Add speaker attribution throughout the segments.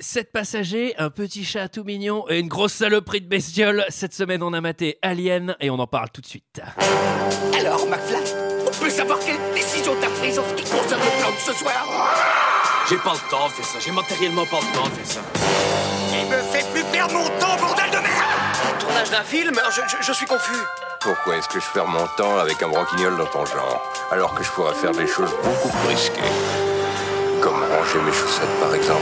Speaker 1: Sept passagers, un petit chat tout mignon et une grosse saloperie de bestiole. Cette semaine, on a maté Alien et on en parle tout de suite.
Speaker 2: Alors, McFly, on peut savoir quelle décision t'as prise en ce qui concerne le plan de ce soir
Speaker 3: J'ai pas le temps de faire ça, j'ai matériellement pas le temps de faire ça.
Speaker 2: Il me fait plus perdre mon temps, bordel de merde
Speaker 4: Tournage d'un film je, je- je suis confus.
Speaker 5: Pourquoi est-ce que je perds mon temps avec un broquignol dans ton genre Alors que je pourrais faire des choses beaucoup plus risquées. Comme ranger mes chaussettes par exemple.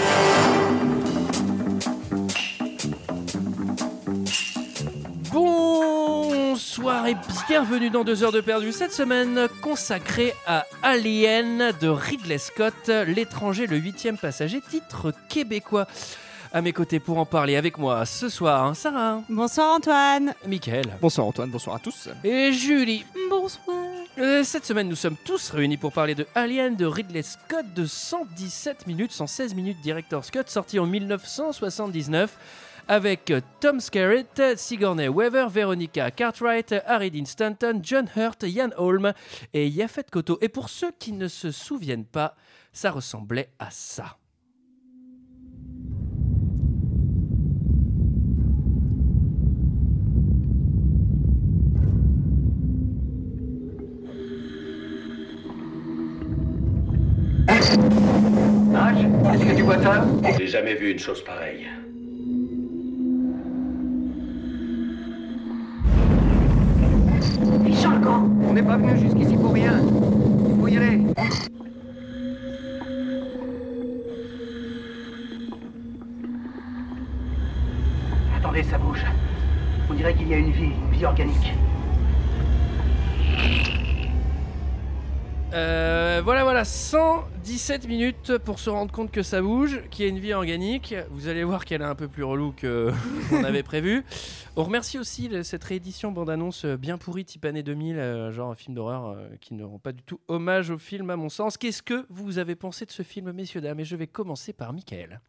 Speaker 1: Bonsoir et bienvenue dans 2 heures de perdu. Cette semaine consacrée à Alien de Ridley Scott, L'étranger, le huitième passager, titre québécois. À mes côtés pour en parler avec moi ce soir, hein, Sarah,
Speaker 6: Bonsoir Antoine.
Speaker 1: Michael
Speaker 7: Bonsoir Antoine, bonsoir à tous.
Speaker 1: et Julie.
Speaker 6: Bonsoir.
Speaker 1: Euh, Cette semaine, nous sommes tous réunis pour parler de Alien de Ridley Scott de 117 minutes, 116 minutes Director's Cut, sorti en 1979 avec euh, Tom Skerritt, Sigourney Weaver, Veronica Cartwright, Harry Dean Stanton, John Hurt, Ian Holm et Yafet Koto. Et pour ceux qui ne se souviennent pas, ça ressemblait à ça.
Speaker 2: Est-ce que tu vois ça
Speaker 4: J'ai jamais vu une chose pareille.
Speaker 2: Il change le camp On n'est pas venu jusqu'ici pour rien. Il faut y aller. Attendez, ça bouge. On dirait qu'il y a une vie, une vie organique.
Speaker 1: Euh, voilà, voilà, 117 minutes pour se rendre compte que ça bouge, qu'il y a une vie organique. Vous allez voir qu'elle est un peu plus relou que qu'on avait prévu. On remercie aussi le- cette réédition bande-annonce bien pourrie, type année 2000, euh, genre un film d'horreur euh, qui ne rend pas du tout hommage au film, à mon sens. Qu'est-ce que vous avez pensé de ce film, messieurs, dames Et je vais commencer par Michael.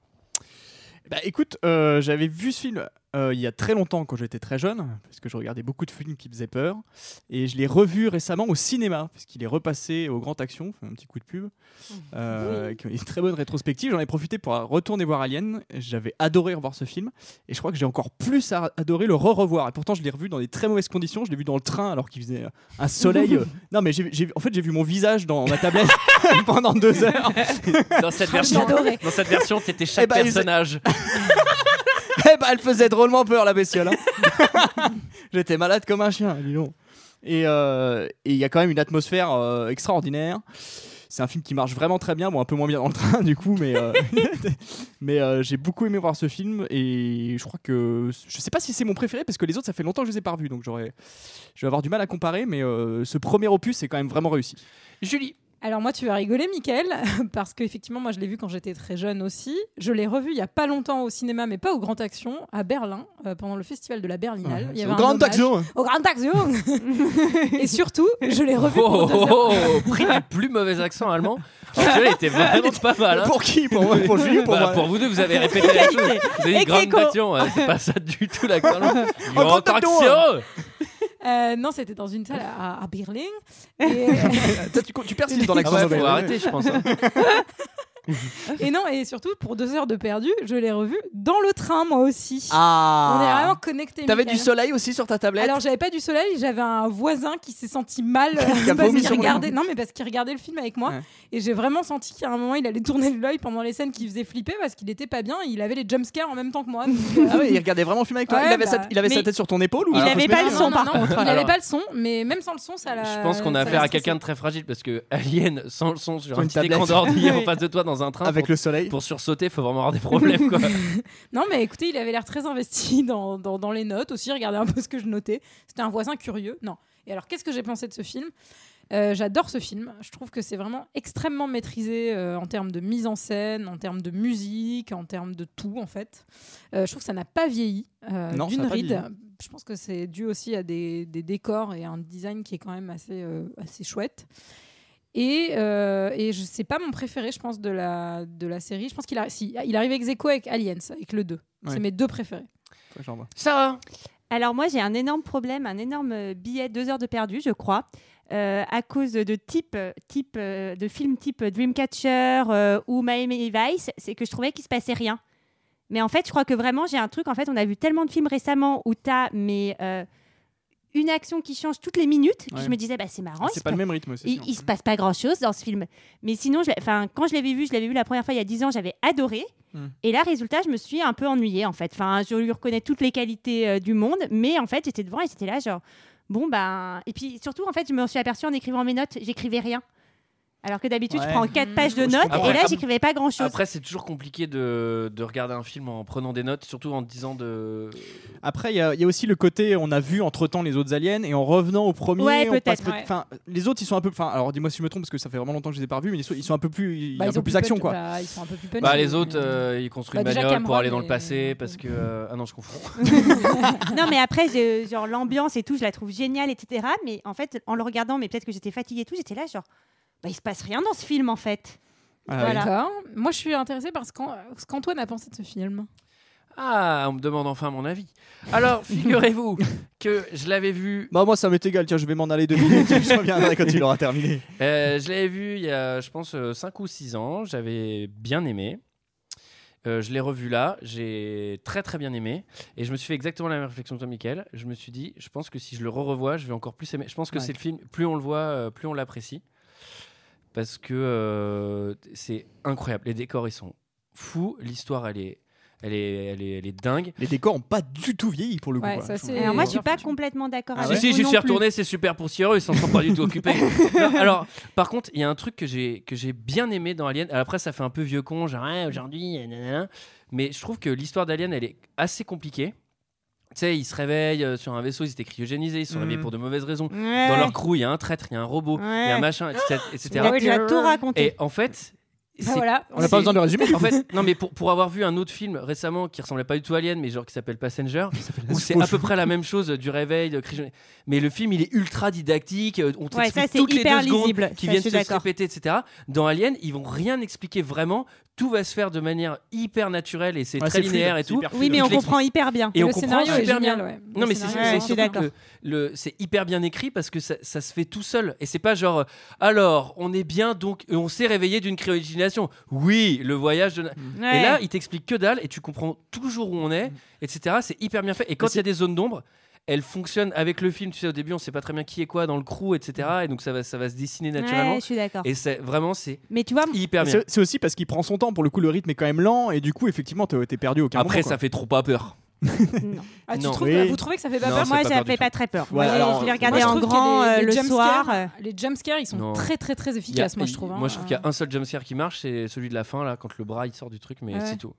Speaker 7: Bah écoute, euh, j'avais vu ce film euh, il y a très longtemps quand j'étais très jeune, parce que je regardais beaucoup de films qui faisaient peur, et je l'ai revu récemment au cinéma, parce qu'il est repassé au Grand Action, enfin, un petit coup de pub, euh, qui est une très bonne rétrospective. J'en ai profité pour retourner voir Alien, j'avais adoré revoir ce film, et je crois que j'ai encore plus a- adoré le re-revoir, et pourtant je l'ai revu dans des très mauvaises conditions, je l'ai vu dans le train alors qu'il faisait euh, un soleil. euh, Non mais j'ai- j'ai- en fait j'ai vu mon visage dans ma tablette pendant deux heures.
Speaker 1: Dans cette version,
Speaker 6: J'adorais.
Speaker 1: dans cette version, t'étais chaque
Speaker 7: Eh ben, ils-
Speaker 1: personnage.
Speaker 7: Eh ben, elle faisait drôlement peur, la bestiole. hein. J'étais malade comme un chien, dis donc. Et euh, et il y a quand même une atmosphère euh, extraordinaire. C'est un film qui marche vraiment très bien, bon, un peu moins bien dans le train du coup, mais, euh, mais euh, j'ai beaucoup aimé voir ce film et je crois que je sais pas si c'est mon préféré parce que les autres ça fait longtemps que je les ai pas revus donc j'aurais je vais avoir du mal à comparer, mais euh, ce premier opus c'est quand même vraiment réussi.
Speaker 1: Julie,
Speaker 6: Alors moi tu vas rigoler Mickaël parce qu'effectivement moi je l'ai vu quand j'étais très jeune aussi. Je l'ai revu il y a pas longtemps au cinéma mais pas au Grand Action à Berlin euh, pendant le festival de la Berlinale. Il y avait un
Speaker 7: Grande
Speaker 6: hommage-
Speaker 7: Mmh. action
Speaker 6: Au Grand Action. Et surtout je l'ai revu
Speaker 1: oh,
Speaker 6: pour deux
Speaker 1: oh,
Speaker 6: heures.
Speaker 1: oh, pris du plus mauvais accent allemand. Alors, celui-là était vraiment pas mal. hein.
Speaker 7: Pour qui Pour moi Pour Julie ou pour
Speaker 1: Bah,
Speaker 7: moi
Speaker 1: pour vous deux, vous avez répété la chose. Vous avez dit
Speaker 6: Et
Speaker 1: grande
Speaker 6: Gréco.
Speaker 1: action, ouais, c'est pas ça du tout la grande Ah
Speaker 7: Oh, grande action.
Speaker 1: action.
Speaker 6: Euh, non c'était dans une salle à, à Berlin. Et, euh,
Speaker 7: Toi, tu, tu persistes dans
Speaker 1: Ah
Speaker 7: l'accent
Speaker 1: ouais,
Speaker 7: anglais.
Speaker 1: faut arrêter, je pense. hein.
Speaker 6: et non et surtout pour deux heures de perdu je l'ai revu dans le train moi aussi.
Speaker 7: Ah
Speaker 6: On est vraiment connectés.
Speaker 7: T'avais
Speaker 6: Mickaël.
Speaker 7: du soleil aussi sur ta tablette
Speaker 6: Alors j'avais pas du soleil, j'avais un voisin qui s'est senti mal euh,
Speaker 7: Qui a
Speaker 6: parce
Speaker 7: vomi
Speaker 6: qu'il
Speaker 7: sur mon
Speaker 6: regardait. Non mais parce qu'il regardait le film avec moi
Speaker 7: Ouais.
Speaker 6: et j'ai vraiment senti qu'à un moment il allait tourner de l'œil pendant les scènes qui faisaient flipper parce qu'il était pas bien. et Il avait les jumpscares en même temps que moi. donc, euh,
Speaker 7: Ah oui, il regardait vraiment le film avec toi.
Speaker 6: Ouais,
Speaker 7: il avait,
Speaker 6: bah,
Speaker 7: sa, il avait sa
Speaker 6: mais-
Speaker 7: tête sur ton épaule ou
Speaker 6: Il
Speaker 1: Ah,
Speaker 7: alors
Speaker 6: avait
Speaker 7: faut se
Speaker 6: pas
Speaker 7: mettre-
Speaker 6: le son par contre. Il
Speaker 1: Alors-
Speaker 6: avait pas le son, mais même sans le son ça. l'a-
Speaker 1: Je pense qu'on a
Speaker 6: ça
Speaker 1: affaire
Speaker 6: l'a
Speaker 1: à quelqu'un de
Speaker 6: stressé.
Speaker 1: très fragile parce que Alien, sans le son sur
Speaker 7: Sur
Speaker 1: un
Speaker 7: une
Speaker 1: petit écran
Speaker 7: tablette.
Speaker 1: d'ordi en
Speaker 6: Oui.
Speaker 1: face de toi dans un train,
Speaker 7: Avec
Speaker 1: pour,
Speaker 7: le soleil.
Speaker 1: pour sursauter, faut vraiment avoir des problèmes. Quoi.
Speaker 6: Non mais écoutez, il avait l'air très investi dans, dans, dans les notes aussi. Regardez un peu ce que je notais. C'était un voisin curieux. Non. Et alors qu'est-ce que j'ai pensé de ce film Euh, J'adore ce film. Je trouve que c'est vraiment extrêmement maîtrisé euh, en termes de mise en scène, en termes de musique, en termes de tout en fait. Euh, je trouve que ça n'a pas vieilli euh,
Speaker 7: Non, ça
Speaker 6: d'une
Speaker 7: n'a pas
Speaker 6: ride.
Speaker 7: vieilli.
Speaker 6: Je pense que c'est dû aussi à des, des décors et à un design qui est quand même assez, euh, assez chouette. Et, euh, et je sais pas mon préféré, je pense, de la, de la série. Je pense qu'il a, si, il arrive ex aequo avec Aliens, avec le 2.
Speaker 7: Ouais.
Speaker 6: C'est mes deux préférés.
Speaker 7: Genre, bah.
Speaker 1: Sarah,
Speaker 8: Alors moi j'ai un énorme problème, un énorme euh, billet, deux heures de perdu je crois, euh, à cause de type, euh, type euh, de films type Dreamcatcher euh, ou Miami Vice, c'est que je trouvais qu'il se passait rien. Mais en fait, je crois que vraiment, j'ai un truc. En fait, on a vu tellement de films récemment où t'as mais euh, une action qui change toutes les minutes. Que
Speaker 7: Ouais. Ah,
Speaker 8: je me disais, bah c'est marrant. il
Speaker 7: C'est
Speaker 8: se
Speaker 7: pas le
Speaker 8: passe-
Speaker 7: même rythme aussi. hein.
Speaker 8: il,
Speaker 1: hein.
Speaker 8: il se passe pas grand chose dans ce film. Mais sinon, je l'ai- enfin, quand je l'avais vu, je l'avais vu la première fois il y a 10 ans, j'avais adoré.
Speaker 7: Hmm.
Speaker 8: Et là, résultat, je me suis un peu ennuyée en fait. Enfin, je lui reconnais toutes les qualités euh, du monde, mais en fait, j'étais devant et j'étais là, genre, bon, ben. Et puis surtout, en fait, je me suis aperçue en écrivant mes notes, j'écrivais rien. Alors que d'habitude,
Speaker 7: Ouais.
Speaker 8: je prends 4
Speaker 6: Hmm.
Speaker 8: pages de
Speaker 7: Je
Speaker 8: notes
Speaker 1: comprends.
Speaker 8: et là,
Speaker 1: Après-
Speaker 8: j'écrivais pas grand chose.
Speaker 1: Après, c'est toujours compliqué de, de regarder un film en prenant des notes, surtout en te disant de.
Speaker 7: Après, il y, a- il y a aussi le côté, on a vu entre temps les autres aliens, et en revenant au premier,
Speaker 8: Ouais,
Speaker 7: on
Speaker 8: peut-être,
Speaker 7: passe peut-
Speaker 6: ouais.
Speaker 7: enfin, les autres ils sont un peu. Enfin, alors dis-moi si je me trompe parce que ça fait vraiment longtemps que je les ai pas revus, mais ils sont, ils sont un peu plus, il y a
Speaker 6: Bah,
Speaker 7: un peu
Speaker 6: plus
Speaker 7: plus action
Speaker 6: punch-
Speaker 7: quoi.
Speaker 6: bah, ils sont un peu plus punchy,
Speaker 1: Bah, les autres,
Speaker 6: mais-
Speaker 1: euh, ils construisent
Speaker 6: Bah,
Speaker 1: une
Speaker 6: déjà,
Speaker 1: bagnole pour
Speaker 6: Cameron
Speaker 1: aller dans le
Speaker 6: est-
Speaker 1: passé parce que. euh, Ah non, je confonds.
Speaker 8: non, mais après, je- genre l'ambiance et tout, je la trouve géniale, etc. Mais en fait, en le regardant, mais peut-être que j'étais fatiguée et tout, j'étais là, genre, bah, il se passe rien dans ce film en fait.
Speaker 7: Ah,
Speaker 8: Voilà.
Speaker 6: D'accord. Moi, je suis intéressée par ce qu'An- ce qu'Antoine a pensé de ce film. Bah
Speaker 1: Ah, on me demande enfin mon avis. Alors, figurez-vous que je l'avais vu.
Speaker 7: Bah moi ça m'est égal, tiens je vais m'en aller deux minutes, je reviendrai quand il aura terminé.
Speaker 1: euh, je l'avais vu il y a, je pense, 5 ou 6 ans. J'avais bien aimé. Euh, je l'ai revu là, j'ai très très bien aimé et je me suis fait exactement la même réflexion que toi, Michael. Je me suis dit, je pense que si je le re-revois, je vais encore plus aimer. Je pense que
Speaker 7: Ouais.
Speaker 1: c'est le film, plus on le voit, euh, plus on l'apprécie parce que euh, c'est incroyable. Les décors ils sont fous, l'histoire elle est, elle est, elle est, elle est dingue.
Speaker 7: Les décors ont pas du tout vieilli pour le coup.
Speaker 6: Ouais,
Speaker 7: quoi.
Speaker 6: ça,
Speaker 7: Enfin,
Speaker 6: c'est-
Speaker 8: Alors moi,
Speaker 6: Et-
Speaker 8: je suis pas complètement d'accord.
Speaker 7: Ah
Speaker 8: avec
Speaker 7: ouais
Speaker 1: si,
Speaker 8: vous
Speaker 1: si, je
Speaker 8: non
Speaker 1: suis
Speaker 8: plus.
Speaker 1: retourné, c'est super pour Cyrus, ils s'en sont pas du tout occupés. Non, alors, par contre, il y a un truc que j'ai que j'ai bien aimé dans Alien. Alors Après, ça fait un peu vieux con, genre Ouais, aujourd'hui, euh, nanana. mais je trouve que l'histoire d'Alien, elle est assez compliquée. Tu sais, ils se réveillent euh, sur un vaisseau, ils étaient cryogénisés, ils sont
Speaker 7: Mhm.
Speaker 1: réveillés pour de mauvaises raisons.
Speaker 8: Mm. Ouais.
Speaker 1: Dans leur crew, il y a un traître, il y a un robot, il y a un
Speaker 8: Ouais. Ah
Speaker 1: machin, etc.
Speaker 8: Il
Speaker 1: etc.
Speaker 8: a déjà tout raconté.
Speaker 1: Et en fait,
Speaker 8: Ah,
Speaker 6: Bah,
Speaker 1: c'est-
Speaker 6: voilà.
Speaker 7: On n'a pas besoin de résumer.
Speaker 1: en fait, non, mais pour, pour avoir vu un autre film récemment qui ressemblait pas du tout à Alien, mais genre qui s'appelle Passenger, où c'est à peu près la même chose euh, du réveil de Christian- Mais le film, il est ultra didactique. euh, On
Speaker 8: Ouais,
Speaker 1: t'explique
Speaker 8: ça c'est
Speaker 1: toutes les
Speaker 8: hyper
Speaker 1: deux secondes
Speaker 8: lisible.
Speaker 1: qui
Speaker 8: Ça,
Speaker 1: viennent
Speaker 8: je
Speaker 1: se-
Speaker 8: suis
Speaker 1: se
Speaker 8: d'accord.
Speaker 1: répéter, etc. Dans Alien, ils vont rien expliquer vraiment. Tout va se faire de manière hyper naturelle et c'est
Speaker 7: Ouais,
Speaker 1: très
Speaker 7: fluide,
Speaker 1: linéaire et
Speaker 7: c'est
Speaker 1: tout.
Speaker 7: hyper
Speaker 8: Oui,
Speaker 7: fluide.
Speaker 8: mais on
Speaker 1: l'explique.
Speaker 8: comprend hyper bien.
Speaker 1: Et
Speaker 6: le
Speaker 1: on comprend
Speaker 6: scénario est
Speaker 1: super bien.
Speaker 6: génial, ouais.
Speaker 1: Non,
Speaker 6: Le
Speaker 1: mais c'est
Speaker 6: scénario
Speaker 8: ouais,
Speaker 1: c'est
Speaker 8: je suis
Speaker 1: surtout que
Speaker 8: d'accord.
Speaker 1: le- le- c'est hyper bien écrit parce que ça, ça se fait tout seul. Et c'est pas genre, euh, alors, on est bien, donc euh, on s'est réveillé d'une cryogénisation. Oui, le voyage de...
Speaker 8: Ouais.
Speaker 1: Et là, il t'explique que dalle et tu comprends toujours où on est, etc. C'est hyper bien fait. Et quand il y a des zones d'ombre, elles fonctionnent avec le film. Tu sais, au début, on sait pas très bien qui est quoi dans le crew, etc. Et donc, ça va, ça va se dessiner naturellement.
Speaker 8: Ouais, je suis d'accord.
Speaker 1: Et c'est vraiment, c'est
Speaker 8: Mais tu vois,
Speaker 1: hyper bien.
Speaker 7: C'est c'est aussi parce qu'il prend son temps, pour le coup le rythme est quand même lent, et du coup effectivement t'es t'es perdu aucun
Speaker 1: Après, ça fait trop pas peur.
Speaker 8: non.
Speaker 6: Ah, tu
Speaker 1: Non.
Speaker 6: trouves-
Speaker 7: Oui.
Speaker 6: Vous trouvez que ça fait pas
Speaker 1: Non,
Speaker 6: peur
Speaker 1: c'est
Speaker 8: moi,
Speaker 1: pas
Speaker 8: ça
Speaker 1: peur
Speaker 8: me
Speaker 1: du
Speaker 8: fait pas très peur.
Speaker 7: Ouais,
Speaker 8: Moi,
Speaker 7: alors,
Speaker 8: je l'ai
Speaker 7: Regardez
Speaker 6: Moi,
Speaker 8: regardé
Speaker 6: je
Speaker 8: en
Speaker 6: trouve que
Speaker 8: grand
Speaker 6: les-
Speaker 8: euh,
Speaker 6: les
Speaker 8: le
Speaker 6: jumpscares-
Speaker 8: soir. euh,
Speaker 6: Les jumpscares, ils sont
Speaker 1: Non.
Speaker 6: très très très
Speaker 1: Il y a-
Speaker 6: efficaces, moi je trouve. hein.
Speaker 1: Moi, je trouve qu'il y a un seul jumpscare qui marche, c'est celui de la fin, là, quand le bras il sort du truc, mais
Speaker 6: Ouais.
Speaker 1: c'est tout.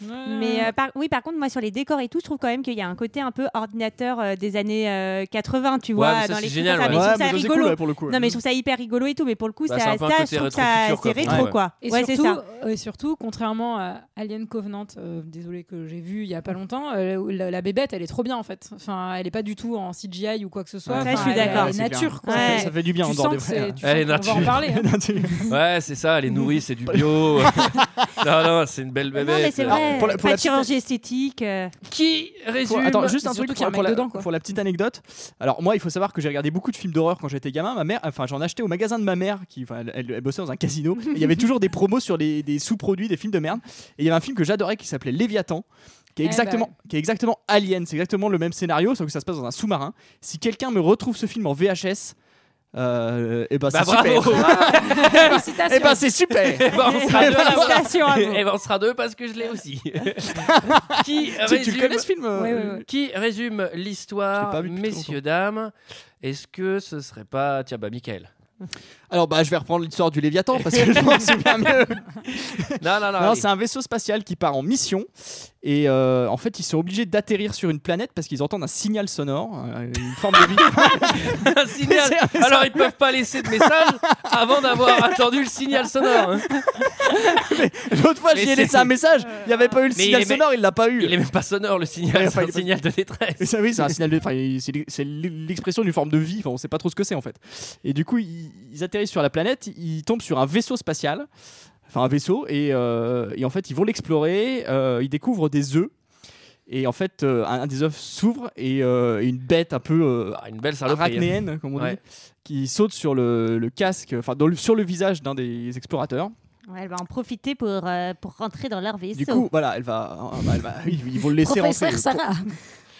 Speaker 8: Mais euh, par- oui, par contre, moi, sur les décors et tout, je trouve quand même qu'il y a un côté un peu ordinateur euh, des années euh, 80, tu
Speaker 1: Ouais,
Speaker 8: vois,
Speaker 1: mais ça,
Speaker 8: dans
Speaker 1: c'est
Speaker 8: les trucs
Speaker 1: génial,
Speaker 8: comme
Speaker 1: ouais.
Speaker 8: ça. Mais je
Speaker 7: mais
Speaker 8: trouve ça
Speaker 7: ça, c'est
Speaker 8: rigolo.
Speaker 7: cool, ouais, pour le coup. ouais.
Speaker 8: Non, mais je trouve ça hyper rigolo et tout, mais pour le coup,
Speaker 1: Bah, c'est
Speaker 8: ça,
Speaker 1: un peu un
Speaker 8: ça,
Speaker 1: côté
Speaker 8: je trouve que ça,
Speaker 1: rétro-futur,
Speaker 8: c'est
Speaker 1: quoi,
Speaker 8: rétro,
Speaker 1: ouais.
Speaker 8: quoi.
Speaker 6: Et,
Speaker 8: Ouais, c'est
Speaker 6: surtout,
Speaker 8: ça.
Speaker 6: euh, et surtout, contrairement à Alien Covenant, euh, désolé que j'ai vu il y a pas longtemps, euh, la, la bébête, elle est trop bien en fait. Enfin, elle est pas du tout en CGI ou quoi que ce soit.
Speaker 7: Ouais,
Speaker 8: ça,
Speaker 6: Enfin,
Speaker 8: je suis
Speaker 6: elle-
Speaker 8: d'accord.
Speaker 6: Elle est
Speaker 7: C'est
Speaker 6: nature.
Speaker 7: clair.
Speaker 6: quoi.
Speaker 7: Ça fait-
Speaker 8: Ouais.
Speaker 7: Ça fait du bien
Speaker 6: Tu
Speaker 7: en
Speaker 6: sens
Speaker 7: dehors des
Speaker 6: que c'est.
Speaker 7: vrais.
Speaker 6: tu
Speaker 1: Elle
Speaker 6: sens
Speaker 1: est
Speaker 6: qu'on va en
Speaker 1: nature.
Speaker 6: parler. hein.
Speaker 1: Ouais, c'est ça, elle est nourrie, c'est du bio. non, non, c'est une belle
Speaker 8: Non,
Speaker 1: bébé.
Speaker 8: mais c'est vrai.
Speaker 7: pour la- pour
Speaker 8: Pas
Speaker 7: la
Speaker 8: de chirurgie esthétique. euh,
Speaker 1: Qui
Speaker 7: Pour-
Speaker 1: résume
Speaker 7: attends, juste un
Speaker 6: surtout
Speaker 7: truc
Speaker 6: qu'il y a hein. un
Speaker 7: pour, pour
Speaker 6: mec
Speaker 7: la,
Speaker 6: dedans, quoi.
Speaker 7: pour la petite anecdote. Alors moi, il faut savoir que j'ai regardé beaucoup de films d'horreur quand j'étais gamin. Ma mère, enfin, j'en achetais au magasin de ma mère qui, enfin, elle, elle- elle bossait dans un casino. Et Il y avait toujours des promos sur les, des sous-produits des films de merde. Et il y avait un film que j'adorais qui s'appelait Léviathan. Qui est,
Speaker 6: Eh bah
Speaker 7: exactement, qui est exactement Alien, c'est exactement le même scénario, sauf que ça se passe dans un sous-marin. Si quelqu'un me retrouve ce film en VHS, euh, et ben
Speaker 1: Bah,
Speaker 7: c'est super!
Speaker 1: bravo.
Speaker 6: Ah, Félicitations.
Speaker 7: Eh ben c'est super!
Speaker 6: Ah,
Speaker 1: Eh ben, on sera deux à l'avoir.
Speaker 8: Félicitations à vous.
Speaker 1: Eh ben, on sera deux parce que je l'ai aussi. qui,
Speaker 6: bah,
Speaker 7: tu, tu
Speaker 1: résume,
Speaker 7: le connais ce film? euh,
Speaker 6: Ouais, ouais, ouais.
Speaker 1: qui résume
Speaker 7: Je l'ai pas
Speaker 1: l'histoire,
Speaker 7: vu depuis
Speaker 1: messieurs, dames Est-ce que ce serait pas. Tiens, bah, Michael.
Speaker 7: Alors bah je vais reprendre l'histoire du Léviathan parce que je m'en souviens mieux.
Speaker 1: Non, non, non.
Speaker 7: Non,
Speaker 1: Ah, allez.
Speaker 7: c'est un vaisseau spatial qui part en mission et euh, en fait ils sont obligés d'atterrir sur une planète parce qu'ils entendent un signal sonore, euh, une forme de vie.
Speaker 1: Un signal. Alors, ils peuvent pas laisser de message avant d'avoir attendu le signal sonore. hein.
Speaker 7: L'autre fois
Speaker 1: Mais
Speaker 7: j'y ai
Speaker 1: c'est-
Speaker 7: laissé un message, il n'y avait pas eu le
Speaker 1: Mais
Speaker 7: signal
Speaker 1: il est-
Speaker 7: sonore, il l'a pas eu.
Speaker 1: Il est même pas sonore, le
Speaker 7: Ouais,
Speaker 1: signal. C'est
Speaker 7: enfin,
Speaker 1: un
Speaker 7: il est pas-
Speaker 1: signal de
Speaker 7: Et
Speaker 1: détresse.
Speaker 7: ça, oui, c'est un signal de- enfin, il- c'est l- c'est l'expression d'une forme de vie, enfin, on sait pas trop ce que c'est en fait. Et du coup, ils, ils atterrissent sur la planète, ils tombent sur un vaisseau spatial, enfin un vaisseau, et, euh, et en fait, ils vont l'explorer, euh, ils découvrent des œufs, et en fait, euh, un, un des œufs s'ouvre, et, euh, et une bête un peu euh,
Speaker 1: Ah, Une belle saloperie. hein.
Speaker 7: arachnéenne, comme on
Speaker 1: Ouais.
Speaker 7: dit, qui saute sur le, le casque, enfin dans le- sur le visage d'un des explorateurs.
Speaker 8: Ouais, elle va en profiter pour, euh, pour rentrer dans leur vaisseau.
Speaker 7: Du coup, voilà, elle va, ah, bah, elle va- ils, ils vont le laisser rentrer.
Speaker 6: Professeur
Speaker 7: Pour,
Speaker 6: Sarah.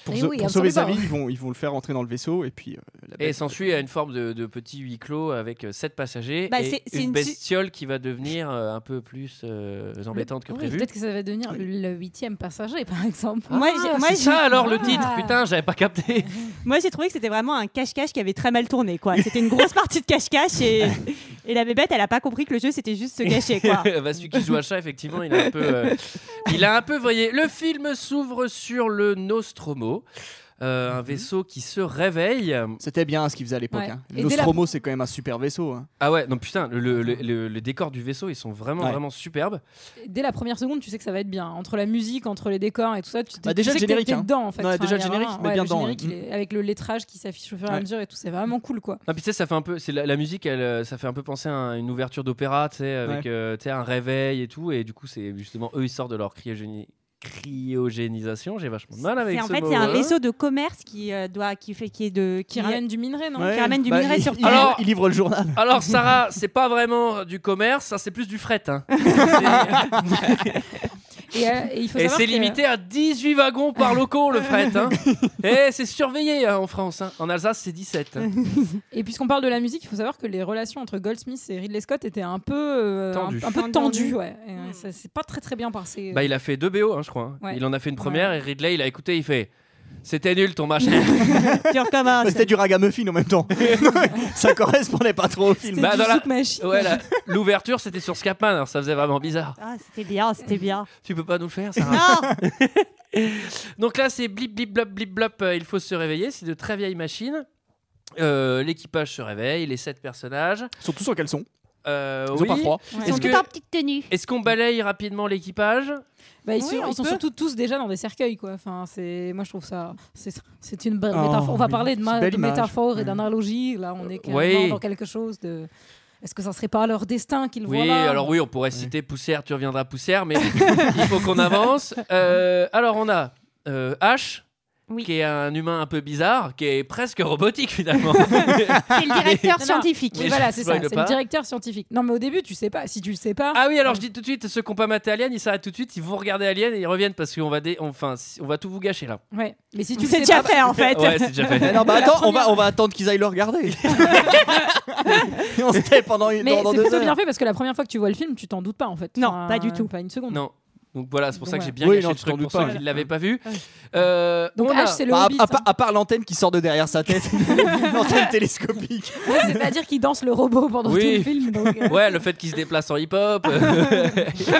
Speaker 7: pour
Speaker 6: Eh
Speaker 7: se-
Speaker 6: oui,
Speaker 7: pour sauver sa vie,
Speaker 6: absolument.
Speaker 7: ils vont, ils vont le faire rentrer dans le vaisseau et puis. euh, la
Speaker 1: Et
Speaker 7: bête-
Speaker 1: s'ensuit à une forme de, de petit huis clos avec euh, sept passagers
Speaker 8: Bah,
Speaker 1: et
Speaker 8: c'est- c'est
Speaker 1: une,
Speaker 8: une su-
Speaker 1: bestiole qui va devenir euh, un peu plus euh, embêtante que
Speaker 6: Oui,
Speaker 1: prévu.
Speaker 6: Peut-être que ça va devenir le huitième passager, par exemple.
Speaker 1: Ah,
Speaker 8: Moi, j'ai- moi,
Speaker 1: c'est
Speaker 8: j'ai-
Speaker 1: ça alors le
Speaker 6: Ah.
Speaker 1: titre, putain, j'avais pas capté.
Speaker 8: Moi, j'ai trouvé que c'était vraiment un cache-cache qui avait très mal tourné. quoi. C'était une grosse partie de cache-cache et, et la bébête, elle a pas compris que le jeu, c'était juste se cacher. quoi.
Speaker 1: bah, celui qui joue à chat, effectivement, il a un peu, euh, il a un peu vrillé. Le film s'ouvre sur le Nostromo, euh, un vaisseau qui se réveille.
Speaker 7: C'était bien ce qu'ils faisaient à l'époque.
Speaker 6: Ouais.
Speaker 7: hein.
Speaker 6: Et dès
Speaker 7: Nostromo, c'est quand même un super vaisseau. hein.
Speaker 1: Ah ouais, non putain, le, le, le- le- les décors du vaisseau, ils sont vraiment
Speaker 7: Ouais.
Speaker 1: vraiment superbes.
Speaker 6: Dès la première seconde, tu sais que ça va être bien. Entre la musique, entre les décors et tout ça, tu, tu
Speaker 7: Bah, déjà,
Speaker 6: sais que
Speaker 7: le
Speaker 6: t'es-
Speaker 7: générique,
Speaker 6: t'es
Speaker 7: hein.
Speaker 6: dedans en fait.
Speaker 7: Ouais, déjà, le
Speaker 6: il y a
Speaker 7: générique,
Speaker 6: vraiment-
Speaker 7: mais
Speaker 6: ouais,
Speaker 7: bien
Speaker 6: le
Speaker 7: dedans,
Speaker 6: générique,
Speaker 7: hein.
Speaker 6: il est- avec le lettrage qui s'affiche au fur et à
Speaker 7: Ouais.
Speaker 6: mesure et tout, c'est vraiment cool quoi.
Speaker 1: Ah, puis tu sais, ça fait un peu, c'est la, la musique, elle, euh, ça fait un peu penser à un- une ouverture d'opéra, tu sais, avec euh, tu sais, un réveil et tout, et du coup, c'est justement eux, ils sortent de leur cryogéni- cryogénisation. J'ai vachement de mal avec
Speaker 8: C'est- en
Speaker 1: ce
Speaker 8: fait,
Speaker 1: mot,
Speaker 8: c'est un
Speaker 1: hein.
Speaker 8: vaisseau de commerce qui, euh, doit, qui, fait, qui est de.
Speaker 6: Qui
Speaker 8: qui-
Speaker 6: ramène du minerai, non
Speaker 7: Ouais.
Speaker 8: ramène du
Speaker 7: Bah,
Speaker 8: minerai
Speaker 7: il-
Speaker 8: sur
Speaker 7: il,
Speaker 8: Terre.
Speaker 1: Alors-
Speaker 7: il livre le journal.
Speaker 1: Alors Sarah, c'est pas vraiment du commerce, ça c'est plus du fret. hein.
Speaker 6: Et, euh, et il faut
Speaker 1: Et
Speaker 6: savoir
Speaker 1: c'est
Speaker 6: que-
Speaker 1: limité à 18 wagons par locaux le fret. hein. Et c'est surveillé hein, en France. hein. En Alsace, c'est 17. hein.
Speaker 6: Et puisqu'on parle de la musique, il faut savoir que les relations entre Goldsmith et Ridley Scott étaient un peu euh, un-
Speaker 1: Tendues.
Speaker 6: un, peu
Speaker 8: Tendues.
Speaker 6: tendues, ouais. Et, euh, ça- C'est pas très très bien passé. euh,
Speaker 1: Bah, il a fait deux BO, hein, je crois. hein.
Speaker 6: Ouais.
Speaker 1: Il en a fait une première et Ridley, il a écouté, il fait C'était nul ton machin.
Speaker 8: Tu
Speaker 6: Ah,
Speaker 8: recommences.
Speaker 7: Ah, C'était du ragamuffin en même temps. ça correspondait pas trop au film.
Speaker 6: C'était
Speaker 1: bah,
Speaker 6: du
Speaker 1: dans la-
Speaker 6: Zouk Machine.
Speaker 1: Ouais, la- l'ouverture, c'était sur Scapman, alors ça faisait vraiment bizarre.
Speaker 8: Ah, c'était bien, c'était bien.
Speaker 1: Tu peux pas nous le faire, Sarah.
Speaker 8: Non,
Speaker 1: Donc là, c'est blip, blip, blop, blip, blop, euh, il faut se réveiller. C'est de très vieilles machines. Euh, L'équipage se réveille, les sept personnages.
Speaker 7: Surtout sur qu'elles sont.
Speaker 1: Euh,
Speaker 7: Ils ont
Speaker 1: oui.
Speaker 7: pas froid.
Speaker 6: Ouais.
Speaker 8: ils
Speaker 1: Est-ce
Speaker 8: sont
Speaker 1: que-
Speaker 8: tous en petite tenue.
Speaker 1: Est-ce qu'on balaye rapidement l'équipage
Speaker 6: Bah, ils
Speaker 8: Oui,
Speaker 6: sont,
Speaker 8: on
Speaker 6: ils sont
Speaker 8: peut.
Speaker 6: surtout tous déjà dans des cercueils, quoi. Enfin, c'est, moi, je trouve ça, c'est, c'est une belle
Speaker 7: Oh,
Speaker 6: métaphore. On va
Speaker 7: oui,
Speaker 6: parler de, ma-
Speaker 7: c'est belle
Speaker 6: de
Speaker 7: image.
Speaker 6: métaphore
Speaker 7: Ouais.
Speaker 6: et d'analogie. Là, on est carrément
Speaker 1: oui.
Speaker 6: dans quelque chose de. Est-ce que ça serait pas leur destin qu'ils
Speaker 1: Oui,
Speaker 6: voient là
Speaker 1: alors oui, on pourrait citer Poussière, tu reviendras Poussière, mais il faut qu'on avance. Euh, alors on a euh, H,
Speaker 8: Oui.
Speaker 1: qui est un humain un peu bizarre, qui est presque robotique finalement.
Speaker 8: C'est le directeur
Speaker 6: Non, non.
Speaker 8: scientifique.
Speaker 6: Oui,
Speaker 1: Mais
Speaker 6: voilà,
Speaker 1: je
Speaker 6: c'est ça.
Speaker 1: spoil
Speaker 6: C'est
Speaker 1: pas.
Speaker 6: le directeur scientifique. Non, mais au début, tu sais pas. Si tu le sais pas,
Speaker 1: ah oui, alors je dis tout de suite, ceux qui n'ont pas maté Alien, ils s'arrêtent tout de suite, ils vont regarder Alien et ils reviennent parce qu'on va, dé- enfin, si- on va tout vous gâcher là.
Speaker 6: ouais. Mais si tu le
Speaker 8: C'est
Speaker 6: sais
Speaker 8: déjà
Speaker 6: pas,
Speaker 8: fait hein. en fait.
Speaker 1: Ouais, c'est déjà fait.
Speaker 7: Eh non, bah
Speaker 6: La
Speaker 7: attends, on
Speaker 6: première-
Speaker 7: va, on va attendre qu'ils aillent le regarder. Et on se tait pendant une
Speaker 6: mais
Speaker 7: pendant
Speaker 6: c'est
Speaker 7: deux
Speaker 6: plutôt
Speaker 7: heures.
Speaker 6: bien fait parce que la première fois que tu vois le film, tu t'en doutes pas en fait.
Speaker 8: Non, pas du tout.
Speaker 6: Pas une seconde.
Speaker 1: Non. Donc voilà, c'est pour
Speaker 6: bah.
Speaker 1: ça que j'ai bien
Speaker 7: Oui,
Speaker 1: gâché
Speaker 7: non,
Speaker 1: le
Speaker 7: tu
Speaker 1: truc
Speaker 7: t'en
Speaker 1: pour
Speaker 7: doutes
Speaker 1: ceux
Speaker 7: pas.
Speaker 1: qui ne l'avaient pas vu. Euh,
Speaker 6: Donc
Speaker 1: on a-
Speaker 6: H, c'est le hein.
Speaker 7: Bah, à-
Speaker 6: Hobbit.
Speaker 7: à, part- à part l'antenne qui sort de derrière sa tête, l'antenne télescopique.
Speaker 6: c'est à dire qu'il danse le robot pendant
Speaker 1: Oui.
Speaker 6: tout le film. donc, euh,
Speaker 1: Ouais, le fait qu'il se déplace en hip-hop, euh,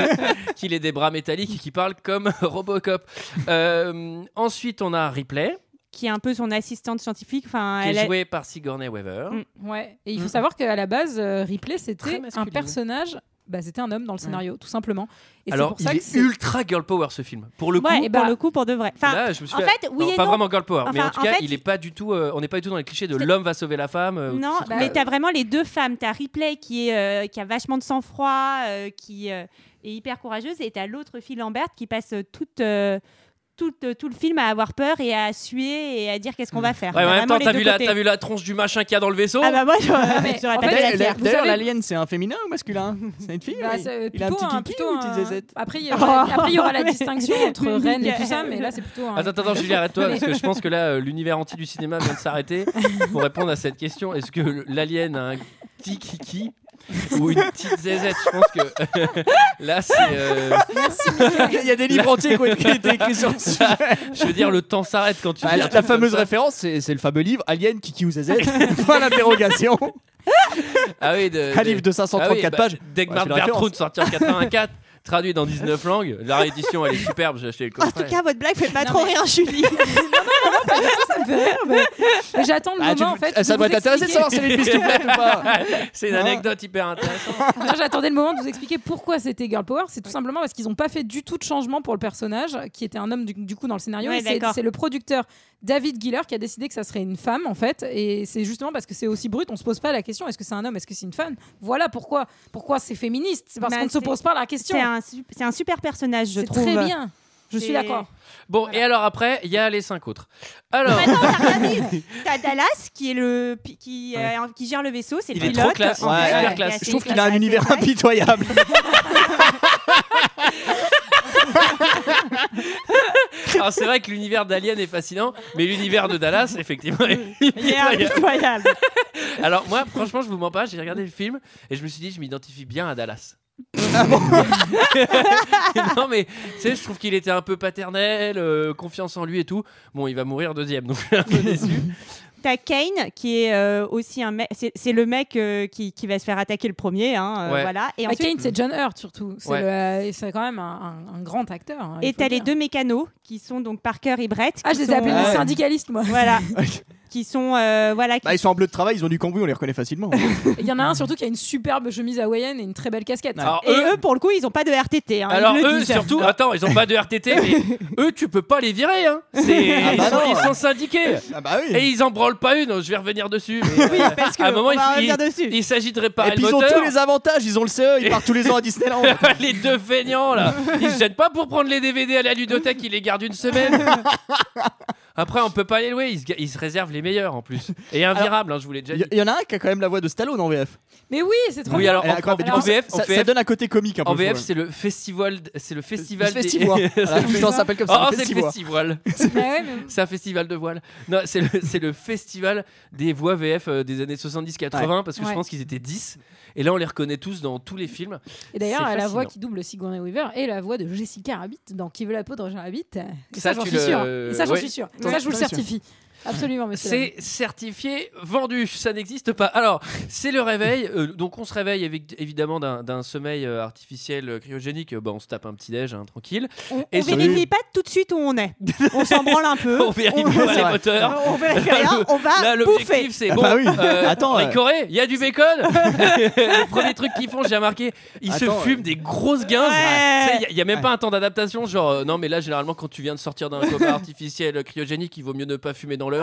Speaker 1: qu'il ait des bras métalliques et qu'il parle comme Robocop. Euh, ensuite, on a Ripley,
Speaker 8: Qui est un peu son assistante scientifique. Enfin,
Speaker 1: qui
Speaker 8: elle
Speaker 1: est
Speaker 8: a-
Speaker 1: joué par Sigourney Weaver.
Speaker 8: Mm.
Speaker 6: Ouais, et il faut
Speaker 1: Mhm.
Speaker 6: savoir qu'à la base, euh, Ripley,
Speaker 1: Très
Speaker 6: c'était
Speaker 1: masculine.
Speaker 6: un personnage, bah, c'était un homme dans le scénario, tout simplement. Et
Speaker 1: Alors,
Speaker 6: c'est pour ça
Speaker 1: il
Speaker 6: que
Speaker 1: est
Speaker 6: c'est-
Speaker 1: ultra girl power ce film. Pour le coup,
Speaker 8: Ouais,
Speaker 6: coup,
Speaker 8: et
Speaker 6: bah-
Speaker 8: pour le coup, pour de vrai. Enfin,
Speaker 1: là, je me suis
Speaker 8: en fait, oui
Speaker 1: non,
Speaker 8: et
Speaker 1: pas
Speaker 8: non.
Speaker 1: vraiment girl power, mais en
Speaker 8: Enfin,
Speaker 1: tout
Speaker 8: en
Speaker 1: cas,
Speaker 8: fait-
Speaker 1: il est pas du tout. euh, on n'est pas du tout dans les clichés de
Speaker 8: C'est-
Speaker 1: l'homme va sauver la femme. euh, ou-
Speaker 8: Non,
Speaker 1: c'est-
Speaker 8: mais t'as vraiment les deux femmes. T'as Ripley qui, est, euh, qui a vachement de sang-froid, euh, qui euh, est hyper courageuse, et t'as l'autre fille Lambert qui passe euh, toute, euh, toute, euh, tout le film à avoir peur et à suer et à dire qu'est-ce qu'on va faire.
Speaker 1: Mm. Ouais, mais en
Speaker 8: T'as
Speaker 1: même temps,
Speaker 8: vraiment les
Speaker 1: t'as
Speaker 8: deux
Speaker 1: vu, la-
Speaker 8: côtés.
Speaker 1: t'as vu la tronche du machin qu'il y a dans le vaisseau
Speaker 8: Ah bah moi, j'aurais
Speaker 6: mais
Speaker 8: j'aurais
Speaker 6: en
Speaker 8: pas
Speaker 6: fait,
Speaker 8: fait, la
Speaker 6: elle-
Speaker 8: faire.
Speaker 6: vous savez-
Speaker 7: l'alien, c'est un féminin ou masculin C'est une fille
Speaker 6: Bah,
Speaker 7: oui.
Speaker 6: c'est
Speaker 7: Il a un
Speaker 6: plutôt
Speaker 7: petit
Speaker 6: un-
Speaker 7: kiki
Speaker 6: plutôt
Speaker 7: ou une petite
Speaker 6: un-
Speaker 7: zézette
Speaker 6: Après, il y aura-
Speaker 8: Oh.
Speaker 6: après, il y aura la distinction entre
Speaker 8: Mais
Speaker 6: Rennes et
Speaker 8: nickel.
Speaker 6: tout ça, mais là, c'est plutôt un.
Speaker 7: Ah,
Speaker 1: Attends, attends, Julie, arrête-toi, parce que je pense que là, euh, l'univers anti du cinéma vient de s'arrêter pour répondre à cette question. Est-ce que le- l'alien a un petit kiki ou une petite zézette Je pense que là, c'est. euh,
Speaker 7: Il y a des livres entiers qui ont été écrits sur le sujet.
Speaker 1: je veux dire, le temps s'arrête quand tu.
Speaker 7: Bah,
Speaker 1: dis un
Speaker 7: la,
Speaker 1: truc
Speaker 7: fameuse
Speaker 1: comme ça.
Speaker 7: référence, c'est c'est le fameux livre Alien, Kiki ou ZZ Point d'interrogation.
Speaker 1: Ah oui, de.
Speaker 7: Un
Speaker 1: de-
Speaker 7: livre de
Speaker 1: Ah
Speaker 7: 534
Speaker 1: oui, bah,
Speaker 7: pages.
Speaker 1: Dagmar
Speaker 7: c'est la
Speaker 1: Bertrand
Speaker 7: référence.
Speaker 1: sorti en 84, traduit dans 19 langues. La réédition, elle est superbe, j'ai acheté le
Speaker 8: En
Speaker 1: coffret.
Speaker 8: tout cas, votre blague fait pas
Speaker 6: Non,
Speaker 8: trop
Speaker 6: mais-
Speaker 8: rire, Julie.
Speaker 6: Ça me fait rire, mais- mais j'attends le
Speaker 7: Ah, tu-
Speaker 6: moment, en fait.
Speaker 7: ça
Speaker 6: de
Speaker 7: doit
Speaker 6: vous
Speaker 7: t'intéresser de
Speaker 6: expliquer-
Speaker 7: savoir si elle est bistouflette ou
Speaker 1: Bah,
Speaker 7: pas.
Speaker 1: c'est une
Speaker 7: Ah.
Speaker 1: anecdote hyper intéressante.
Speaker 6: Moi, J'attendais le moment de vous expliquer pourquoi c'était Girl Power. C'est tout simplement parce qu'ils n'ont pas fait du tout de changement pour le personnage, qui était un homme du, du coup dans le scénario.
Speaker 8: Ouais,
Speaker 6: Et c'est
Speaker 8: d'accord.
Speaker 6: c'est le producteur David Giller qui a décidé que ça serait une femme en fait. Et c'est justement parce que c'est aussi brut, on se pose pas la question est-ce que c'est un homme, est-ce que c'est une femme Voilà pourquoi pourquoi c'est féministe. C'est parce
Speaker 8: Bah,
Speaker 6: qu'on ne se
Speaker 8: c'est-
Speaker 6: pose pas la question. euh,
Speaker 8: C'est un, su- c'est un super personnage, je
Speaker 6: C'est
Speaker 8: trouve.
Speaker 6: très bien. Je suis
Speaker 8: C'est-
Speaker 6: d'accord.
Speaker 1: Bon,
Speaker 8: Voilà.
Speaker 1: et alors après, il y a les cinq autres. Alors,
Speaker 8: Mais Attends, t'as rien dit. T'as Dallas qui est le pi- qui, euh, qui gère le vaisseau, c'est le
Speaker 1: Il est
Speaker 8: pilote.
Speaker 1: trop classe.
Speaker 8: En
Speaker 7: Ouais,
Speaker 8: fait,
Speaker 7: ouais.
Speaker 8: il a
Speaker 1: classe.
Speaker 8: assez
Speaker 7: Je trouve
Speaker 8: classe,
Speaker 7: qu'il a un
Speaker 8: assez
Speaker 7: univers
Speaker 8: classe.
Speaker 7: impitoyable.
Speaker 1: alors, c'est vrai que l'univers d'Alien est fascinant, mais l'univers de Dallas, effectivement, est
Speaker 8: Il est impitoyable.
Speaker 1: Alors moi, franchement, je vous mens pas, j'ai regardé le film et je me suis dit, je m'identifie bien à Dallas. non mais tu sais je trouve qu'il était un peu paternel euh, confiance en lui et tout bon il va mourir deuxième donc je suis un peu déçu
Speaker 8: T'as Kane qui est euh, aussi un mec. C'est c'est le mec euh, qui, qui va se faire attaquer le premier, hein, euh,
Speaker 1: Ouais.
Speaker 8: voilà. Et
Speaker 6: Bah,
Speaker 8: ensuite,
Speaker 6: Kane, c'est John Hurt surtout. C'est
Speaker 1: Ouais.
Speaker 6: le- euh, et c'est quand même un, un- un grand acteur. hein, il
Speaker 8: et
Speaker 6: faut
Speaker 8: t'as
Speaker 6: le
Speaker 8: les
Speaker 6: dire.
Speaker 8: deux mécanos qui sont donc Parker et Brett.
Speaker 6: Ah,
Speaker 8: qui
Speaker 6: je les
Speaker 8: sont- euh,
Speaker 6: ai appelés
Speaker 7: Ah
Speaker 6: les
Speaker 7: ouais.
Speaker 6: syndicalistes, moi.
Speaker 8: Voilà. qui Bah, sont euh, voilà. qui-
Speaker 7: Bah, ils sont en bleu de travail, ils ont du cambouis, on les reconnaît facilement.
Speaker 6: Il y en a un surtout qui a une superbe chemise hawaïenne et une très belle casquette.
Speaker 1: alors
Speaker 8: Et
Speaker 1: eux,
Speaker 8: eux, pour le coup, ils n'ont pas de RTT. hein, ils
Speaker 1: alors
Speaker 8: le
Speaker 1: eux
Speaker 8: disent.
Speaker 1: surtout attends ils ont pas de RTT mais eux tu peux pas les virer hein C'est-
Speaker 7: Ah bah
Speaker 1: ils, sont,
Speaker 7: non.
Speaker 1: ils sont syndiqués
Speaker 7: ah bah oui.
Speaker 1: et ils en branlent pas une je vais revenir dessus mais,
Speaker 8: Oui,
Speaker 1: euh,
Speaker 8: parce que
Speaker 1: à un moment
Speaker 8: on
Speaker 1: il,
Speaker 8: va
Speaker 1: faut-
Speaker 8: revenir
Speaker 1: il-
Speaker 8: dessus.
Speaker 1: il s'agit de
Speaker 7: Et
Speaker 1: réparer
Speaker 7: puis
Speaker 1: le
Speaker 7: ils ont
Speaker 1: moteur
Speaker 7: tous les avantages, ils ont le CE, ils partent tous les ans à Disneyland.
Speaker 1: les deux feignants là Ils se jettent pas pour prendre les DVD à la ludothèque, ils les gardent une semaine Après on peut pas les louer, ils se, ga- ils se réservent les meilleurs en plus. Et invirables, hein, je vous l'ai déjà
Speaker 7: Il
Speaker 1: dit.
Speaker 7: y, il y en a un qui a quand même la voix de Stallone en VF.
Speaker 6: Mais oui, c'est trop
Speaker 1: Oui
Speaker 6: bien.
Speaker 1: alors
Speaker 7: Elle est
Speaker 1: en,
Speaker 7: incroyable.
Speaker 1: en-
Speaker 7: Mais
Speaker 1: en
Speaker 7: du coup,
Speaker 1: VF, en
Speaker 7: ça, ça
Speaker 1: VF,
Speaker 7: donne un côté comique un peu.
Speaker 1: en
Speaker 7: je
Speaker 1: VF,
Speaker 7: trouve.
Speaker 1: c'est le festival, d- c'est le festival
Speaker 7: Le festivois.
Speaker 1: des...
Speaker 7: Voilà,
Speaker 1: C'est-
Speaker 7: putain, ça s'appelle comme ça.
Speaker 1: Oh,
Speaker 7: le
Speaker 1: c'est le
Speaker 7: festivois.
Speaker 1: festival.
Speaker 6: Ouais, ouais, mais-
Speaker 1: C'est un festival de voile. Non, c'est le, c'est le festival des voix VF euh, des années 70-80 parce que je
Speaker 6: Ouais.
Speaker 1: pense qu'ils étaient 10 et là on les reconnaît tous dans tous les films.
Speaker 6: Et d'ailleurs,
Speaker 1: C'est
Speaker 6: elle a la voix
Speaker 1: fascinant.
Speaker 6: qui double Sigourney Weaver et la voix de Jessica Rabbit dans Qui veut la peau de Roger Rabbit. Et
Speaker 1: Ça,
Speaker 6: ça, j'en
Speaker 1: tu
Speaker 6: suis
Speaker 1: le-
Speaker 6: sûre. Et ça, j'en
Speaker 1: ouais.
Speaker 6: suis sûre. Et
Speaker 7: Ouais,
Speaker 6: ça, je vous le
Speaker 7: bien sûr.
Speaker 6: certifie. Absolument, monsieur.
Speaker 1: C'est certifié vendu, ça n'existe pas. Alors, c'est le réveil. euh, donc, on se réveille évi- évidemment d'un d'un sommeil euh, artificiel euh, cryogénique. Euh, bah, on se tape un petit déj, hein, tranquille.
Speaker 8: On,
Speaker 1: Et
Speaker 8: on
Speaker 1: salut.
Speaker 8: vérifie pas tout de suite où on est. On s'en branle un peu.
Speaker 1: On vérifie pas les
Speaker 7: Euh, vrai.
Speaker 1: moteurs.
Speaker 8: on vérifie rien. On va
Speaker 1: Là,
Speaker 8: bouffer.
Speaker 1: l'objectif, c'est
Speaker 7: Ah
Speaker 1: bon.
Speaker 7: bah oui.
Speaker 1: euh,
Speaker 7: Attends,
Speaker 1: les
Speaker 7: euh.
Speaker 1: Corées, il y a du bacon. le premier truc qu'ils font, j'ai remarqué, ils
Speaker 7: Attends,
Speaker 1: se fument
Speaker 7: euh.
Speaker 1: des grosses guinzes.
Speaker 8: Ouais.
Speaker 1: Tu sais, Il n'y a, même pas un temps d'adaptation. Genre, euh, non, mais là, généralement, quand tu viens de sortir d'un coma artificiel cryogénique, il vaut mieux ne pas fumer dans l'heure.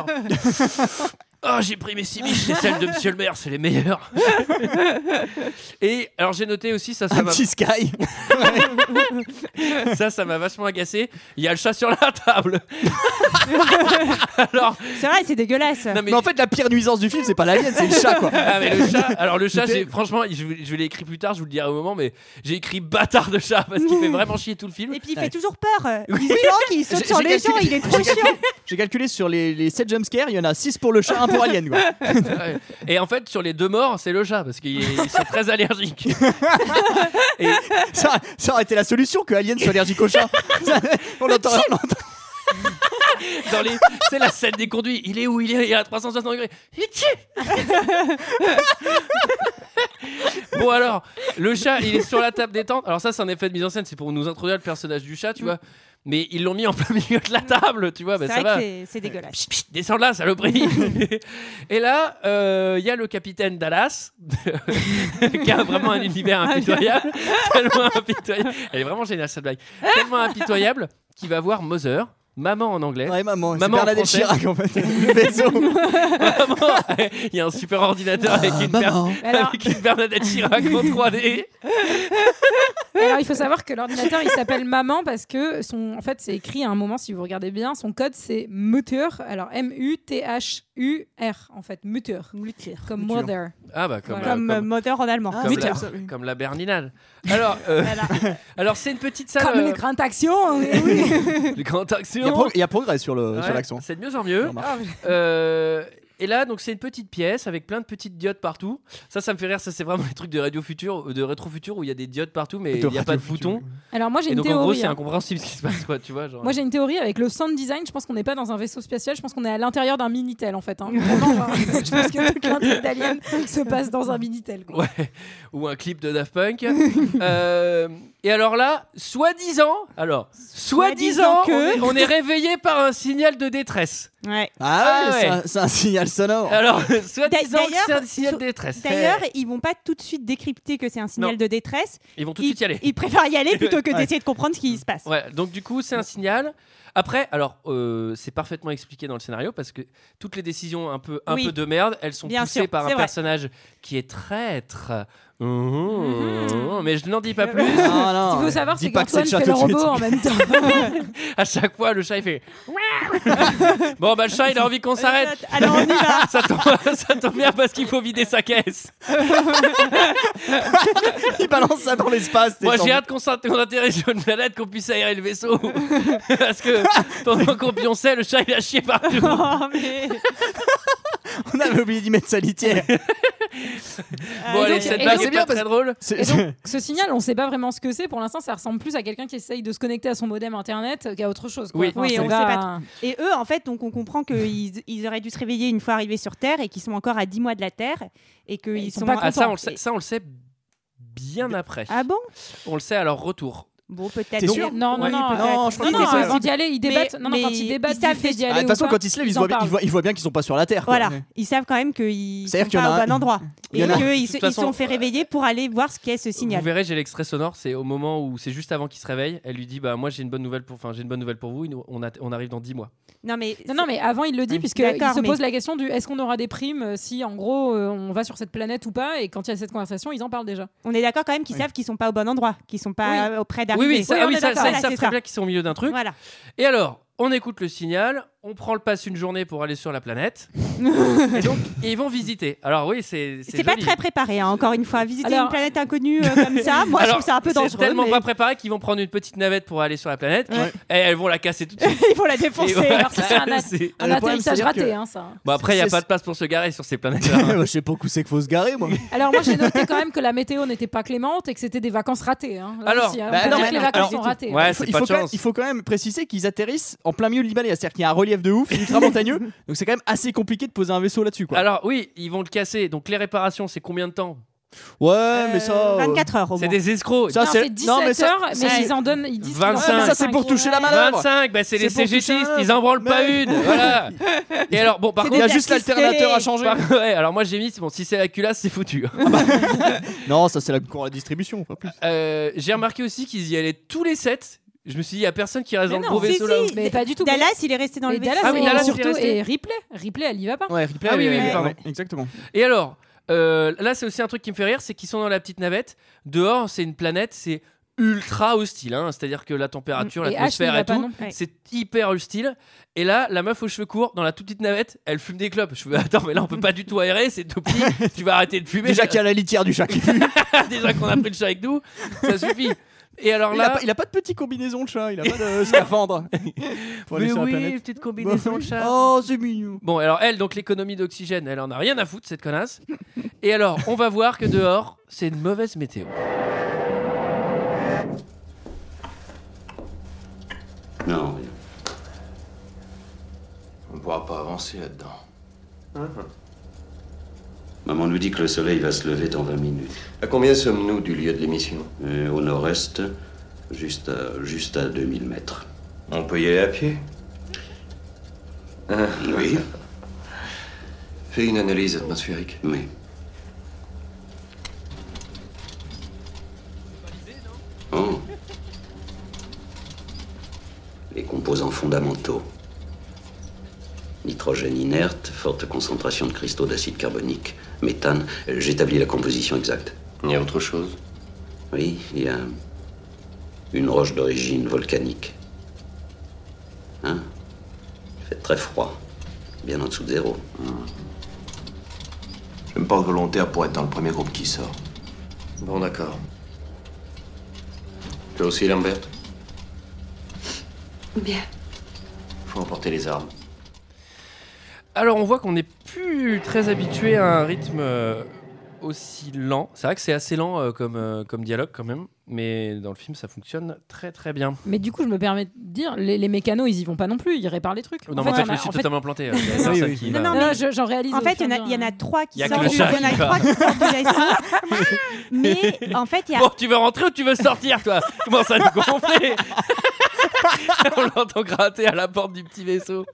Speaker 1: Oh, j'ai pris mes simiches, c'est celles de Monsieur le maire, c'est les meilleures. Et alors j'ai noté aussi, ça ça
Speaker 7: Un
Speaker 1: m'a-
Speaker 7: petit Sky.
Speaker 1: ça ça m'a vachement agacé, il y a le chat sur la table. alors,
Speaker 8: C'est vrai, c'est dégueulasse.
Speaker 1: non mais,
Speaker 7: Mais en fait, la pire nuisance du film, c'est pas l'alien, c'est le chat quoi.
Speaker 1: Ah, mais le chat, alors le chat,
Speaker 7: C'était-
Speaker 1: j'ai- franchement, je, vous- je l'ai écrit plus tard, je vous le dirai au moment, mais j'ai écrit bâtard de chat parce qu'il fait vraiment chier tout le film.
Speaker 8: Et puis il
Speaker 7: Ouais.
Speaker 8: fait toujours peur. Il se planque, il saute
Speaker 7: J'ai-
Speaker 8: sur
Speaker 7: j'ai
Speaker 8: les gens,
Speaker 7: calculé-
Speaker 8: il est trop
Speaker 7: j'ai calculé-
Speaker 8: chiant.
Speaker 7: J'ai calculé sur les, les 7 jumpscares, il y en a 6 pour le chat, 1 pour Alien. Quoi.
Speaker 1: Ouais. Et en fait, sur les deux morts, c'est le chat parce qu'ils ils sont très allergiques. Et,
Speaker 7: Ça, ça aurait été la solution que Alien soit allergique au chat. Ça, on l'entend. on l'entend.
Speaker 1: dans les c'est la scène des conduits il est où il est il est à 360 degrés Hitchi bon alors le chat il est sur la table des tentes alors ça c'est un effet de mise en scène c'est pour nous introduire le personnage du chat tu vois mais ils l'ont mis en plein milieu de la table tu vois bah,
Speaker 8: Mm. c'est
Speaker 1: ça
Speaker 8: vrai
Speaker 1: va
Speaker 8: que c'est- c'est dégueulasse.
Speaker 1: Psst, psst, descends de là saloperie et là euh, il y a le capitaine Dallas qui a vraiment un univers impitoyable tellement impitoyable elle est vraiment géniale cette blague tellement impitoyable qu'il va voir Mother maman en anglais
Speaker 7: Ouais, maman, c'est
Speaker 1: Maman en
Speaker 7: Bernadette
Speaker 1: français.
Speaker 7: Chirac en fait. Le vaisseau.
Speaker 1: Maman, il y a un super ordinateur avec, une Ber-
Speaker 7: Ah, Maman.
Speaker 6: Alors,
Speaker 1: avec une Bernadette Chirac en 3D.
Speaker 6: Alors, il faut savoir que l'ordinateur, il s'appelle Maman parce que son, en fait, c'est écrit à un moment, si vous regardez bien, son code, c'est Mutter. Alors, M-U-T-H-U-R, en fait, Mutter. Comme
Speaker 7: Mutter.
Speaker 6: mother.
Speaker 1: Ah bah comme, euh,
Speaker 8: Comme euh,
Speaker 1: comme-
Speaker 8: moteur en allemand.
Speaker 7: Ah,
Speaker 1: comme
Speaker 7: Mutter.
Speaker 1: la, comme la Berlinale. Alors, euh,
Speaker 8: Voilà.
Speaker 1: alors c'est une petite salle.
Speaker 6: Comme
Speaker 1: euh,
Speaker 6: les grandes actions. eh oui.
Speaker 1: de grande
Speaker 7: Il y a
Speaker 1: action.
Speaker 7: pro- il y a progrès sur le-
Speaker 1: Ouais, Ah,
Speaker 7: sur l'accent.
Speaker 1: c'est de mieux en mieux.
Speaker 7: Remarque.
Speaker 1: Euh, et là, donc c'est une petite pièce avec plein de petites diodes partout. Ça, ça me fait rire. Ça, c'est vraiment les trucs de radio futur, de rétro futur où il y a des diodes partout, mais il n'y a pas de boutons.
Speaker 6: Alors, moi, j'ai
Speaker 1: Et
Speaker 6: une
Speaker 1: donc en gros,
Speaker 6: théorie.
Speaker 1: c'est
Speaker 6: hein.
Speaker 1: incompréhensible ce qui se passe, quoi. Tu vois, genre.
Speaker 6: Moi j'ai une théorie avec le sound design, je pense qu'on n'est pas dans un vaisseau spatial, je pense qu'on est à l'intérieur d'un minitel en fait. hein. Vraiment, genre, je pense que toute l'intrigue d'Alien se passe dans un minitel. quoi.
Speaker 1: Ouais, ou un clip de Daft Punk. Euh, et alors là, soi-disant, alors, soi-disant,
Speaker 8: Soi-disant que-
Speaker 1: on, est, on est réveillé par un signal de détresse.
Speaker 8: Ouais.
Speaker 7: Ah,
Speaker 1: Ah
Speaker 7: ouais,
Speaker 1: ouais.
Speaker 7: c'est un- c'est un, signal
Speaker 6: Oh.
Speaker 7: sonore.
Speaker 6: Euh,
Speaker 1: Alors, soi-disant que
Speaker 8: D'ailleurs,
Speaker 1: c'est un signal
Speaker 8: so-
Speaker 1: de détresse.
Speaker 8: D'ailleurs, ils vont pas tout de suite décrypter que c'est un signal
Speaker 1: Non.
Speaker 8: de détresse.
Speaker 1: ils vont tout de
Speaker 8: Ils,
Speaker 1: suite y aller.
Speaker 8: ils préfèrent y aller plutôt que
Speaker 7: Ouais.
Speaker 8: d'essayer de comprendre ce qui se passe.
Speaker 1: Ouais, donc du coup, c'est un signal. Après, alors, euh, c'est parfaitement expliqué dans le scénario parce que toutes les décisions un peu, un
Speaker 8: Oui.
Speaker 1: peu de merde, elles sont
Speaker 8: Bien
Speaker 1: poussées
Speaker 8: sûr,
Speaker 1: par un
Speaker 8: c'est vrai.
Speaker 1: personnage qui est traître, Mhm. Mais je n'en dis pas plus.
Speaker 7: Non, non,
Speaker 6: Ce qu'il faut savoir,
Speaker 7: dis
Speaker 6: c'est
Speaker 7: pas que
Speaker 6: qu'Antoine
Speaker 7: c'est le
Speaker 6: fait le
Speaker 7: chat tout de
Speaker 6: robot en
Speaker 7: suite.
Speaker 6: même temps.
Speaker 1: À chaque fois, le chat il fait. bon, bah le chat il a envie
Speaker 8: Euh,
Speaker 1: qu'on s'arrête.
Speaker 8: Alors on y va.
Speaker 1: Ça tombe, ça tombe bien parce qu'il faut vider sa caisse.
Speaker 7: Il balance ça dans l'espace.
Speaker 1: Moi
Speaker 7: t'es
Speaker 1: j'ai
Speaker 7: en-
Speaker 1: hâte qu'on s'int- qu'on atterrisse sur une planète, qu'on puisse aérer le vaisseau. parce que pendant qu'on pionçait, le chat il a chié partout.
Speaker 8: Oh, mais...
Speaker 7: On avait oublié d'y mettre sa litière.
Speaker 8: euh,
Speaker 1: Bon,
Speaker 6: Et
Speaker 1: allez,
Speaker 6: donc-
Speaker 1: cette
Speaker 6: et
Speaker 1: blague
Speaker 6: donc-
Speaker 1: est pas très drôle.
Speaker 7: C'est-
Speaker 6: Et donc, ce signal, on ne sait pas vraiment ce que c'est. Pour l'instant, ça ressemble plus à quelqu'un qui essaye de se connecter à son modem internet qu'à autre chose. quoi.
Speaker 1: Oui.
Speaker 8: Oui,
Speaker 6: c'est
Speaker 8: on sait pas Et eux, en fait, donc on comprend qu'ils ils auraient dû se réveiller une fois arrivés sur Terre et qu'ils sont encore à 10 mois de la Terre et qu'ils
Speaker 6: ils sont
Speaker 8: sont,
Speaker 6: pas
Speaker 1: Ah, ça, on
Speaker 8: contents.
Speaker 1: le sait, ça, on le sait bien après.
Speaker 8: Ah bon
Speaker 1: On le sait à leur retour.
Speaker 8: Bon, peut-être.
Speaker 7: T'es
Speaker 8: mais-
Speaker 7: sûr
Speaker 6: Non, non,
Speaker 8: Oui,
Speaker 6: non,
Speaker 8: peut-être.
Speaker 7: non, je
Speaker 6: Non, non,
Speaker 7: pense que c'est
Speaker 6: avant
Speaker 7: possible.
Speaker 6: d'y aller, ils débattent. non, non,
Speaker 8: mais
Speaker 6: quand ils
Speaker 8: ils
Speaker 6: débattent, ils
Speaker 8: savent
Speaker 6: fait
Speaker 8: des-
Speaker 6: d'y
Speaker 7: Ah,
Speaker 6: aller.
Speaker 7: De toute
Speaker 6: ou
Speaker 7: façon,
Speaker 6: pas,
Speaker 7: quand ils se lèvent, ils,
Speaker 6: en
Speaker 7: voient bien- ils
Speaker 6: parlent.
Speaker 7: voient- ils voient bien qu'ils sont pas sur la Terre. quoi. euh,
Speaker 8: Voilà, ils savent quand même qu'ils sont
Speaker 7: C'est-à-dire qu'il y en
Speaker 8: pas
Speaker 7: a
Speaker 8: au
Speaker 7: un-
Speaker 8: bon endroit
Speaker 7: il y
Speaker 8: et
Speaker 7: en a-
Speaker 8: qu'ils
Speaker 1: toute
Speaker 8: se- ils
Speaker 1: façon,
Speaker 8: sont fait réveiller pour aller voir ce qu'est ce signal.
Speaker 1: Vous verrez, j'ai l'extrait sonore. C'est au moment où c'est juste avant qu'il se réveille. Elle lui dit Bah, moi j'ai une bonne nouvelle pour, enfin, j'ai une bonne nouvelle pour vous. On, a- on arrive dans 10 mois.
Speaker 8: Non mais
Speaker 6: Non, non, mais avant, il le dit,
Speaker 7: Oui.
Speaker 6: puisqu'il
Speaker 8: D'accord,
Speaker 6: se
Speaker 8: mais-
Speaker 6: pose la question du est-ce qu'on aura des primes euh, si, en gros, euh, on va sur cette planète ou pas. Et quand il y a cette conversation, ils en parlent déjà.
Speaker 8: on est d'accord quand même qu'ils
Speaker 7: Oui.
Speaker 8: savent qu'ils sont pas au bon endroit, qu'ils sont pas auprès
Speaker 1: Oui,
Speaker 8: d'arrivée.
Speaker 1: oui, ça,
Speaker 6: Oui,
Speaker 1: ah
Speaker 6: on
Speaker 1: oui,
Speaker 6: est
Speaker 1: ça,
Speaker 6: d'accord.
Speaker 1: ça, ils
Speaker 8: Voilà,
Speaker 1: savent
Speaker 8: c'est
Speaker 1: très
Speaker 8: ça.
Speaker 1: bien qu'ils sont au milieu d'un truc.
Speaker 8: Voilà.
Speaker 1: Et alors, on écoute le signal, on prend le passe une journée pour aller sur la planète. et donc, et ils vont visiter. Alors oui, c'est
Speaker 8: C'est pas
Speaker 1: joli.
Speaker 8: très préparé, hein, encore une fois. Visiter
Speaker 6: Alors-
Speaker 8: une planète inconnue euh, comme ça, moi je
Speaker 1: Alors,
Speaker 8: trouve ça un peu
Speaker 1: C'est
Speaker 8: dangereux.
Speaker 1: tellement
Speaker 8: mais-
Speaker 1: pas préparé qu'ils vont prendre une petite navette pour aller sur la planète.
Speaker 7: Ouais.
Speaker 1: Et elles vont la casser tout de suite.
Speaker 8: Ils vont la
Speaker 1: Et
Speaker 8: défoncer.
Speaker 1: voilà,
Speaker 6: alors ça, c'est un acte.
Speaker 1: c'est-
Speaker 6: Un
Speaker 7: le problème,
Speaker 6: atterrissage
Speaker 7: c'est-à-dire
Speaker 6: raté,
Speaker 7: que-
Speaker 6: hein, ça.
Speaker 1: Bon après, il n'y a
Speaker 7: C'est-
Speaker 1: pas de place pour se garer sur ces hein. planètes.
Speaker 7: je sais pas où c'est qu'il faut se garer, moi.
Speaker 6: Alors moi j'ai noté quand même que la météo n'était pas clémente et que c'était des vacances ratées. hein. Là
Speaker 1: Alors,
Speaker 6: aussi, hein, on
Speaker 7: bah,
Speaker 6: peut
Speaker 7: non,
Speaker 6: dire
Speaker 7: mais
Speaker 6: que les
Speaker 7: alors,
Speaker 6: vacances
Speaker 7: c'est
Speaker 6: sont
Speaker 7: tout.
Speaker 6: ratées.
Speaker 1: Ouais,
Speaker 7: il, faut,
Speaker 1: c'est
Speaker 7: il
Speaker 1: pas
Speaker 7: faut
Speaker 1: de
Speaker 7: quand même,
Speaker 1: chance.
Speaker 7: il faut quand même préciser qu'ils atterrissent en plein milieu du Himalaya, c'est-à-dire qu'il y a un relief de ouf, c'est ultra montagneux, donc c'est quand même assez compliqué de poser un vaisseau là-dessus. Quoi.
Speaker 1: Alors oui, ils vont le casser. Donc les réparations, c'est combien de temps
Speaker 7: ouais,
Speaker 8: Euh,
Speaker 7: mais ça. euh,
Speaker 8: 24 heures au
Speaker 1: C'est
Speaker 8: moins.
Speaker 1: des escrocs.
Speaker 7: Ça,
Speaker 6: Non,
Speaker 7: c'est-
Speaker 6: c'est
Speaker 7: non,
Speaker 6: 17
Speaker 7: mais ça-
Speaker 6: heures, mais
Speaker 8: c'est-
Speaker 6: ils en donnent, ils disent
Speaker 1: 25.
Speaker 6: qu'ils en
Speaker 1: Mais
Speaker 6: donnent
Speaker 7: ça, c'est pour toucher la malade.
Speaker 1: 25, bah, c'est les
Speaker 7: C'est pour toucher
Speaker 1: CGTistes,
Speaker 7: un-
Speaker 1: ils en branlent pas
Speaker 7: Mais-
Speaker 1: une. Voilà. Et alors, bon, par
Speaker 8: C'est
Speaker 7: Il y
Speaker 1: contre,
Speaker 7: a
Speaker 8: des
Speaker 7: juste
Speaker 8: artistes
Speaker 7: l'alternateur à
Speaker 8: télé.
Speaker 7: changer.
Speaker 1: par- ouais, alors moi j'ai mis, bon, si c'est la culasse, c'est foutu.
Speaker 7: Non, ça c'est la cour à la distribution, pas plus.
Speaker 1: Euh, j'ai remarqué aussi qu'ils y allaient tous les sets. Je me suis dit, il n'y a personne qui reste
Speaker 6: Mais
Speaker 1: dans le
Speaker 6: non.
Speaker 1: gros
Speaker 8: Si,
Speaker 1: vaisseau là.
Speaker 8: si.
Speaker 6: Mais pas du tout.
Speaker 8: Dallas, il est resté dans
Speaker 6: Mais
Speaker 8: le vaisseau.
Speaker 6: Dallas,
Speaker 1: Ah oui,
Speaker 6: et
Speaker 1: Dallas, il est
Speaker 6: surtout
Speaker 1: resté.
Speaker 6: et Ripley, Ripley elle y va pas.
Speaker 7: Ouais, replay.
Speaker 1: Ah oui, oui,
Speaker 7: euh,
Speaker 1: oui, pardon.
Speaker 7: exactement.
Speaker 1: Et alors, euh, là, c'est aussi un truc qui me fait rire, c'est qu'ils sont dans la petite navette. Dehors, c'est une planète, c'est ultra hostile. hein. C'est-à-dire que la température,
Speaker 6: Et Ash n'y
Speaker 1: l'atmosphère
Speaker 6: va
Speaker 1: et
Speaker 6: pas
Speaker 1: tout,
Speaker 6: non plus.
Speaker 8: Ouais.
Speaker 1: c'est hyper hostile. Et là, la meuf aux cheveux courts, dans la toute petite navette, elle fume des clopes. Je fais, attends, mais là, on peut pas du tout aérer, c'est tout petit. tu vas arrêter de fumer.
Speaker 7: Déjà qu'il y a la litière du chat. qui pue.
Speaker 1: Déjà qu'on a pris le chat avec nous, ça suffit. Et alors
Speaker 7: Il a,
Speaker 1: là,
Speaker 7: pas, il a pas de petite combinaison le chat, il a pas de scaphandre. Pour aller
Speaker 1: mais
Speaker 7: sur la
Speaker 1: oui,
Speaker 7: planète.
Speaker 1: petite combinaison de chat.
Speaker 7: Oh, c'est mignon.
Speaker 1: Bon, alors elle, donc l'économie d'oxygène, elle en a rien à foutre, cette connasse. Et alors, on va voir que dehors, c'est une mauvaise météo.
Speaker 4: Non, rien. On ne pourra pas avancer là-dedans. Maman nous dit que le soleil va se lever dans 20 minutes.
Speaker 5: À combien sommes-nous du lieu de l'émission
Speaker 4: Euh, au nord-est, juste à, juste à 2000 mètres.
Speaker 5: On peut y aller à pied
Speaker 4: Oui,
Speaker 5: Ah. Fais une analyse atmosphérique.
Speaker 4: oui. Oh. Les composants fondamentaux. Nitrogène inerte, forte concentration de cristaux d'acide carbonique, méthane. Euh, J'établis la composition exacte.
Speaker 5: Il y a autre chose
Speaker 4: Oui, il y a une roche d'origine volcanique. Hein Il fait très froid, bien en dessous de zéro.
Speaker 5: Je me porte volontaire pour être dans le premier groupe qui sort. Bon, d'accord. Toi aussi, Lambert
Speaker 9: Bien.
Speaker 5: Faut emporter les armes.
Speaker 1: Alors, on voit qu'on n'est plus très habitué à un rythme euh, aussi lent. C'est vrai que c'est assez lent euh, comme, euh, comme dialogue, quand même. Mais dans le film, ça fonctionne très très bien.
Speaker 6: Mais du coup, je me permets de dire, les, les mécanos, ils y vont pas non plus, ils réparent les trucs.
Speaker 1: Non, mais en fait,
Speaker 6: on
Speaker 1: je
Speaker 6: a-
Speaker 1: me suis
Speaker 6: en fait-
Speaker 1: totalement planté. euh,
Speaker 7: Non,
Speaker 1: oui,
Speaker 7: oui,
Speaker 8: non, non,
Speaker 6: non,
Speaker 8: mais-
Speaker 6: je- j'en réalise.
Speaker 8: En
Speaker 6: au
Speaker 8: fait,
Speaker 6: fur
Speaker 8: il y, en
Speaker 6: et
Speaker 8: a-
Speaker 6: à
Speaker 8: il y en a
Speaker 6: mesure.
Speaker 8: trois
Speaker 1: Il
Speaker 8: qui
Speaker 1: y a que
Speaker 8: sortent
Speaker 1: le
Speaker 8: du-
Speaker 1: chat
Speaker 8: il y en a
Speaker 1: qui
Speaker 8: trois qui sortent du vaisseau. Mais en fait, il y a
Speaker 1: Bon, tu veux rentrer ou tu veux sortir, toi Comment ça nous gonfler On l'entend gratter à la porte du petit vaisseau.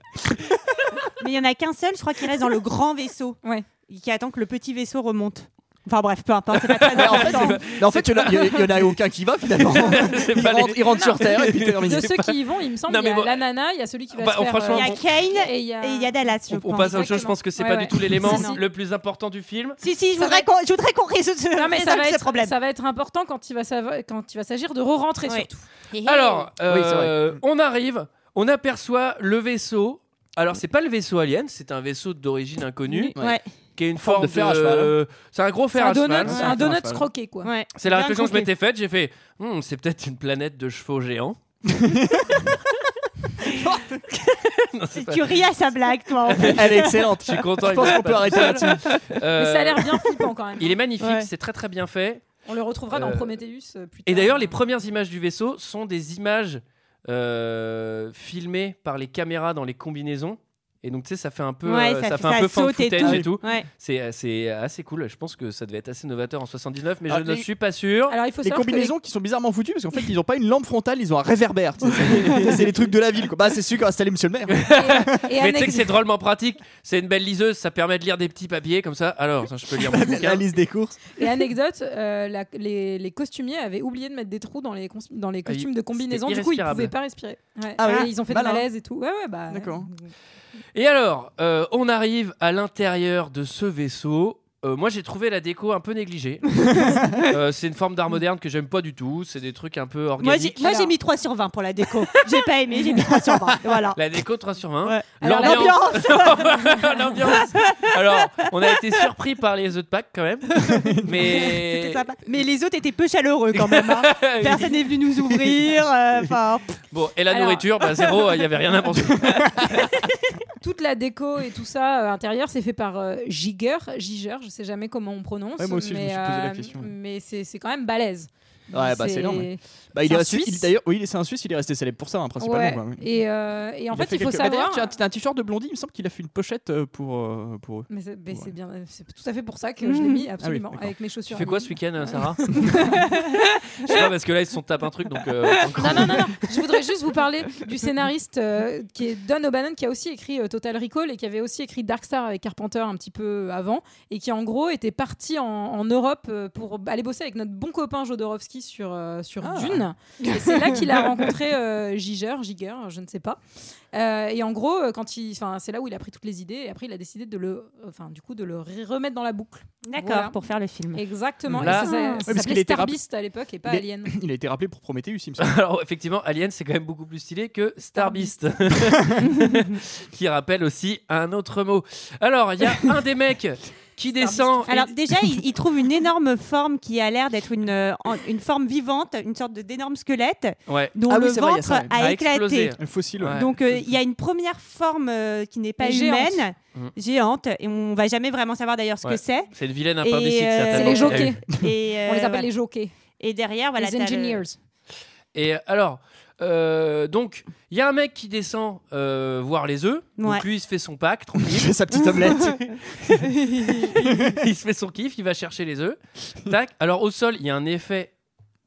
Speaker 8: Mais il y en a qu'un seul, je crois, qui reste dans le grand vaisseau.
Speaker 6: Ouais.
Speaker 8: Qui attend que le petit vaisseau remonte. Enfin bref, peu importe, c'est pas très intéressant.
Speaker 9: Mais en fait, il n'y en a aucun qui va finalement.
Speaker 1: C'est
Speaker 9: Il
Speaker 7: Bah,
Speaker 1: pas
Speaker 9: rentre,
Speaker 1: les-
Speaker 9: il rentre sur Terre et puis terminé.
Speaker 6: De ceux qui y vont, il me semble,
Speaker 1: Non,
Speaker 6: il y
Speaker 1: mais
Speaker 6: a
Speaker 1: bon,
Speaker 6: la nana, il y a celui qui va
Speaker 1: bah,
Speaker 6: se faire.
Speaker 1: franchement,
Speaker 8: Il y a
Speaker 1: bon.
Speaker 8: Kane
Speaker 6: et il y a.
Speaker 8: et il y a Dallas, je
Speaker 1: On, on
Speaker 8: pense.
Speaker 1: passe à autre chose, je pense que c'est
Speaker 6: Ouais,
Speaker 1: pas
Speaker 6: ouais.
Speaker 1: du tout l'élément
Speaker 6: Si, si.
Speaker 1: le plus important du film.
Speaker 8: Si, si, je
Speaker 6: Ça
Speaker 8: voudrais
Speaker 6: va-
Speaker 8: qu'on je voudrais qu'on résolve ce,
Speaker 6: Non, mais ça
Speaker 8: résolve
Speaker 6: va,
Speaker 8: ce
Speaker 6: être,
Speaker 8: problème.
Speaker 6: ça va être important quand il va, s'ava- quand il va s'agir de re-rentrer
Speaker 8: Ouais.
Speaker 6: surtout.
Speaker 1: Alors,
Speaker 9: Oui, c'est vrai.
Speaker 1: euh, on arrive, on aperçoit le vaisseau. Alors, c'est pas le vaisseau alien, c'est un vaisseau d'origine inconnue
Speaker 9: Ouais.
Speaker 8: Ouais,
Speaker 1: qui est une
Speaker 9: forme
Speaker 1: forme
Speaker 9: de fer à cheval. hein.
Speaker 1: euh, C'est un gros
Speaker 6: C'est
Speaker 1: fer
Speaker 6: un
Speaker 1: à cheval.
Speaker 6: donut,
Speaker 7: Ah,
Speaker 9: cheval,
Speaker 6: un
Speaker 9: ouais.
Speaker 6: donut
Speaker 9: Faire un
Speaker 6: croqué quoi.
Speaker 8: ouais.
Speaker 1: C'est la
Speaker 8: Bien
Speaker 1: réflexion que je
Speaker 8: croqué.
Speaker 1: m'étais faite. J'ai fait, Hmm, c'est peut-être une planète de chevaux géants. Non, c'est pas-
Speaker 8: Tu ris à sa blague, toi. en fait.
Speaker 9: Elle est excellente.
Speaker 1: Je suis content.
Speaker 9: Je pense
Speaker 1: il m'a
Speaker 9: qu'on
Speaker 1: pas
Speaker 9: peut
Speaker 1: tout
Speaker 9: arrêter
Speaker 1: seul.
Speaker 9: là-dessus.
Speaker 1: Euh,
Speaker 6: Mais ça a l'air bien flippant quand même.
Speaker 1: Il est magnifique,
Speaker 8: Ouais.
Speaker 1: c'est très très bien fait.
Speaker 6: On le retrouvera dans
Speaker 1: Euh,
Speaker 6: Prometheus euh, plus tard.
Speaker 1: Et d'ailleurs, les premières images du vaisseau sont des images euh, filmées par les caméras dans les combinaisons. Et donc, tu sais, ça fait un peu,
Speaker 8: Ouais,
Speaker 1: euh,
Speaker 8: ça
Speaker 1: ça
Speaker 8: fait-
Speaker 1: fait un
Speaker 8: ça
Speaker 1: peu fan
Speaker 8: saute et
Speaker 1: footage
Speaker 8: tout.
Speaker 1: et tout.
Speaker 8: Ouais.
Speaker 1: C'est assez, assez cool. Je pense que ça devait être assez novateur en 79, mais
Speaker 7: Ah,
Speaker 1: je ne
Speaker 7: les-
Speaker 1: suis pas sûr.
Speaker 6: Alors il faut
Speaker 7: Les
Speaker 6: savoir que les-
Speaker 7: combinaisons qui sont bizarrement foutues parce qu'en fait ils ont pas une lampe frontale, ils ont un réverbère. tu sais. C'est c'est les trucs de la ville. Quoi. Bah c'est sûr qu'a installé Monsieur le Maire.
Speaker 6: et, et
Speaker 1: mais tu sais
Speaker 6: annexe-
Speaker 1: que c'est drôlement pratique. C'est une belle liseuse, ça permet de lire des petits papiers comme ça. Alors, ça, je peux lire mon
Speaker 7: La
Speaker 1: bouquin.
Speaker 7: liste des courses.
Speaker 6: et anecdote, euh, la- les, les costumiers avaient oublié de mettre des trous dans les, cons- dans les
Speaker 1: Ah, il-
Speaker 6: costumes de combinaison,
Speaker 1: c'était
Speaker 6: du coup ils
Speaker 1: irrespirable.
Speaker 6: pouvaient pas respirer. Ouais.
Speaker 7: Ah
Speaker 6: Et
Speaker 7: ouais,
Speaker 6: ils ont fait
Speaker 7: malin.
Speaker 6: des malaises et tout. Ouais, ouais, bah,
Speaker 7: D'accord.
Speaker 1: Et alors, euh, on arrive à l'intérieur de ce vaisseau. Euh, moi, j'ai trouvé la déco un peu négligée. Euh, c'est une forme d'art moderne que j'aime pas du tout. C'est des trucs un peu
Speaker 8: Moi, j'ai
Speaker 1: organiques.
Speaker 8: moi, j'ai
Speaker 6: Alors.
Speaker 8: mis 3 sur 20 pour la déco. J'ai pas aimé, j'ai mis 3 sur 20. Voilà.
Speaker 1: La déco 3 sur 20.
Speaker 8: Ouais.
Speaker 6: Alors,
Speaker 1: L'ambiance. L'ambiance. Alors, on a été surpris par les œufs de Pâques quand même. Mais.
Speaker 8: C'était sympa. Mais les autres étaient peu chaleureux quand même. hein. Personne n'est venu nous ouvrir. euh, Enfin,
Speaker 1: bon, et la
Speaker 6: Alors-
Speaker 1: nourriture, bah, zéro, il n'y avait rien à manger.
Speaker 6: toute la déco et tout ça euh, intérieur, c'est fait par euh, Giger, Giger, je sais jamais comment on prononce.
Speaker 7: Ouais, moi aussi, je me
Speaker 6: mais,
Speaker 7: suis posé la
Speaker 6: euh,
Speaker 7: question.
Speaker 6: Mais c'est c'est quand même balèze.
Speaker 7: Ouais, bah, c'est énorme. Bah, il
Speaker 6: C'est
Speaker 7: est
Speaker 6: un
Speaker 7: resté- il-
Speaker 6: Suisse
Speaker 7: D'ailleurs, oui, c'est un Suisse. Il est resté célèbre pour ça hein, principalement.
Speaker 6: Ouais.
Speaker 7: quoi, oui.
Speaker 6: Et, euh, et en
Speaker 7: a
Speaker 6: fait, il
Speaker 7: quelques-
Speaker 6: faut
Speaker 7: Bah, d'ailleurs,
Speaker 6: savoir.
Speaker 7: tu as- t'as un t-shirt de Blondie. Il me semble qu'il a fait une pochette euh, pour euh, pour eux.
Speaker 6: Mais c'est mais c'est
Speaker 7: Ouais.
Speaker 6: bien, c'est tout à fait pour ça que je l'ai
Speaker 8: Mhm.
Speaker 6: mis absolument
Speaker 7: Mmh. Ah d'accord.
Speaker 6: avec mes
Speaker 1: Tu
Speaker 6: chaussures.
Speaker 1: fais quoi ce week-end, euh, Sarah Je sais pas, parce que là, ils se sont tapés un truc, donc. euh, encore-
Speaker 6: Non, non, non, non. je voudrais juste vous parler du scénariste euh, qui est Don O'Bannon, qui a aussi écrit euh, Total Recall et qui avait aussi écrit Dark Star avec Carpenter un petit peu euh, avant, et qui en gros était parti en, en Europe euh, pour aller bosser avec notre bon copain Jodorowsky sur, euh, sur
Speaker 7: Ah.
Speaker 6: Dune. Et c'est là qu'il a rencontré euh, Giger, Giger, je ne sais pas. Euh, et en gros, euh, quand il, enfin, c'est là où il a pris toutes les idées, et après il a décidé de le, enfin, du coup, de le ré- remettre dans la boucle.
Speaker 8: d'accord,
Speaker 6: Voilà.
Speaker 8: pour faire le film.
Speaker 6: Exactement.
Speaker 1: Là-
Speaker 6: Et ça,
Speaker 8: Ouais,
Speaker 6: ça, ça
Speaker 7: parce qu'il
Speaker 6: s'appelait
Speaker 7: était
Speaker 6: Star
Speaker 7: rap-
Speaker 6: Beast à l'époque et pas
Speaker 7: Il est-
Speaker 6: Alien.
Speaker 7: Il a été rappelé pour Prometheus. Il me semble.
Speaker 1: Alors, effectivement, Alien, c'est quand même beaucoup plus stylé que Star Beast, qui rappelle aussi un autre mot. Alors, il y a un des mecs qui descend. et-
Speaker 8: Alors déjà, il, il trouve une énorme forme qui a l'air d'être une, euh, en- une forme vivante, une sorte de- d'énorme squelette
Speaker 1: Ouais.
Speaker 8: dont
Speaker 7: Ah oui,
Speaker 8: le
Speaker 7: c'est vrai, il y a
Speaker 8: ventre
Speaker 7: ça,
Speaker 8: a,
Speaker 1: A
Speaker 8: éclaté.
Speaker 1: explosé.
Speaker 7: Un fossile.
Speaker 1: Ouais.
Speaker 8: Donc euh, il y a une première forme euh, qui n'est pas
Speaker 6: Et géante.
Speaker 8: humaine,
Speaker 1: Mm.
Speaker 8: géante, et on va jamais vraiment savoir d'ailleurs ce
Speaker 1: Ouais.
Speaker 8: que c'est.
Speaker 1: C'est une vilaine
Speaker 8: Et,
Speaker 1: appendicite,
Speaker 8: euh,
Speaker 1: certainement, Ah
Speaker 6: C'est les
Speaker 1: qu'il a eu.
Speaker 6: jockeys. On
Speaker 8: Et,
Speaker 6: les
Speaker 8: euh,
Speaker 6: appelle
Speaker 8: voilà.
Speaker 6: les jockeys.
Speaker 8: Et derrière, voilà,
Speaker 6: les
Speaker 8: t'as le-
Speaker 6: engineers.
Speaker 1: Et alors, euh, donc, il y a un mec qui descend euh, voir les œufs.
Speaker 8: Ouais.
Speaker 1: Donc lui, il se fait son pack,
Speaker 7: Il
Speaker 1: tranquille.
Speaker 7: fait sa petite omelette.
Speaker 1: il se fait son kiff, il va chercher les œufs. Tac. Alors au sol, il y a un effet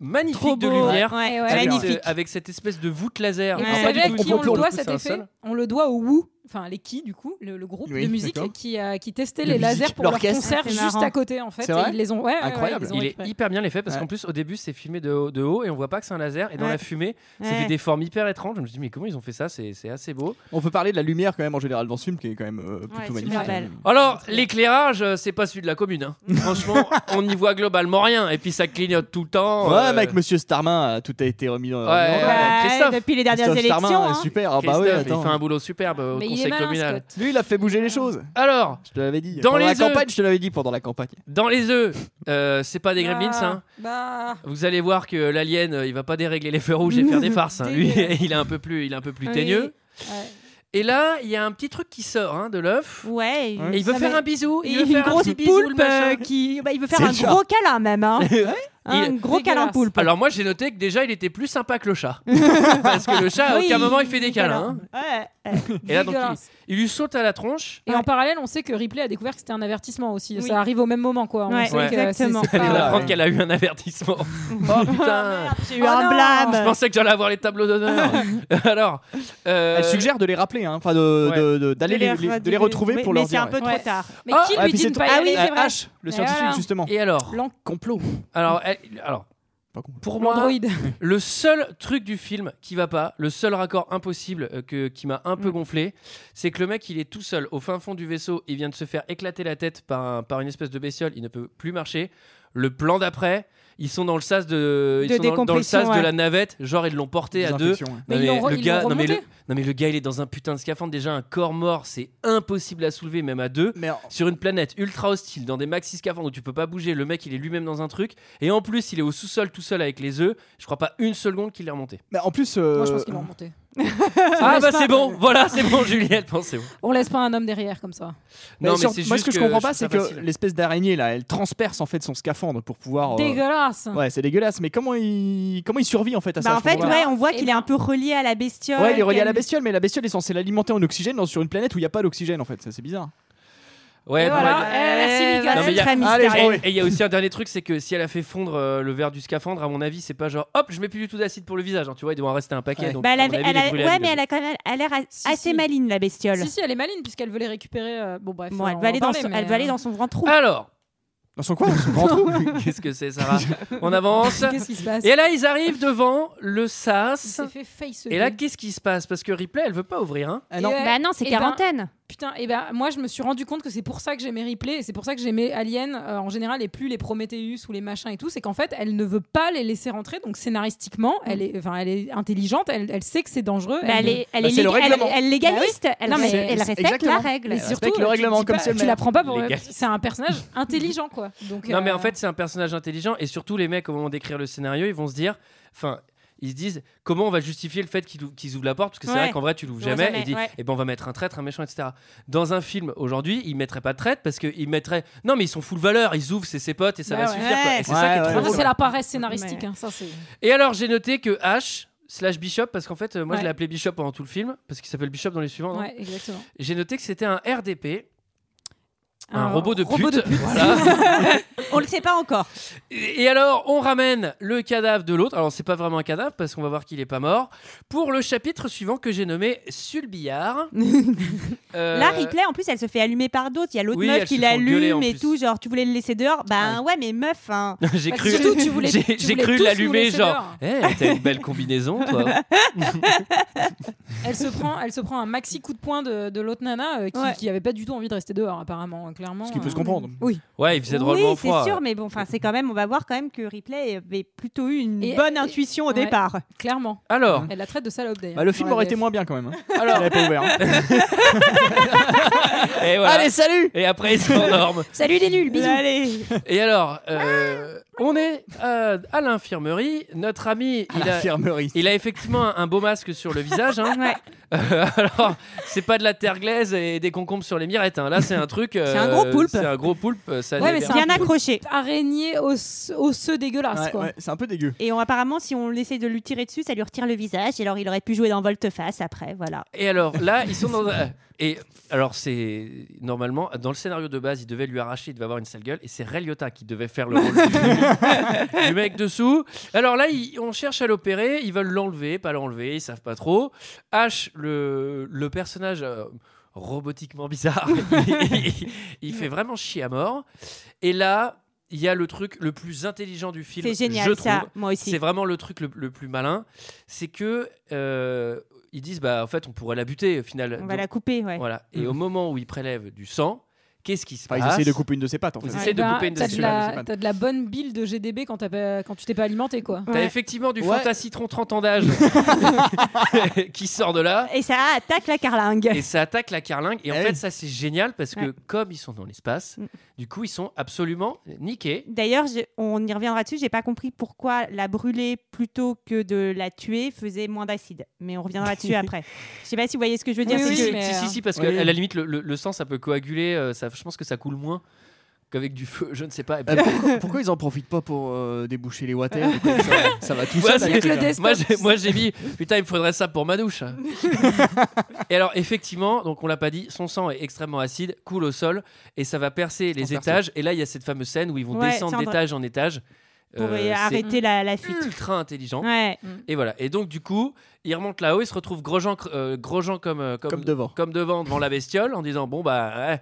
Speaker 1: magnifique
Speaker 8: Trop
Speaker 1: de
Speaker 8: beau.
Speaker 1: lumière.
Speaker 8: Ouais,
Speaker 6: Et
Speaker 8: ouais.
Speaker 6: ouais.
Speaker 1: Avec,
Speaker 8: magnifique.
Speaker 1: ce- avec cette espèce de voûte laser.
Speaker 6: Et
Speaker 8: Ouais.
Speaker 1: Enfin,
Speaker 6: vous
Speaker 1: pas
Speaker 6: savez
Speaker 1: du
Speaker 6: à
Speaker 1: tout une
Speaker 6: qui on
Speaker 1: voûte,
Speaker 6: le doit
Speaker 1: du coup,
Speaker 6: cet
Speaker 1: c'est un
Speaker 6: effet
Speaker 1: sol.
Speaker 6: On le doit au Woo, enfin les Qui du coup, le, le groupe
Speaker 7: Oui,
Speaker 6: de musique
Speaker 7: d'accord.
Speaker 6: qui, euh, qui testait
Speaker 7: De
Speaker 6: les
Speaker 7: musique,
Speaker 6: lasers pour leur
Speaker 7: l'orchestre.
Speaker 6: concert
Speaker 8: C'est
Speaker 6: juste
Speaker 8: marrant.
Speaker 6: à côté en fait.
Speaker 7: C'est
Speaker 6: et
Speaker 7: vrai
Speaker 6: ils les ont. ouais, ouais, ouais,
Speaker 7: Incroyable.
Speaker 6: ils ont
Speaker 1: Il est
Speaker 6: récupéré.
Speaker 1: hyper bien l'effet parce
Speaker 7: Ouais.
Speaker 1: qu'en plus au début c'est filmé de, de haut et on voit pas que c'est un laser et dans
Speaker 8: Ouais.
Speaker 1: la fumée ça
Speaker 8: Ouais.
Speaker 1: fait des formes hyper étranges. Je me suis dit mais comment ils ont fait ça C'est c'est assez beau.
Speaker 7: On peut parler de la lumière quand même en général dans ce film qui est quand même euh, plutôt
Speaker 8: Ouais, c'est
Speaker 7: magnifique.
Speaker 8: super belle.
Speaker 1: Alors l'éclairage euh, c'est pas celui de la commune. hein. Franchement on y voit globalement rien et puis ça clignote tout le temps.
Speaker 7: Ouais,
Speaker 1: euh,
Speaker 7: mec, Monsieur Starman, euh, tout a été remis dans.
Speaker 1: Ouais.
Speaker 7: dans-
Speaker 1: Ouais.
Speaker 8: Bah,
Speaker 1: Euh, Christophe.
Speaker 8: depuis les dernières
Speaker 7: Christophe Starman,
Speaker 8: élections.
Speaker 7: euh,
Speaker 8: hein.
Speaker 7: super. Ah bah
Speaker 1: Christophe,
Speaker 7: ouais,
Speaker 1: il fait un
Speaker 7: attends.
Speaker 1: boulot superbe au
Speaker 6: Mais il est
Speaker 1: conseil
Speaker 6: malin,
Speaker 1: communal.
Speaker 6: Scott.
Speaker 7: Lui, il a fait bouger les choses.
Speaker 1: Alors
Speaker 7: Je te l'avais dit.
Speaker 1: Dans
Speaker 7: Pendant
Speaker 1: les
Speaker 7: la
Speaker 1: œufs.
Speaker 7: campagne, je te l'avais dit pendant la campagne.
Speaker 1: dans les œufs euh, c'est pas des gremlins
Speaker 6: Bah,
Speaker 1: hein.
Speaker 6: bah,
Speaker 1: Vous allez voir que l'alien euh, il va pas dérégler les feux rouges et faire des farces. hein. Lui il est un peu plus il est un peu plus
Speaker 8: Oui.
Speaker 1: teigneux.
Speaker 6: ouais.
Speaker 1: Et là il y a un petit truc qui sort hein, de l'œuf.
Speaker 8: Ouais.
Speaker 1: Et il veut
Speaker 6: Ça
Speaker 1: faire
Speaker 6: va-
Speaker 1: un bisou,
Speaker 8: Et
Speaker 1: il veut
Speaker 8: une
Speaker 1: faire un
Speaker 8: grosse
Speaker 1: petit bisou, le
Speaker 8: poulpe
Speaker 1: machin.
Speaker 8: euh, qui, bah, il veut faire
Speaker 7: C'est
Speaker 8: un
Speaker 7: le genre.
Speaker 8: gros câlin même. hein. Un
Speaker 1: Il-
Speaker 8: gros câlin
Speaker 6: Dégueulasse.
Speaker 8: poulpe.
Speaker 1: Alors moi j'ai noté que déjà il était plus sympa que le chat. Parce que le chat à
Speaker 8: Oui,
Speaker 1: aucun moment il fait des câlins. hein.
Speaker 8: Ouais.
Speaker 1: Et là donc il,
Speaker 6: Dégueulasse.
Speaker 1: il lui saute à la tronche.
Speaker 6: Et
Speaker 8: Ouais.
Speaker 6: en parallèle, on sait que Ripley a découvert que c'était un avertissement aussi.
Speaker 8: Oui.
Speaker 6: Ça arrive au même moment, quoi. On
Speaker 8: Ouais,
Speaker 6: sait que c'est-
Speaker 8: exactement.
Speaker 6: c'est
Speaker 1: Elle
Speaker 6: pas-
Speaker 1: vient
Speaker 7: là,
Speaker 1: d'apprendre
Speaker 7: ouais.
Speaker 1: qu'elle a eu un avertissement. oh putain
Speaker 8: J'ai eu
Speaker 6: Oh
Speaker 8: un
Speaker 6: non
Speaker 8: blâme.
Speaker 1: Je pensais que j'allais avoir les tableaux d'honneur. Alors, euh,
Speaker 7: Elle suggère de les rappeler, hein, enfin de-
Speaker 1: Ouais.
Speaker 7: de- de- d'aller
Speaker 8: De
Speaker 7: les, les- de les retrouver
Speaker 8: oui,
Speaker 7: pour
Speaker 8: mais
Speaker 7: leur
Speaker 8: c'est
Speaker 7: dire.
Speaker 8: un peu
Speaker 6: ouais.
Speaker 8: trop tard.
Speaker 6: Mais
Speaker 1: Ah,
Speaker 6: qui
Speaker 7: Oh. ouais,
Speaker 6: lui
Speaker 7: puis
Speaker 6: dit
Speaker 7: c'est
Speaker 6: de
Speaker 7: tout-
Speaker 6: pas y
Speaker 8: Ah oui,
Speaker 6: aller
Speaker 8: c'est vrai.
Speaker 7: H, le
Speaker 6: Et
Speaker 7: scientifique
Speaker 6: voilà.
Speaker 7: justement.
Speaker 1: Et alors
Speaker 6: L'an-
Speaker 7: Complot.
Speaker 1: Alors, elle- alors
Speaker 7: Pas complot.
Speaker 1: pour moi,
Speaker 6: L'android.
Speaker 1: le seul truc du film qui va pas, le seul raccord impossible euh, que, qui m'a un peu
Speaker 8: Mm.
Speaker 1: gonflé, c'est que le mec, il est tout seul au fin fond du vaisseau, il vient de se faire éclater la tête par, un- par une espèce de bestiole, il ne peut plus marcher. Le plan d'après, ils sont dans le sas de, ils sont
Speaker 8: De
Speaker 1: dans- dans, le
Speaker 8: décompression,
Speaker 1: sas de
Speaker 8: ouais.
Speaker 1: la navette, genre ils l'ont porté à deux.
Speaker 7: Désinfection, ouais.
Speaker 6: Mais
Speaker 1: Non,
Speaker 6: ils l'ont re-
Speaker 1: le
Speaker 6: ils
Speaker 1: gars,
Speaker 6: l'ont
Speaker 1: non, mais le,
Speaker 6: remonté.
Speaker 1: non, mais le gars, il est dans un putain de scaphandre. Déjà, un corps mort, c'est impossible à soulever, même à deux.
Speaker 7: Mais en-
Speaker 1: Sur une planète ultra hostile, dans des maxi scaphandres où tu peux pas bouger, le mec, il est lui-même dans un truc. Et en plus, il est au sous-sol tout seul avec les œufs. Je crois pas une seconde qu'il l'ait remonté.
Speaker 7: mais en plus, euh,
Speaker 6: Moi, je pense qu'ils l'ont remonté.
Speaker 1: Ah,
Speaker 6: laisse
Speaker 1: bah
Speaker 6: pas.
Speaker 1: c'est bon, voilà, c'est bon, Juliette, pensez vous
Speaker 6: On laisse pas un homme derrière comme ça.
Speaker 7: mais sur- moi, ce que, je comprends pas, c'est que l'espèce d'araignée là, elle transperce en fait son scaphandre pour
Speaker 1: Oh.
Speaker 7: pouvoir. euh,
Speaker 6: Dégueulasse.
Speaker 7: Ouais, c'est dégueulasse. Mais comment il comment il survit en fait à ça
Speaker 8: Bah, en
Speaker 7: je
Speaker 8: fait,
Speaker 7: comprends
Speaker 6: pas.
Speaker 8: ouais, on voit
Speaker 6: Et
Speaker 8: qu'il est
Speaker 6: ben-
Speaker 8: un peu relié à la bestiole.
Speaker 7: pas. Ouais, il est
Speaker 6: euh,
Speaker 7: relié à la
Speaker 8: qu'elle-
Speaker 7: bestiole, mais la bestiole est censée l'alimenter en oxygène dans- sur une planète où il n'y a pas d'oxygène en fait. Ça, c'est bizarre.
Speaker 1: Ouais,
Speaker 6: Et
Speaker 1: non,
Speaker 6: voilà.
Speaker 1: mais-
Speaker 6: Eh, merci,
Speaker 8: Ouais,
Speaker 6: Mika.
Speaker 1: Non, mais
Speaker 8: C'est
Speaker 1: y a-
Speaker 8: très
Speaker 7: Allez,
Speaker 8: mystérieux.
Speaker 7: je-
Speaker 1: Et et il y a aussi un dernier truc, c'est que si elle a fait fondre euh, le verre du scaphandre, à mon avis, c'est pas genre hop, je mets plus du tout d'acide pour le visage. hein, tu vois, il doit en rester un paquet.
Speaker 7: Ouais.
Speaker 1: donc,
Speaker 8: Bah, elle
Speaker 1: à mon
Speaker 8: avait-
Speaker 1: avis,
Speaker 8: elle
Speaker 1: il est
Speaker 8: a-
Speaker 1: brûlé à
Speaker 8: ouais,
Speaker 1: l'huile
Speaker 8: mais
Speaker 1: de
Speaker 8: elle a quand même elle a l'air a-
Speaker 6: Si,
Speaker 8: assez
Speaker 6: si.
Speaker 8: maligne, la bestiole.
Speaker 6: Si, si, elle est maligne puisqu'elle veut les récupérer. euh, Bon, bref.
Speaker 8: Bon,
Speaker 6: on
Speaker 8: elle,
Speaker 6: va
Speaker 8: va aller
Speaker 6: en
Speaker 8: dans
Speaker 6: parler,
Speaker 8: son,
Speaker 6: mais,
Speaker 8: elle va aller
Speaker 6: euh,
Speaker 8: dans son grand trou.
Speaker 1: bestiole. Alors,
Speaker 7: Dans son coin, dans son grand trou.
Speaker 1: qu'est-ce que c'est, Sarah On avance.
Speaker 6: Qu'est-ce qui se passe
Speaker 1: Et là, ils arrivent devant le
Speaker 6: Il
Speaker 1: SAS.
Speaker 6: s'est fait face.
Speaker 1: Et là, qu'est-ce qui se passe Parce que Ripley, elle veut pas ouvrir. hein.
Speaker 7: Ah non.
Speaker 6: Et, euh,
Speaker 8: Bah non, c'est
Speaker 6: Eh ben-
Speaker 8: quarantaine.
Speaker 6: Putain, et ben moi je me suis rendu compte que c'est pour ça que j'aimais Ripley et c'est pour ça que j'aimais Alien euh, en général et plus les Prometheus ou les machins et tout, c'est qu'en fait elle ne veut pas les laisser rentrer donc scénaristiquement elle est, enfin elle est intelligente, elle, elle sait que c'est dangereux.
Speaker 8: Bah, elle est, elle
Speaker 7: Bah,
Speaker 8: est
Speaker 7: c'est le
Speaker 8: lég- elle-
Speaker 7: règlement.
Speaker 8: elle légaliste. Elle,
Speaker 6: Non, mais
Speaker 8: elle- elle
Speaker 7: c'est-
Speaker 8: respecte la
Speaker 7: exactement.
Speaker 8: règle.
Speaker 6: Mais
Speaker 7: Elle
Speaker 6: surtout,
Speaker 7: respecte le
Speaker 6: tu-
Speaker 7: règlement
Speaker 6: tu,
Speaker 7: comme
Speaker 6: pas-
Speaker 7: c'est le
Speaker 6: tu
Speaker 7: maître.
Speaker 6: la prends pas pour
Speaker 1: Les gars.
Speaker 6: c'est un personnage intelligent quoi. Donc
Speaker 1: Non, mais
Speaker 6: euh,
Speaker 1: en fait, c'est un personnage intelligent. Et surtout, les mecs, au moment d'écrire le scénario, ils vont se dire. Enfin, ils se disent comment on va justifier le fait qu'ils ou- qu'ils ouvrent la porte Parce que c'est
Speaker 8: Ouais.
Speaker 1: vrai qu'en vrai, tu l'ouvres
Speaker 8: Tu l'ouvres
Speaker 1: jamais.
Speaker 8: jamais,
Speaker 1: Et dit,
Speaker 8: ouais.
Speaker 1: eh ben, on va mettre un traître, un méchant, etc. Dans un film aujourd'hui, ils mettraient pas de traître parce qu'ils mettraient. Non, mais ils sont full valeur. Ils ouvrent, c'est ses potes et ça
Speaker 6: Ouais,
Speaker 1: va
Speaker 6: Bah ouais.
Speaker 1: suffire. quoi. Et c'est ça qui est
Speaker 7: Ouais,
Speaker 1: trop
Speaker 6: après,
Speaker 7: ouais,
Speaker 1: drôle.
Speaker 6: c'est la paresse scénaristique
Speaker 8: Mais-
Speaker 6: hein, ça c'est
Speaker 1: Et alors, j'ai noté que H slash Bishop, parce qu'en fait, euh, moi, je
Speaker 6: Ouais.
Speaker 1: l'ai appelé Bishop pendant tout le film, parce qu'il s'appelle Bishop dans les suivants. non
Speaker 6: ouais exactement.
Speaker 1: J'ai noté que c'était un RDP. Un, robot de pute.
Speaker 8: On le sait pas encore.
Speaker 1: Et et alors, on ramène le cadavre de l'autre. Alors, c'est pas vraiment un cadavre parce qu'on va voir qu'il est pas mort. Pour le chapitre suivant que j'ai nommé Sulbillard. Euh,
Speaker 8: Là, Ripley, en plus, elle se fait allumer par d'autres. Il y a l'autre
Speaker 1: Oui,
Speaker 8: meuf
Speaker 1: elle
Speaker 8: qui
Speaker 1: se fait engueuler, en
Speaker 8: l'allume et
Speaker 1: plus.
Speaker 8: tout. Genre, tu voulais le laisser dehors Bah ouais, mais meuf, hein.
Speaker 1: j'ai
Speaker 6: Parce
Speaker 1: cru,
Speaker 6: que Bah, surtout, tu voulais-
Speaker 1: j'ai-
Speaker 6: tu
Speaker 1: j'ai
Speaker 6: voulais
Speaker 1: cru
Speaker 6: tous nous
Speaker 1: l'allumer,
Speaker 6: laisser
Speaker 1: genre.
Speaker 6: dehors.
Speaker 1: Eh, t'as une belle combinaison, toi.
Speaker 6: Elle se prend elle se prend un maxi coup de poing de, de l'autre nana euh, qui,
Speaker 8: Ouais.
Speaker 6: qui avait pas du tout envie de rester dehors apparemment hein, clairement.
Speaker 7: Ce qui peut
Speaker 6: euh,
Speaker 7: se comprendre.
Speaker 8: Oui,
Speaker 1: Ouais, il faisait drôlement
Speaker 8: oui
Speaker 1: froid.
Speaker 8: c'est sûr, mais bon, enfin, c'est quand même, on va voir quand même que Ripley avait plutôt eu une
Speaker 6: Et-
Speaker 8: bonne
Speaker 6: et-
Speaker 8: intuition au
Speaker 6: ouais.
Speaker 8: départ.
Speaker 6: clairement.
Speaker 1: Alors,
Speaker 6: Elle la traite de salope d'ailleurs.
Speaker 7: Bah, le film
Speaker 6: Dans la
Speaker 7: aurait
Speaker 6: VF.
Speaker 7: été moins bien quand même. hein, si elle
Speaker 1: alors,
Speaker 7: avait pas ouvert. hein.
Speaker 1: et voilà.
Speaker 9: Allez, salut
Speaker 1: Et après, ils s'endorment.
Speaker 8: Salut les nuls, bisous.
Speaker 1: Et alors, euh, on est euh, à l'infirmerie. Notre ami, il a,
Speaker 7: L'infirmerie.
Speaker 1: il a effectivement un- un beau masque sur le visage. hein.
Speaker 8: Ouais.
Speaker 1: Euh, alors, c'est pas de la terre glaise et des concombres sur les mirettes. hein. Là, c'est un truc. euh,
Speaker 8: C'est un gros poulpe.
Speaker 1: C'est un gros poulpe. euh, Ça
Speaker 6: Ouais,
Speaker 1: déverse.
Speaker 6: mais c'est
Speaker 8: Bien accroché.
Speaker 6: araignée os- osseux dégueulasse
Speaker 7: Ouais,
Speaker 6: Ah, quoi.
Speaker 7: ouais, c'est un peu dégueu.
Speaker 8: Et on- apparemment, si on essaie de lui tirer dessus, ça lui retire le visage. Et alors, il aurait pu jouer dans Volte-Face après, voilà.
Speaker 1: Et alors, là, ils sont dans. un- Et alors, c'est normalement dans le scénario de base, il devait lui arracher, il devait avoir une sale gueule, et c'est Ray Liotta qui devait faire le rôle du- du mec dessous. Alors là, ils- on cherche à l'opérer, ils veulent l'enlever, pas l'enlever, ils savent pas trop. H, le, le personnage euh, robotiquement bizarre, il, il- il fait vraiment chier à mort. Et là, il y a le truc le plus intelligent du film.
Speaker 8: C'est
Speaker 1: je
Speaker 8: génial,
Speaker 1: trouve.
Speaker 8: ça, moi aussi.
Speaker 1: C'est vraiment le truc le, le plus malin, c'est que euh, ils disent bah en fait on pourrait la buter au final.
Speaker 8: On
Speaker 1: Donc,
Speaker 8: va la couper, ouais.
Speaker 1: Voilà. Et
Speaker 7: Mhm.
Speaker 1: au moment où ils prélèvent du sang, qu'est-ce qui se
Speaker 7: Enfin,
Speaker 1: passe
Speaker 7: Ah, ils essayent de couper une de ses pattes en
Speaker 1: Ils
Speaker 7: fait.
Speaker 1: essaient de
Speaker 6: Eh ben,
Speaker 1: couper une de
Speaker 6: T'as
Speaker 1: ces
Speaker 6: de,
Speaker 7: pattes.
Speaker 6: la- t'as de la bonne bile de GDB quand, t'as pas- quand tu t'es pas alimenté, quoi.
Speaker 1: T'as
Speaker 8: Ouais.
Speaker 1: effectivement du
Speaker 7: Ouais.
Speaker 1: fantasitron 30 ans d'âge qui sort de là.
Speaker 8: Et ça attaque la carlingue.
Speaker 1: Et ça attaque la carlingue. Et en
Speaker 7: Eh
Speaker 1: fait,
Speaker 7: oui.
Speaker 1: ça, c'est génial parce que,
Speaker 8: Ouais.
Speaker 1: comme ils sont dans l'espace,
Speaker 8: Mm.
Speaker 1: du coup, ils sont absolument niqués.
Speaker 8: D'ailleurs, je- on y reviendra dessus. J'ai pas compris pourquoi la brûler plutôt que de la tuer faisait moins d'acide. Mais on reviendra dessus après. Je sais pas si vous voyez ce que je veux dire.
Speaker 6: Oui, oui,
Speaker 8: c'est que-
Speaker 1: si,
Speaker 6: mais,
Speaker 1: si,
Speaker 6: euh,
Speaker 1: si, parce
Speaker 7: Oui.
Speaker 1: que, à la limite, le, le- le sang, ça peut coaguler. euh, ça, je pense que ça coule moins qu'avec du feu, je ne sais pas. Et puis-
Speaker 7: Euh, pourquoi, pourquoi ils en profitent pas pour euh, déboucher les water ou comme ça, ça va tout
Speaker 1: Ouais,
Speaker 7: seul.
Speaker 1: c'est
Speaker 7: avec
Speaker 6: que le
Speaker 7: la-
Speaker 6: destin.
Speaker 1: moi, j'ai, moi j'ai dit putain il me faudrait ça pour ma douche et alors effectivement donc on l'a pas dit son sang est extrêmement acide coule au sol et ça va percer les
Speaker 10: percer.
Speaker 1: étages et là il y a cette fameuse scène où ils vont
Speaker 8: Ouais,
Speaker 1: descendre
Speaker 8: c'est un-
Speaker 1: d'étage en étage
Speaker 8: pour
Speaker 1: Euh,
Speaker 8: euh, arrêter la, la
Speaker 1: c'est
Speaker 8: fuite.
Speaker 1: ultra intelligent
Speaker 8: Ouais.
Speaker 1: et voilà et donc du coup il remonte là-haut il se retrouve Grosjean cr- euh, Grosjean comme, euh, comme
Speaker 7: Comme devant.
Speaker 1: comme devant devant la bestiole en disant bon bah ouais,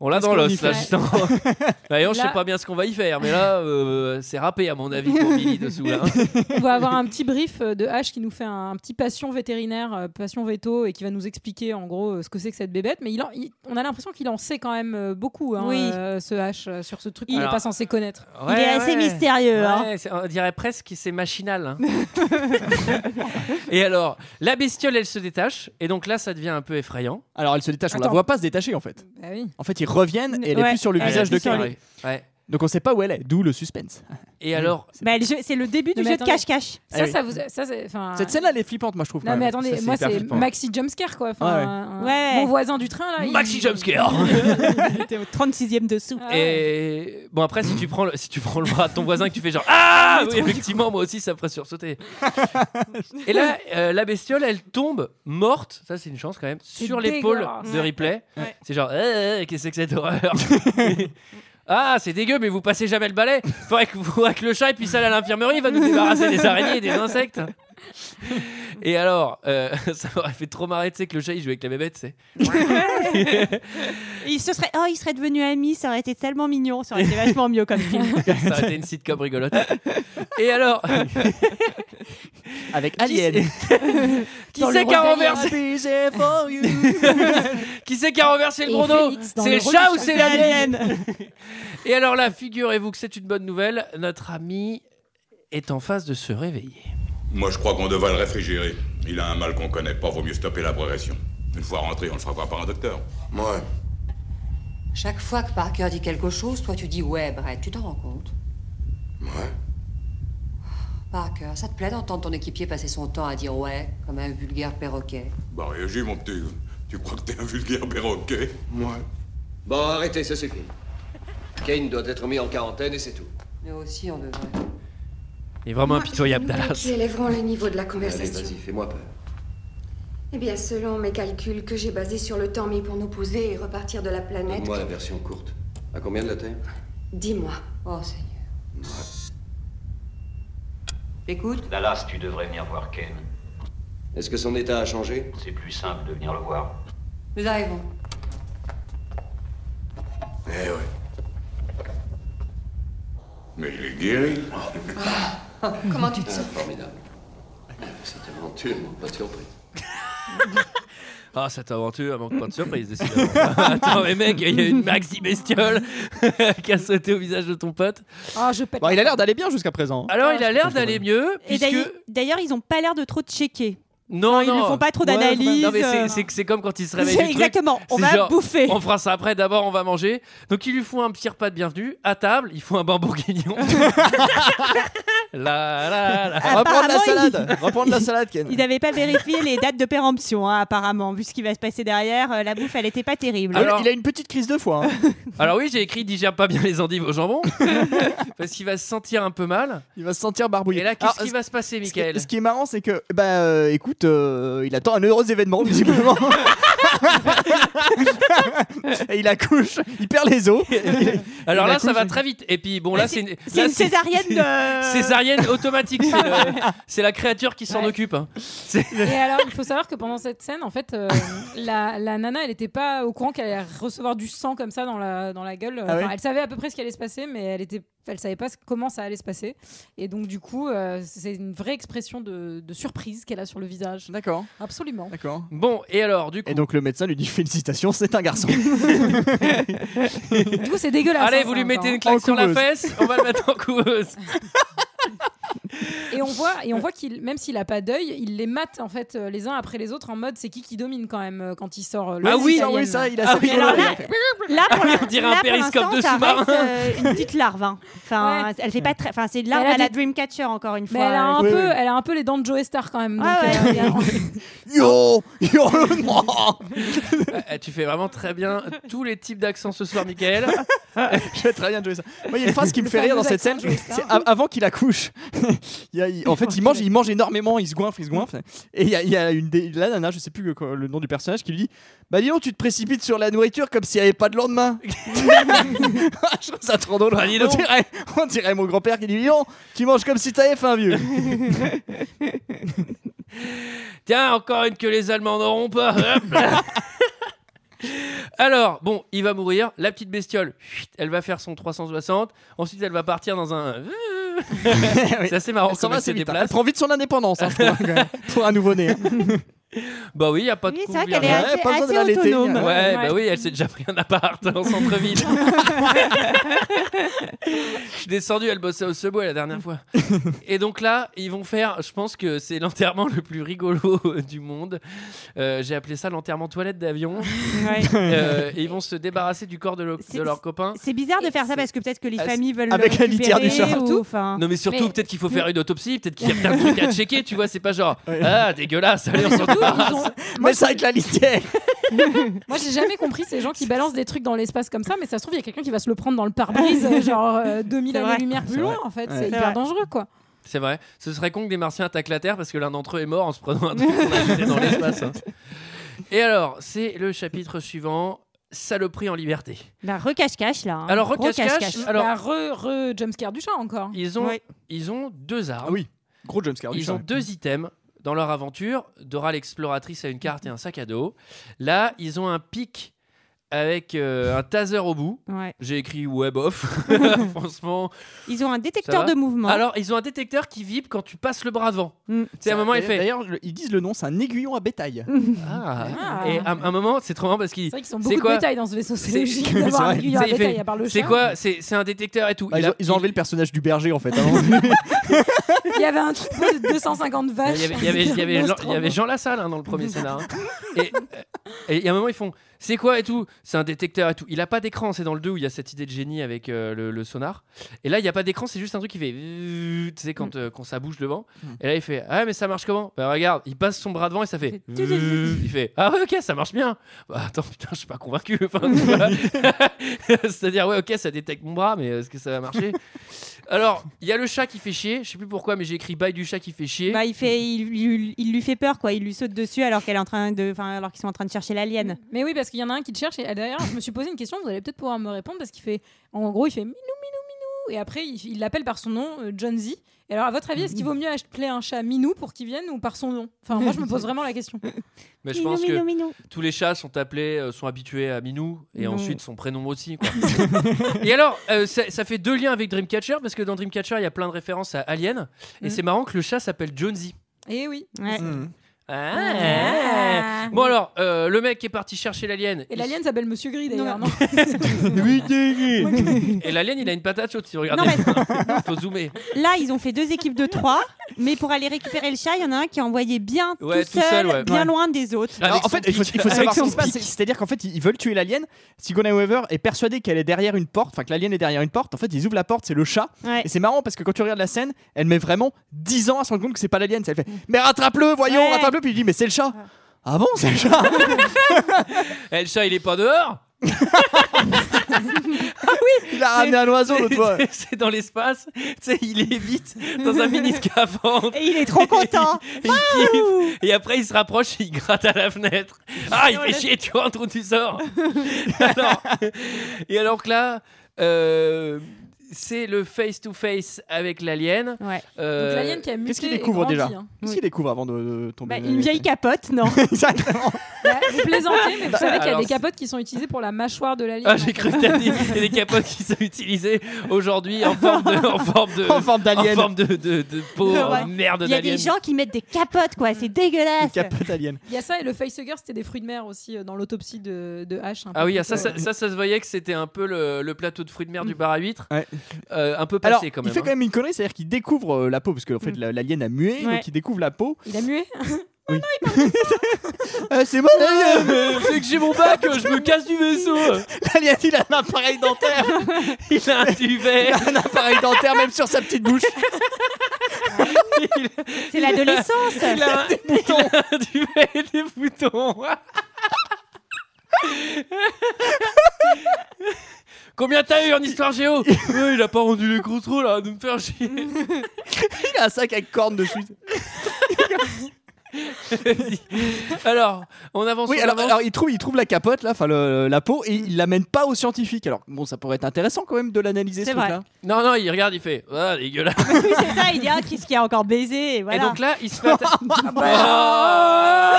Speaker 1: on l'a
Speaker 10: Qu'est-ce
Speaker 1: Ah, dans
Speaker 10: qu'on y
Speaker 1: l'os là
Speaker 6: fait
Speaker 1: justement d'ailleurs je sais
Speaker 6: Là-
Speaker 1: pas bien ce qu'on va y faire mais là euh, c'est râpé à mon avis pour Billy dessous là hein.
Speaker 6: On va avoir un petit brief euh, de H qui nous fait un, un petit passion vétérinaire, euh, passion veto, et qui va nous expliquer en gros euh, ce que c'est que cette bébête. Mais il en- il- on a l'impression qu'il en sait quand même euh, beaucoup, hein,
Speaker 8: Oui.
Speaker 6: euh, ce H, euh, sur ce truc
Speaker 1: Il-
Speaker 6: qu'il n'est pas censé connaître.
Speaker 8: Il
Speaker 1: Ouais,
Speaker 8: est assez
Speaker 1: ouais.
Speaker 8: mystérieux. hein.
Speaker 1: Ouais, c'est- on dirait presque que c'est machinal. hein. et alors, la bestiole, elle se détache, et donc là, ça devient un peu effrayant.
Speaker 7: Alors elle se détache, on la
Speaker 6: Attends.
Speaker 7: voit pas se détacher en fait.
Speaker 6: Bah oui.
Speaker 7: En fait, ils reviennent et elle
Speaker 8: Ouais.
Speaker 7: est plus sur le
Speaker 8: Elle est
Speaker 7: visage
Speaker 8: plus
Speaker 7: de
Speaker 8: sur
Speaker 7: Carrie.
Speaker 8: lui. Ah.
Speaker 1: Ouais. Ouais.
Speaker 7: Donc on sait pas où elle est, d'où le suspense.
Speaker 1: Et alors,
Speaker 8: Bah, le jeu- c'est le début
Speaker 6: Non,
Speaker 8: du
Speaker 6: mais
Speaker 8: jeu de
Speaker 6: attendez.
Speaker 8: cache-cache.
Speaker 7: Ah
Speaker 6: Ça,
Speaker 7: oui.
Speaker 6: ça vous. Ça, c'est- enfin,
Speaker 7: Cette scène-là, elle est flippante, moi je trouve.
Speaker 6: Non,
Speaker 7: quand
Speaker 6: mais
Speaker 7: même.
Speaker 6: attendez,
Speaker 7: Ça, c'est
Speaker 6: moi,
Speaker 7: hyper
Speaker 6: c'est
Speaker 7: flippant.
Speaker 6: maxi jumpscare, quoi. Enfin,
Speaker 7: Ouais, ouais.
Speaker 6: un- un-
Speaker 8: Ouais.
Speaker 6: Mon voisin du train, là. il-
Speaker 1: maxi jumpscare
Speaker 8: Il
Speaker 6: Euh,
Speaker 8: était au 36e dessous.
Speaker 6: Ah ouais.
Speaker 1: Et bon, après, si tu prends le, si tu prends le bras de ton voisin, que tu fais genre Ah Oui, effectivement, moi aussi, ça me ferait sursauter. et là, euh, la bestiole, elle tombe morte, ça c'est une chance quand même, sur l'épaule
Speaker 6: dégueulasse.
Speaker 1: de Ripley.
Speaker 8: Ouais.
Speaker 1: C'est genre Eh, eh, Qu'est-ce que c'est que cette horreur Ah, c'est dégueu, mais vous passez jamais le balai. Faudrait que, vous, que le chat puisse aller à l'infirmerie, il va nous débarrasser des araignées et des insectes. Et alors, euh, ça m'aurait fait trop marrer, tu sais, que le chat il jouait avec la bébête, tu sais.
Speaker 8: Il se serait, oh, il serait devenu ami, ça aurait été tellement mignon, ça aurait été vachement mieux comme film.
Speaker 1: Ça aurait été une sitcom rigolote. Et alors,
Speaker 7: Avec Alien.
Speaker 1: qui c'est qui a renversé Qui c'est qui a renversé le
Speaker 6: Et
Speaker 1: chrono
Speaker 6: Phoenix dans
Speaker 1: C'est le
Speaker 6: le rôle
Speaker 1: chat
Speaker 6: du
Speaker 1: ou
Speaker 6: chat.
Speaker 1: c'est l'alien Et alors là, figurez-vous que c'est une bonne nouvelle, notre ami est en phase de se réveiller.
Speaker 5: Moi, je crois qu'on devrait le réfrigérer. Il a un mal qu'on connaît pas, vaut mieux stopper la progression. Une fois rentré, on le fera voir par un docteur.
Speaker 11: Ouais.
Speaker 12: Chaque fois que Parker dit quelque chose, toi tu dis ouais, Brett, tu t'en rends compte.
Speaker 11: Ouais.
Speaker 12: Parker, ça te plaît d'entendre ton équipier passer son temps à dire ouais, comme un vulgaire perroquet
Speaker 5: Bah réagis, mon petit. Tu crois que t'es un vulgaire perroquet
Speaker 11: Ouais.
Speaker 4: Bon, arrêtez, ça suffit. Kane doit être mis en quarantaine et c'est tout.
Speaker 12: Mais aussi on devrait.
Speaker 1: Il est vraiment impitoyable, Dallas.
Speaker 12: Qui élèveront le niveau de la
Speaker 4: Allez, vas-y, fais-moi peur.
Speaker 12: Eh bien, selon mes calculs que j'ai basés sur le temps mis pour nous poser et repartir de la planète,
Speaker 4: Donne-moi la version courte. À combien de la Terre
Speaker 12: dis-moi. Oh Seigneur. Écoute,
Speaker 13: Dallas, tu devrais venir voir Ken.
Speaker 4: Est-ce que son état a changé
Speaker 13: C'est plus simple de venir le voir.
Speaker 12: nous arrivons.
Speaker 11: Eh ouais.
Speaker 5: Mais il est guéri.
Speaker 12: Comment tu te sens
Speaker 4: Formidable. Cette aventure, moi, pas de surprise.
Speaker 1: Ah, cette aventure, elle manque pas de surprise, décidément. Attends, mais mec, il y a une maxi bestiole qui a sauté au visage de ton pote.
Speaker 6: Ah, je pète.
Speaker 10: Bon, il a l'air d'aller bien jusqu'à présent.
Speaker 7: hein.
Speaker 8: Ah,
Speaker 1: Alors, il a l'air d'aller mieux,
Speaker 8: Et
Speaker 1: puisque...
Speaker 8: d'ailleurs, d'ailleurs, ils ont pas l'air de trop te checker.
Speaker 1: Non,
Speaker 8: Enfin, ils ne font pas trop
Speaker 1: Ouais,
Speaker 8: d'analyse.
Speaker 1: Non, mais c'est-
Speaker 8: euh,
Speaker 1: c'est que- c'est comme quand il se réveille
Speaker 8: c'est
Speaker 1: du truc.
Speaker 8: exactement. On
Speaker 1: C'est
Speaker 8: va
Speaker 1: genre-
Speaker 8: bouffer.
Speaker 1: On fera ça après, d'abord on va manger. Donc ils lui font un petit repas de bienvenue. À table, ils font un bain bourguignon. la, la, la.
Speaker 7: Reprendre la
Speaker 8: Ah, Apparemment, il-
Speaker 7: salade. Reprendre la salade, Ken.
Speaker 8: Ils n'avaient pas vérifié les dates de péremption, hein, apparemment, vu ce qui va se passer derrière. euh, la bouffe, elle n'était pas terrible.
Speaker 7: Ah oui,
Speaker 1: Alors-
Speaker 7: Il a une petite crise de foie. hein.
Speaker 1: Alors oui, j'ai écrit digère pas bien les endives au jambon. parce qu'il va se sentir un peu mal.
Speaker 7: Il va se sentir barbouillé.
Speaker 1: Et là,
Speaker 7: Alors,
Speaker 1: qu'est-ce qui va se passer,
Speaker 7: ce qui, est-
Speaker 1: Michael
Speaker 7: ce qui est marrant, c'est que, bah, euh, écoute, euh, il attend un heureux événement, visiblement. et il accouche, il perd les os.
Speaker 1: Alors
Speaker 7: il
Speaker 1: là,
Speaker 7: accouche,
Speaker 1: ça va
Speaker 7: il-
Speaker 1: très vite. Et puis bon, là, c'est une,
Speaker 8: C'est
Speaker 1: là,
Speaker 8: une
Speaker 1: c'est-
Speaker 8: césarienne de.
Speaker 1: césarienne automatique. C'est le- C'est la créature qui s'en
Speaker 6: Ouais.
Speaker 1: occupe. hein.
Speaker 6: Et alors, il faut savoir que pendant cette scène, en fait, euh, la, la nana, elle n'était pas au courant qu'elle allait recevoir du sang comme ça dans la, dans la gueule.
Speaker 7: Ah
Speaker 6: Enfin,
Speaker 7: ouais
Speaker 6: Elle savait à peu près ce qui allait se passer, mais elle était, elle savait pas ce- comment ça allait se passer. Et donc, du coup, euh, c'est une vraie expression de, de surprise qu'elle a sur le visage.
Speaker 7: D'accord,
Speaker 6: Absolument.
Speaker 7: d'accord.
Speaker 1: Bon, et alors, du coup.
Speaker 7: Et donc le médecin lui dit félicitations, c'est un garçon.
Speaker 6: Du coup, c'est dégueulasse.
Speaker 1: Allez,
Speaker 6: hein,
Speaker 1: vous
Speaker 6: ça,
Speaker 1: lui
Speaker 6: encore,
Speaker 1: mettez
Speaker 6: hein.
Speaker 1: une claque
Speaker 7: En
Speaker 1: sur la
Speaker 7: couveuse.
Speaker 1: fesse, on va le mettre en couveuse.
Speaker 6: hein. Et on voit, et on voit qu'il, même s'il a pas d'œil, il les mate en fait euh, les uns après les autres en mode c'est qui qui domine quand même euh, quand il sort. euh, le
Speaker 1: Ah oui,
Speaker 6: Italienne.
Speaker 1: ah oui, ça, il a Ah sa oui, colonne, alors là- il a fait-
Speaker 8: Là, pour
Speaker 1: Ah oui,
Speaker 8: le-
Speaker 1: on dirait un
Speaker 8: là, pour
Speaker 1: périscope
Speaker 8: l'instant,
Speaker 1: de
Speaker 8: ça
Speaker 1: sous-marin.
Speaker 8: reste, euh, une petite larve. hein. Enfin,
Speaker 6: Ouais.
Speaker 8: elle fait pas très. Enfin, c'est de larve
Speaker 6: Mais elle a
Speaker 8: à la
Speaker 6: des-
Speaker 8: Dreamcatcher encore une fois.
Speaker 6: Mais elle a un
Speaker 8: euh,
Speaker 6: peu, elle a un peu les dents de Joe Star quand même.
Speaker 8: Ah
Speaker 6: donc,
Speaker 8: ouais.
Speaker 6: euh,
Speaker 9: Yo Yo
Speaker 1: Euh, Tu fais vraiment très bien tous les types d'accents ce soir, Michael.
Speaker 7: Je vais très bien jouer ça. Moi, il y a une phrase qui me fait rire dans cette scène. C'est a- avant qu'il accouche. Il y a- il- en fait, il mange, il mange énormément, il se goinfre, il se goinfre. Et il y a, il y a une des- la nana, je sais plus le, quoi- le nom du personnage, qui lui dit Bah dis donc, tu te précipites sur la nourriture comme s'il n'y avait pas de lendemain. Ah, je trouve ça trop drôle.
Speaker 1: Bah, dis
Speaker 7: on,
Speaker 1: donc.
Speaker 7: dirait, on dirait mon grand-père qui dit Dis donc, tu manges comme si t'avais faim, vieux.
Speaker 1: Tiens, encore une que les Allemands n'auront pas. Hop là. Alors, bon, il va mourir. La petite bestiole, chut, elle va faire son 360. Ensuite, elle va partir dans un. euh, C'est assez marrant.
Speaker 7: Elle s'en
Speaker 1: comment
Speaker 7: va
Speaker 1: elle
Speaker 7: assez
Speaker 1: se
Speaker 7: vite, hein.
Speaker 1: déplace.
Speaker 7: Elle prend vite son indépendance, hein, je crois, quand même, pour un nouveau-né. hein.
Speaker 1: Bah oui, il n'y a pas de hein.
Speaker 8: Oui,
Speaker 1: coup,
Speaker 8: c'est vrai
Speaker 1: il y a
Speaker 8: qu'elle est
Speaker 1: rien.
Speaker 8: assez-
Speaker 7: pas besoin de
Speaker 8: assez
Speaker 7: l'allaiter.
Speaker 8: autonome.
Speaker 1: Ouais, bah oui, elle s'est déjà pris un appart en centre-ville. je suis descendu, elle bossait au Subway la dernière fois. Et donc là, ils vont faire, je pense que c'est l'enterrement le plus rigolo euh, du monde. Euh, J'ai appelé ça l'enterrement toilette d'avion.
Speaker 8: Ouais.
Speaker 1: Euh, et ils vont se débarrasser du corps de, leur- de leur copain.
Speaker 8: C'est bizarre de faire ça parce que peut-être que les
Speaker 1: Ah, c'est-
Speaker 8: familles veulent.
Speaker 1: Avec la
Speaker 8: le
Speaker 1: litière du
Speaker 8: récupérer
Speaker 1: chat.
Speaker 8: ou- enfin-
Speaker 1: Non mais surtout
Speaker 8: Mais-
Speaker 1: peut-être qu'il faut faire une autopsie, peut-être qu'il y a plein de trucs à checker, tu vois, c'est pas genre ah dégueulasse, allez on s'en débarrasse.
Speaker 7: Mais ça avec la litière.
Speaker 6: Moi, j'ai jamais compris ces gens qui balancent des trucs dans l'espace comme ça, mais ça se trouve, il y a quelqu'un qui va se le prendre dans le pare-brise, euh, genre euh, 2000
Speaker 8: C'est vrai.
Speaker 6: années-lumière plus
Speaker 1: C'est
Speaker 6: loin,
Speaker 1: vrai.
Speaker 6: en fait.
Speaker 1: Ouais.
Speaker 6: C'est
Speaker 1: C'est
Speaker 6: hyper
Speaker 1: vrai.
Speaker 6: dangereux, quoi.
Speaker 1: C'est vrai. Ce serait con que des martiens attaquent la Terre parce que l'un d'entre eux est mort en se prenant un truc qu'on a jeté dans l'espace. hein. Et alors, c'est le chapitre suivant, saloperie en liberté.
Speaker 8: Bah, recache-cache là. hein.
Speaker 1: Alors, recache-cache,
Speaker 6: Alors,
Speaker 1: Alors-
Speaker 6: re, Bah, re jumpscare du chat encore.
Speaker 1: Ils ont,
Speaker 6: Ouais.
Speaker 1: ils ont deux armes.
Speaker 7: Ah oui, gros jumpscare.
Speaker 1: Ils ont deux items dans leur aventure. Dora l'exploratrice a une carte et un sac à dos. Là, ils ont un pic avec euh, un taser au bout.
Speaker 8: Ouais.
Speaker 1: J'ai écrit web off. Franchement,
Speaker 8: Ils ont un
Speaker 1: ça
Speaker 8: détecteur
Speaker 1: va.
Speaker 8: de mouvement. Mm.
Speaker 1: Alors, ils ont un détecteur qui vibre quand tu passes le bras devant. Tu sais, à un moment, il fait.
Speaker 7: D'ailleurs, le- ils disent le nom, c'est un aiguillon à bétail.
Speaker 1: Ah.
Speaker 6: Ah.
Speaker 1: Et à un moment, c'est trop marrant parce qu'ils.
Speaker 6: C'est vrai qu'ils ont
Speaker 1: c'est
Speaker 6: beaucoup
Speaker 1: quoi
Speaker 6: de bétail dans ce vaisseau. C'est
Speaker 1: C'est-
Speaker 6: logique
Speaker 1: c'est
Speaker 6: d'avoir un
Speaker 1: vrai.
Speaker 6: aiguillon à
Speaker 1: C'est- il fait-
Speaker 6: bétail à part le
Speaker 1: C'est
Speaker 6: chat.
Speaker 1: quoi C'est c'est un détecteur et tout.
Speaker 7: Ah,
Speaker 1: Il
Speaker 7: ils,
Speaker 1: a-
Speaker 7: ont, ils ont enlevé le personnage du berger en fait. hein. avant.
Speaker 6: Il y avait un troupeau de 250 vaches.
Speaker 1: Il y avait, il y avait- il y avait-
Speaker 6: Un
Speaker 1: il y
Speaker 6: monstre en
Speaker 1: avait Jean Lassalle hein, dans le premier scénar. hein. Et euh, et il y a un moment, ils font C'est quoi et tout C'est un détecteur et tout. Il a pas d'écran, c'est dans le 2 où il y a cette idée de génie avec euh, le, le sonar. Et là, il n'y a pas d'écran, c'est juste un truc qui fait. Tu sais, quand,
Speaker 6: Mm.
Speaker 1: euh, quand ça bouge devant. Et là, il fait Ah, mais ça marche comment Bah, regarde, il passe son bras devant et ça fait. Il fait Ah, ouais, ok, ça marche bien. Bah, attends, putain, je suis pas convaincu. Enfin, tu vois. C'est-à-dire, ouais, ok, ça détecte mon bras, mais euh, est-ce que ça va marcher Alors, il y a le chat qui fait chier. Je sais plus pourquoi, mais j'ai écrit bail du chat qui fait chier.
Speaker 8: Bah, il, fait, il, il- il lui fait peur, quoi. Il lui saute dessus alors qu'elle est en train de, enfin, alors qu'ils sont en train de chercher l'alien.
Speaker 6: Mais oui, parce qu'il y en a un qui te cherche. Et ah, d'ailleurs, je me suis posé une question, vous allez peut-être pouvoir me répondre, parce qu'il fait. En gros, il fait minou, minou, minou. Et après, il il l'appelle par son nom, euh, John Z. Et alors, à votre avis, est-ce qu'il vaut mieux appeler un chat minou pour qu'il vienne ou par son nom Enfin, moi, je me pose vraiment la question.
Speaker 1: Mais je pense
Speaker 8: Minou,
Speaker 1: que
Speaker 8: minou, minou.
Speaker 1: tous les chats sont appelés, euh, sont habitués à Minou et
Speaker 8: Non.
Speaker 1: ensuite son prénom aussi. quoi. et alors, euh, ça, ça fait deux liens avec Dreamcatcher parce que dans Dreamcatcher, il y a plein de références à Alien. Et
Speaker 6: Mm.
Speaker 1: c'est marrant que le chat s'appelle Jonesy.
Speaker 6: Et Eh oui.
Speaker 8: Ouais.
Speaker 1: Ah. Bon alors, euh, le mec qui est parti chercher l'alien.
Speaker 6: Et
Speaker 1: il-
Speaker 6: l'alien s'appelle Monsieur Gris, d'ailleurs.
Speaker 8: Non.
Speaker 6: non
Speaker 1: Et l'alien, il a une patate chaude si vous regardez.
Speaker 8: Non,
Speaker 1: Faut zoomer.
Speaker 8: Là, ils ont fait deux équipes de trois, mais pour aller récupérer le chat, il y en a un qui est envoyé bien
Speaker 1: Ouais,
Speaker 8: tout
Speaker 1: tout
Speaker 8: seul,
Speaker 1: seul, ouais.
Speaker 8: bien
Speaker 1: Ouais.
Speaker 8: loin des autres.
Speaker 1: Avec
Speaker 7: Alors, en
Speaker 1: son
Speaker 7: fait, il faut,
Speaker 1: pic.
Speaker 7: il faut
Speaker 1: Avec
Speaker 7: savoir ce
Speaker 1: son
Speaker 7: qui se passe.
Speaker 1: pic.
Speaker 7: C'est-à-dire qu'en fait, ils ils veulent tuer l'alien. Sigourney Weaver est persuadée qu'elle est derrière une porte, enfin que l'alien est derrière une porte. En fait, ils ouvrent la porte, c'est le chat.
Speaker 8: Ouais.
Speaker 7: Et c'est marrant parce que quand tu regardes la scène, elle met vraiment 10 ans à se rendre compte que c'est pas l'alien. Elle fait Mais rattrape-le, voyons,
Speaker 8: Ouais.
Speaker 7: rattrape-le. Puis il dit Mais c'est le chat. Ah bon, c'est le chat
Speaker 1: Eh, le chat, il est pas dehors.
Speaker 7: Il a ramené un oiseau l'autre fois.
Speaker 1: C'est dans l'espace. Tu sais, il évite dans un mini scaphandre.
Speaker 8: Et il est trop content.
Speaker 1: Il kiffe. Et après, il se rapproche et il gratte à la fenêtre. Ah, il fait chier, tu rentres ou tu sors. Alors- et alors que là, euh, c'est le face-to-face avec l'alien.
Speaker 8: Ouais.
Speaker 1: Euh,
Speaker 6: Donc, l'alien qui a muté
Speaker 7: Qu'est-ce qu'il
Speaker 6: et
Speaker 7: découvre
Speaker 6: grandi,
Speaker 7: déjà
Speaker 6: hein.
Speaker 7: Qu'est-ce qu'il découvre avant de, de tomber
Speaker 8: Bah, une vieille capote, non
Speaker 7: Exactement.
Speaker 6: Bah, vous plaisantez, mais vous savez qu'il y a
Speaker 1: Alors,
Speaker 6: des capotes qui sont utilisées pour la mâchoire de l'alien.
Speaker 1: Ah, j'ai cru que t'as dit il y a des capotes qui sont utilisées aujourd'hui en forme de, en forme de,
Speaker 7: En forme d'alien.
Speaker 1: Euh, en forme de, de- de peau
Speaker 8: Ouais.
Speaker 1: en merde
Speaker 8: Il y a des
Speaker 1: d'alien.
Speaker 8: gens qui mettent des capotes, quoi. C'est
Speaker 7: Une
Speaker 8: dégueulasse.
Speaker 7: capote alien.
Speaker 6: Il y a ça et le facehugger, c'était des fruits de mer aussi euh, dans l'autopsie de, de H. un peu
Speaker 1: Ah oui,
Speaker 6: plus euh,
Speaker 1: ah, ça,
Speaker 6: tôt.
Speaker 1: ça, ça, ça se voyait que c'était un peu le, le plateau de fruits de mer du bar à huîtres.
Speaker 7: Ouais.
Speaker 1: euh, un peu passé
Speaker 7: Alors,
Speaker 1: quand même.
Speaker 7: il fait
Speaker 1: hein.
Speaker 7: quand même une connerie, c'est-à-dire qu'il découvre euh, la peau, parce qu'en fait,
Speaker 1: Mm.
Speaker 7: la- l'alien a mué,
Speaker 1: Ouais.
Speaker 7: donc il découvre la peau.
Speaker 6: Il a mué
Speaker 7: Ah, c'est moi
Speaker 1: Ouais, mais Euh, c'est que j'ai mon bac, je me casse du vaisseau.
Speaker 7: L'alien, il a un appareil dentaire
Speaker 1: Il a un duvet
Speaker 7: Il a un appareil dentaire, même sur sa petite bouche
Speaker 8: C'est l'adolescence.
Speaker 1: Il a un- il a un duvet et des boutons. Combien t'as eu en histoire géo Ouais, Il a pas rendu les contrôles là, de me faire chier.
Speaker 7: Il a un sac avec cornes dessus.
Speaker 1: alors, on avance.
Speaker 7: Oui,
Speaker 1: on
Speaker 7: alors,
Speaker 1: avance.
Speaker 7: alors, il, trouve, il trouve la capote, là, enfin le- la peau, et il l'amène pas aux scientifiques. Alors, bon, ça pourrait être intéressant quand même de l'analyser ce truc-là.
Speaker 1: Non, non, il regarde, il fait. Ah, dégueulasse.
Speaker 8: Oui, c'est ça, il y a qu'est-ce qui a encore baisé. Et, voilà.
Speaker 1: Et donc là, il se fait. atta-
Speaker 7: Ah, bah,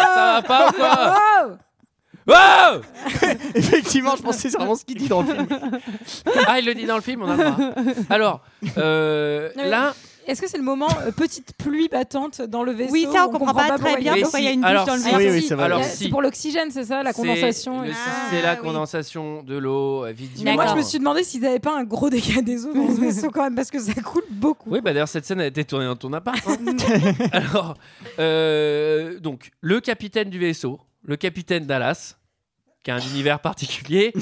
Speaker 1: Oh, ça va pas ou quoi Wow
Speaker 7: Effectivement, je pense que c'est vraiment ce qu'il dit dans le film.
Speaker 1: Ah, il le dit dans le film, on a le droit. Alors, euh,
Speaker 6: Non, mais
Speaker 1: là.
Speaker 6: Est-ce que c'est le moment euh, petite pluie battante dans le vaisseau
Speaker 8: Oui, ça, on
Speaker 6: où
Speaker 8: comprend pas très
Speaker 6: pourquoi
Speaker 8: bien
Speaker 6: y a-
Speaker 8: pourquoi il y a une
Speaker 1: alors,
Speaker 8: bouche dans le
Speaker 1: si,
Speaker 8: verre.
Speaker 1: oui,
Speaker 8: Ah,
Speaker 1: oui,
Speaker 8: si.
Speaker 1: ça va. Alors,
Speaker 6: C'est
Speaker 1: si.
Speaker 6: pour l'oxygène, c'est ça, la
Speaker 1: c'est
Speaker 6: condensation.
Speaker 1: le-
Speaker 6: et-
Speaker 1: C'est la condensation de l'eau, évidemment.
Speaker 6: Mais moi, je me suis demandé s'ils n'avaient pas un gros dégât des eaux dans ce vaisseau quand même, parce que ça coule beaucoup.
Speaker 1: Oui, bah d'ailleurs, cette scène a été tournée dans ton appart. hein. Alors, euh, donc, le capitaine du vaisseau, le capitaine Dallas, qui a un univers particulier,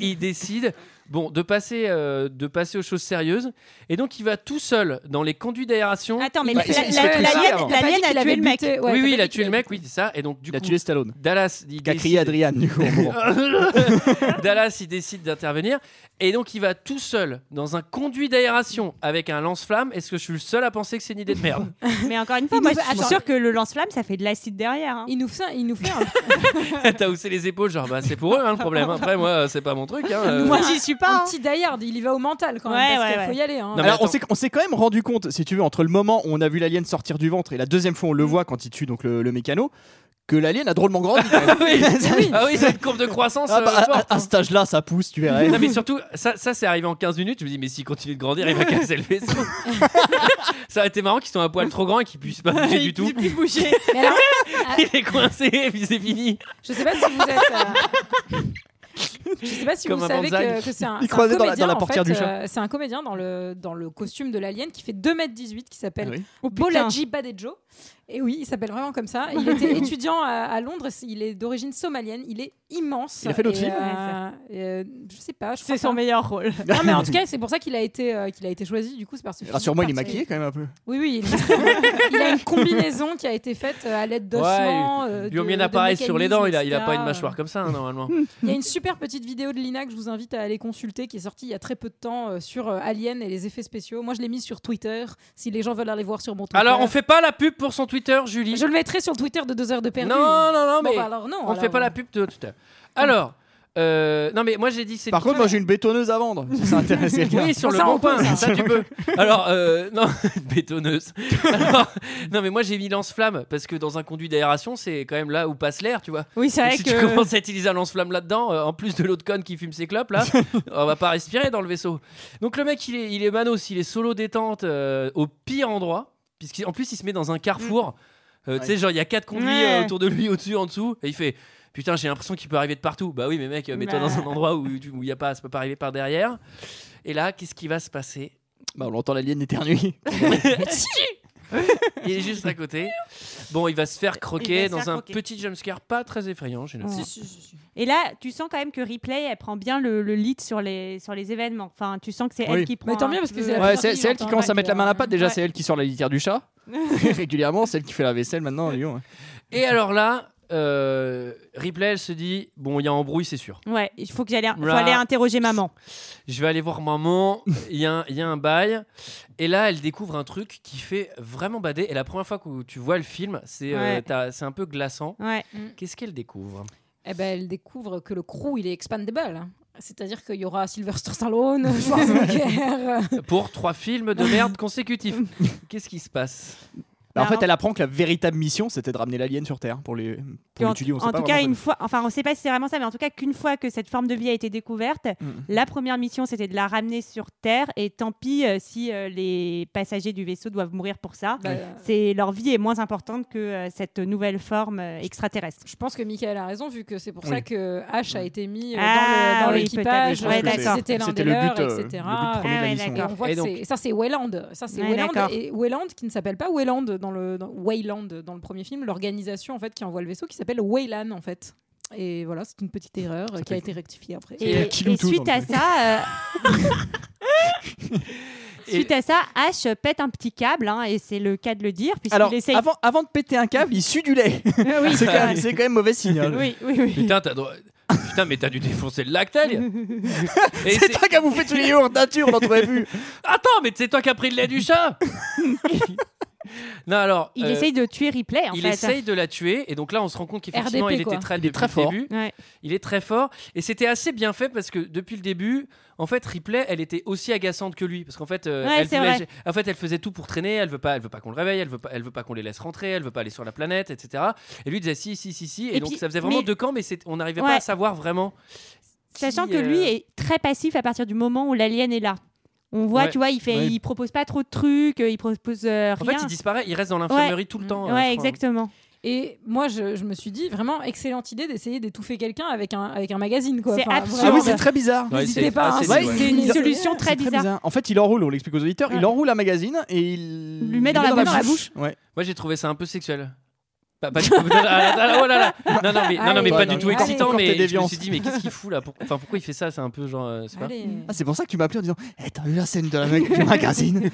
Speaker 1: il décide bon, de, passer, euh, de passer aux choses sérieuses. Et donc, il va tout seul dans les conduits d'aération.
Speaker 6: Ah,
Speaker 8: Attends, mais
Speaker 1: Bah,
Speaker 8: la-
Speaker 1: il se-
Speaker 8: la-
Speaker 1: il se fait
Speaker 8: la-
Speaker 1: tout
Speaker 8: la
Speaker 1: seul
Speaker 8: lienne-
Speaker 1: avant.
Speaker 8: la lienne a tué le mec.
Speaker 1: oui, oui, il a tué le mec, oui, c'est ça. Et donc, du
Speaker 7: Il a
Speaker 1: coup,
Speaker 7: tué Stallone.
Speaker 1: Dallas, il
Speaker 7: Qu'a crié Adrian, du coup.
Speaker 1: Dallas, il décide d'intervenir. Et donc, il va tout seul dans un conduit d'aération avec un lance-flamme. Est-ce que je suis le seul à penser que c'est une idée de merde
Speaker 8: Mais encore une fois,
Speaker 6: Il
Speaker 8: moi,
Speaker 6: nous-
Speaker 8: je suis
Speaker 6: attends.
Speaker 8: sûre que le lance-flamme, ça fait de l'acide derrière. hein.
Speaker 6: Il nous fait, il nous fait un,
Speaker 1: T'as haussé les épaules, genre, bah, c'est pour eux hein, le problème. Après, moi, euh, c'est pas mon truc. hein, euh.
Speaker 8: Moi, j'y suis pas.
Speaker 6: un petit die-hard, il y va au mental quand même,
Speaker 8: Ouais,
Speaker 6: parce
Speaker 8: ouais,
Speaker 6: qu'il
Speaker 8: ouais.
Speaker 6: faut y aller. hein.
Speaker 1: Non, mais
Speaker 7: Alors, on
Speaker 1: attends.
Speaker 7: s'est, on s'est quand même rendu compte, si tu veux, entre le moment où on a vu l'alien sortir du ventre et la deuxième fois on le voit quand il tue donc le, le mécano, que l'alien a drôlement grandi. quand même.
Speaker 1: Ah oui, ah oui, cette courbe de croissance.
Speaker 7: Ah
Speaker 1: euh,
Speaker 7: bah, à-
Speaker 1: forte,
Speaker 7: à, à
Speaker 1: hein.
Speaker 7: cet âge-là, ça pousse, tu verrais.
Speaker 1: Non, mais surtout, ça, ça c'est arrivé en 15 minutes. Je me dis, mais s'il continue de grandir, il va casser le vaisseau. ça aurait été marrant qu'ils soient un poil trop grand et qu'ils puissent pas bouger du tout.
Speaker 8: hein. Il bougeait.
Speaker 6: Mais alors,
Speaker 1: Il est coincé et puis c'est fini.
Speaker 6: je sais pas si vous êtes. euh, Je sais pas si
Speaker 1: Comme
Speaker 6: vous
Speaker 1: un
Speaker 6: savez
Speaker 1: bonsaï.
Speaker 6: que, que c'est un,
Speaker 7: Il
Speaker 6: c'est un
Speaker 7: croisait dans la-
Speaker 6: comédien,
Speaker 7: dans la
Speaker 6: en
Speaker 7: portière
Speaker 6: fait,
Speaker 7: du chat.
Speaker 6: euh, c'est un comédien dans le, dans le costume de l'alien qui fait 2m18 qui s'appelle
Speaker 7: Oui.
Speaker 1: Oh,
Speaker 6: Bolaji Badejo. Et oui, il s'appelle vraiment comme ça. Il était étudiant à, à Londres. Il est d'origine somalienne. Il est immense.
Speaker 7: Il a fait d'autres
Speaker 6: Et,
Speaker 7: films
Speaker 6: euh, et, euh, Je sais pas. je crois
Speaker 8: C'est son
Speaker 6: pas.
Speaker 8: meilleur rôle.
Speaker 6: Non, mais en tout cas, c'est pour ça qu'il a été euh, qu'il a été choisi. Du coup, c'est par ce film
Speaker 7: Rassure-moi, il est
Speaker 6: particulier.
Speaker 7: maquillé quand même un peu.
Speaker 6: Oui, oui. Il, il a une combinaison qui a été faite euh, à l'aide d'ossements. euh,
Speaker 1: Lui, on
Speaker 6: de-
Speaker 1: vient
Speaker 6: de
Speaker 1: d'appareil sur les dents. Il a, il a
Speaker 6: mécanismes,
Speaker 1: pas une
Speaker 6: etc..
Speaker 1: mâchoire comme ça, hein, normalement.
Speaker 6: Il y a une super petite vidéo de Lina que je vous invite à aller consulter qui est sortie il y a très peu de temps euh, sur euh, Alien et les effets spéciaux. Moi, je l'ai mise sur Twitter. Si les gens veulent aller voir sur mon Twitter.
Speaker 1: Alors, on fait pas la pub pour son Twitter, Julie.
Speaker 6: Je le mettrai sur le Twitter de 2 heures de perdu.
Speaker 1: Non, non, non,
Speaker 6: Bon,
Speaker 1: mais
Speaker 6: bah, alors, non,
Speaker 1: on
Speaker 6: alors,
Speaker 1: fait pas la pub de tout à l'heure. Alors, euh, non, mais moi j'ai dit c'est.
Speaker 7: Par contre, moi j'ai une bétonneuse à vendre, si ça intéresse quelqu'un.
Speaker 1: Oui, sur
Speaker 6: Ah,
Speaker 1: le
Speaker 6: ça,
Speaker 1: bon
Speaker 6: on peut,
Speaker 1: coin,
Speaker 6: ça.
Speaker 1: ça tu peux. Alors, euh, non, bétonneuse. Alors, non, mais moi j'ai mis lance-flamme parce que dans un conduit d'aération, c'est quand même là où passe l'air, tu vois.
Speaker 8: Oui, c'est
Speaker 1: Donc,
Speaker 8: vrai
Speaker 1: si tu
Speaker 8: que.
Speaker 1: commences à utiliser un lance-flamme là-dedans, euh, en plus de l'autre conne qui fume ses clopes, là, on va pas respirer dans le vaisseau. Donc le mec, il est, il est manos, il est solo détente euh, au pire endroit, puisqu'en plus il se met dans un carrefour. Euh, Tu sais, genre il y a quatre conduits euh,
Speaker 8: Mm. Ouais.
Speaker 1: autour de lui, au-dessus, en dessous, et il fait Putain, j'ai l'impression qu'il peut arriver de partout. Bah oui, mais mec, euh, mets-toi
Speaker 8: Bah.
Speaker 1: dans un endroit où tu- où il y a pas, ça peut pas arriver par derrière. Et là, qu'est-ce qui va se passer
Speaker 7: Bah, on l'entend l'alien éternuer.
Speaker 1: Il est juste à côté. Bon, il va se faire
Speaker 8: Il
Speaker 1: croquer
Speaker 8: va se
Speaker 1: dans
Speaker 8: faire
Speaker 1: un
Speaker 8: croquer.
Speaker 1: petit jumpscare pas très effrayant, j'ai noté.
Speaker 8: Ouais. Et là, tu sens quand même que Ripley, elle prend bien le, le lead sur les, sur les événements. Enfin, tu sens que c'est
Speaker 7: Oui.
Speaker 8: elle qui prend.
Speaker 6: Mais tant
Speaker 8: un
Speaker 6: mieux, parce
Speaker 8: petit
Speaker 6: que
Speaker 8: peu-
Speaker 6: c'est la
Speaker 7: Ouais,
Speaker 6: Personne
Speaker 7: c'est,
Speaker 6: qui
Speaker 7: c'est elle qui
Speaker 6: l'entend
Speaker 7: commence
Speaker 6: pas,
Speaker 7: à mettre
Speaker 6: qui
Speaker 7: la main à la
Speaker 6: va-
Speaker 7: pâte, déjà
Speaker 8: Ouais.
Speaker 7: c'est elle qui sort la litière du chat. Régulièrement, c'est elle qui fait la vaisselle maintenant, à Lyon. hein.
Speaker 1: Et alors là, euh, Ripley, elle se dit Bon, il y a embrouille, c'est sûr.
Speaker 8: Ouais, il faut que j'aille, faut
Speaker 1: Là.
Speaker 8: aller interroger maman.
Speaker 1: Je vais aller voir maman, il y, a un- il y a un bail. Et là, elle découvre un truc qui fait vraiment bader. Et la première fois que tu vois le film, c'est euh,
Speaker 8: Ouais.
Speaker 1: t'as- c'est un peu glaçant.
Speaker 8: Ouais.
Speaker 1: Qu'est-ce qu'elle découvre
Speaker 6: Eh ben, elle découvre que le crew, il est expandable. C'est-à-dire qu'il y aura Sylvester Stallone, Schwarzenegger. euh,
Speaker 1: Pour trois films de merde consécutifs. Qu'est-ce qui se passe
Speaker 7: Bah, en fait,
Speaker 8: non.
Speaker 7: elle apprend que la véritable mission, c'était de ramener l'alien sur Terre pour les pour
Speaker 8: en,
Speaker 7: l'étudier. on sait
Speaker 8: en
Speaker 7: pas
Speaker 8: tout
Speaker 7: vraiment
Speaker 8: cas,
Speaker 7: comment.
Speaker 8: une fois, enfin, on ne sait pas si c'est vraiment ça, mais en tout cas, qu'une fois que cette forme de vie a été découverte,
Speaker 7: Mm.
Speaker 8: la première mission, c'était de la ramener sur Terre. Et tant pis euh, si euh, les passagers du vaisseau doivent mourir pour ça.
Speaker 6: Bah,
Speaker 8: c'est leur vie est moins importante que euh, cette nouvelle forme euh, extraterrestre.
Speaker 6: Je pense que Michael a raison, vu que c'est pour
Speaker 8: Oui.
Speaker 6: ça que H a été mis euh, dans
Speaker 8: Ah,
Speaker 6: le- dans
Speaker 8: oui,
Speaker 6: l'équipage,
Speaker 8: peut-être. Ouais,
Speaker 6: euh, parce que
Speaker 8: d'accord.
Speaker 6: c'était l'un
Speaker 8: C'était
Speaker 6: des
Speaker 8: le
Speaker 6: leurs,
Speaker 8: but,
Speaker 6: etc.
Speaker 8: euh, le but premier de la
Speaker 6: Ah ouais,
Speaker 8: mission.
Speaker 6: d'accord. Et on voit
Speaker 8: Et
Speaker 6: que
Speaker 8: donc-
Speaker 6: c'est- ça, c'est Wayland. Ça, c'est
Speaker 8: Ouais,
Speaker 6: Wayland.
Speaker 8: d'accord.
Speaker 6: Et Wayland, qui ne s'appelle pas Wayland dans le, dans- Wayland dans le premier film, l'organisation en fait, qui envoie le vaisseau, qui s'appelle Wayland, en fait. Et voilà, c'est une petite erreur euh, qui a été rectifiée après.
Speaker 8: Et, et suite à ça, euh, suite à ça, Ash pète un petit câble, hein, et c'est le cas de le dire,
Speaker 7: Alors,
Speaker 8: puisqu'il essaye.
Speaker 7: avant, avant de péter un câble, il sue du lait. c'est, quand même, c'est quand même mauvais signe. hein.
Speaker 8: Oui, oui, oui.
Speaker 1: Putain, t'as droit- Putain, mais t'as dû défoncer le lactel
Speaker 7: c'est toi qui as bouffé tous les yaourts nature, on n'en trouvait plus.
Speaker 1: Attends, mais c'est toi qui as pris le lait du chat Non, alors.
Speaker 8: Il
Speaker 1: euh,
Speaker 8: essaye de tuer Ripley, en
Speaker 1: il
Speaker 8: fait.
Speaker 1: essaye de la tuer et donc là on se rend compte qu'effectivement
Speaker 8: RDP,
Speaker 1: il
Speaker 8: quoi.
Speaker 1: était très,
Speaker 8: Il est
Speaker 1: depuis
Speaker 8: très
Speaker 1: le
Speaker 8: fort.
Speaker 1: début.
Speaker 8: Ouais.
Speaker 1: il est très fort et c'était assez bien fait parce que depuis le début en fait Ripley elle était aussi agaçante que lui parce qu'en fait euh,
Speaker 8: Ouais,
Speaker 1: elle
Speaker 8: c'est
Speaker 1: voulait-
Speaker 8: vrai.
Speaker 1: en fait elle faisait tout pour traîner elle veut pas elle veut pas qu'on le réveille elle veut pas elle veut pas qu'on les laisse rentrer elle veut pas aller sur la planète etc et lui disait si si si si et,
Speaker 8: Et
Speaker 1: donc
Speaker 8: puis-
Speaker 1: ça faisait vraiment
Speaker 8: mais-
Speaker 1: deux camps mais c'est- on n'arrivait
Speaker 8: Ouais.
Speaker 1: pas à savoir vraiment
Speaker 8: Sachant
Speaker 1: qui,
Speaker 8: que lui
Speaker 1: euh,
Speaker 8: est très passif à partir du moment où l'alien est là. On voit,
Speaker 1: Ouais.
Speaker 8: tu vois, il fait,
Speaker 1: Ouais.
Speaker 8: il propose pas trop de trucs, euh, il propose euh,
Speaker 1: en
Speaker 8: rien.
Speaker 1: fait il disparaît il reste dans l'infirmerie tout le temps euh, je crois.
Speaker 6: Et moi, je, je me suis dit, vraiment, excellente idée d'essayer d'étouffer quelqu'un avec un, avec un magazine. quoi.
Speaker 8: C'est
Speaker 6: Enfin,
Speaker 8: absurde.
Speaker 6: vraiment.
Speaker 7: Ah oui, c'est très bizarre.
Speaker 6: N'hésitez pas, hein, c'est c'est une solution très bizarre.
Speaker 7: En fait, il enroule, on l'explique aux auditeurs, il enroule un magazine et il
Speaker 8: lui met dans la bouche.
Speaker 7: Ouais.
Speaker 1: Moi, j'ai trouvé ça un peu sexuel. Pas, pas du tout. Ah, là, là, oh là là. Non, non, mais, non, non, mais
Speaker 7: Allez,
Speaker 1: pas du
Speaker 7: allez,
Speaker 1: tout excitant.
Speaker 7: allez. Ah Encore
Speaker 1: Mais
Speaker 7: tes
Speaker 1: je me
Speaker 7: déviances.
Speaker 1: suis dit, mais qu'est-ce qu'il fout là Pour- Enfin, pourquoi il fait ça C'est un peu genre. euh, c'est pas...
Speaker 6: Allez.
Speaker 7: Ah, c'est pour ça que tu m'as appelé en disant Eh, T'as vu la scène de la du magazine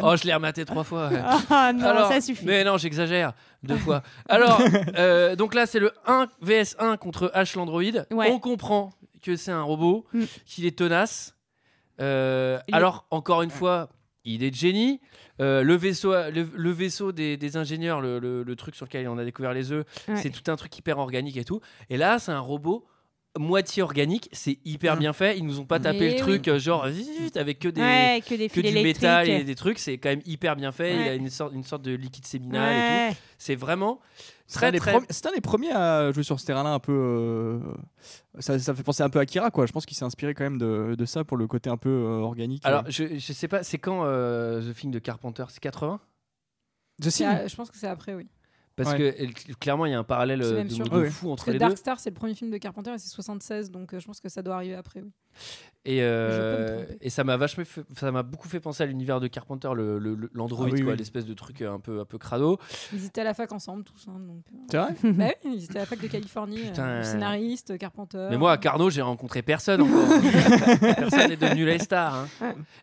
Speaker 1: Oh, je l'ai rematé trois fois.
Speaker 8: Ah, non,
Speaker 1: Alors,
Speaker 8: ça suffit.
Speaker 1: Mais non, j'exagère. Deux fois. Alors, euh, donc là, c'est le 1 vs 1 contre H l'android.
Speaker 8: Ouais. Mm.
Speaker 1: On comprend que c'est un robot, qu'il est tenace. Euh,
Speaker 8: Il est-
Speaker 1: alors, encore une fois, il est de génie. Euh, le vaisseau, le, le vaisseau des, des ingénieurs, le, le- le truc sur lequel on a découvert les œufs,
Speaker 8: Ouais.
Speaker 1: c'est tout un truc hyper organique et tout. Et là, c'est un robot moitié organique, c'est hyper bien fait. Ils nous ont pas tapé
Speaker 8: Mais
Speaker 1: le
Speaker 8: oui.
Speaker 1: truc euh, genre zut, avec que des,
Speaker 8: Ouais, que des fils
Speaker 1: du
Speaker 8: électriques.
Speaker 1: métal et des trucs. C'est quand même hyper bien fait. Il y a
Speaker 8: Ouais.
Speaker 1: une sorte, une sorte de liquide séminal et
Speaker 8: Ouais.
Speaker 1: tout. C'est vraiment
Speaker 7: C'est un,
Speaker 1: très
Speaker 7: des
Speaker 1: très.
Speaker 7: premi- c'est un des premiers à jouer sur ce terrain-là un peu. euh, Ça, ça fait penser un peu à Akira, quoi. Je pense qu'il s'est inspiré quand même de, de ça pour le côté un peu euh, organique.
Speaker 1: Alors je, je sais pas, c'est quand euh, le film de Carpenter, c'est 80
Speaker 7: The
Speaker 6: C'est à- Ah, Je pense que c'est après, oui.
Speaker 1: Parce
Speaker 7: Ouais.
Speaker 1: que euh, clairement il y a un parallèle
Speaker 6: C'est
Speaker 1: euh,
Speaker 6: même
Speaker 1: de,
Speaker 6: sûr.
Speaker 1: de fou
Speaker 6: Parce
Speaker 1: entre
Speaker 6: que
Speaker 1: les
Speaker 6: Dark
Speaker 1: deux.
Speaker 6: Star, c'est le premier film de Carpenter et c'est 76, donc euh, je pense que ça doit arriver après. Oui.
Speaker 1: Et, euh,
Speaker 6: Je peux me
Speaker 1: et ça m'a vachement fait- ça m'a beaucoup fait penser à l'univers de Carpenter, le- le- le- l'android,
Speaker 7: Ah oui,
Speaker 1: quoi,
Speaker 7: oui.
Speaker 1: l'espèce de truc euh, un peu, un peu crado.
Speaker 6: Ils étaient à la fac ensemble, tous. hein, donc, euh,
Speaker 1: C'est vrai
Speaker 7: Mhm.
Speaker 6: bah oui, Ils étaient à la fac de Californie. euh,
Speaker 1: Putain.
Speaker 6: le scénariste, euh, Carpenter.
Speaker 1: Mais moi, à Carnot, j'ai rencontré personne encore. personne n'est devenu la star. hein.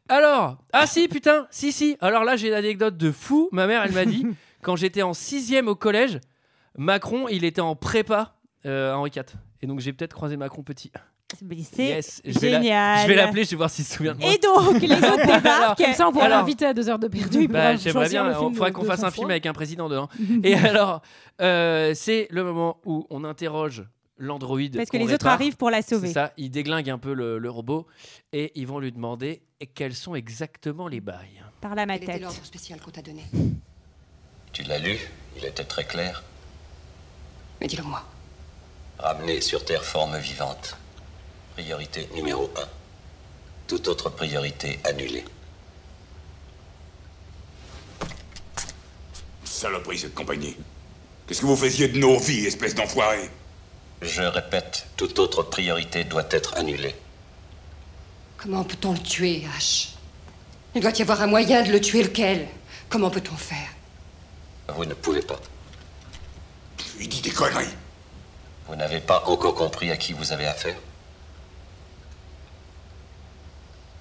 Speaker 1: Alors, ah si, putain, si, si. Alors là, j'ai une anecdote de fou. Ma mère, elle m'a dit, quand j'étais en sixième au collège, Macron, il était en prépa euh, à Henri IV. Et donc, j'ai peut-être croisé Macron petit.
Speaker 8: C'est
Speaker 1: Yes, je vais la-
Speaker 8: génial.
Speaker 1: je vais l'appeler, je vais voir s'il se souvient de moi.
Speaker 8: Et donc, les autres débarquent.
Speaker 6: Comme ça, on pourra
Speaker 1: alors-
Speaker 6: l'inviter à 2 heures de perdu. pour
Speaker 1: Bah,
Speaker 6: choisir
Speaker 1: J'aimerais
Speaker 6: le
Speaker 1: bien,
Speaker 6: film
Speaker 1: il faudrait
Speaker 6: de-
Speaker 1: qu'on
Speaker 6: de
Speaker 1: fasse
Speaker 6: son
Speaker 1: un
Speaker 6: choix.
Speaker 1: film avec un président dedans. Et alors, euh, c'est le moment où on interroge l'androïde.
Speaker 8: Parce que
Speaker 1: qu'on
Speaker 8: les autres
Speaker 1: répare.
Speaker 8: arrivent pour la sauver.
Speaker 1: C'est ça, ils déglinguent un peu le, le robot et ils vont lui demander quels sont exactement les bails.
Speaker 8: Par là, ma
Speaker 12: Quel était
Speaker 8: tête.
Speaker 12: l'ordre spécial qu'on t'a donné
Speaker 14: Tu l'as Bah, lu Il était très clair.
Speaker 12: Mais dis-le moi.
Speaker 14: Ramener sur Terre forme vivante. Priorité numéro 1. Toute autre priorité annulée.
Speaker 15: Saloperie, cette compagnie. Qu'est-ce que vous faisiez de nos vies, espèce d'enfoiré
Speaker 14: Je répète, toute autre priorité doit être annulée.
Speaker 12: Comment peut-on le tuer, H Il doit y avoir un moyen de le tuer, lequel Comment peut-on faire
Speaker 14: Vous ne pouvez pas.
Speaker 15: Il dit des conneries.
Speaker 14: Vous n'avez pas encore compris à qui vous avez affaire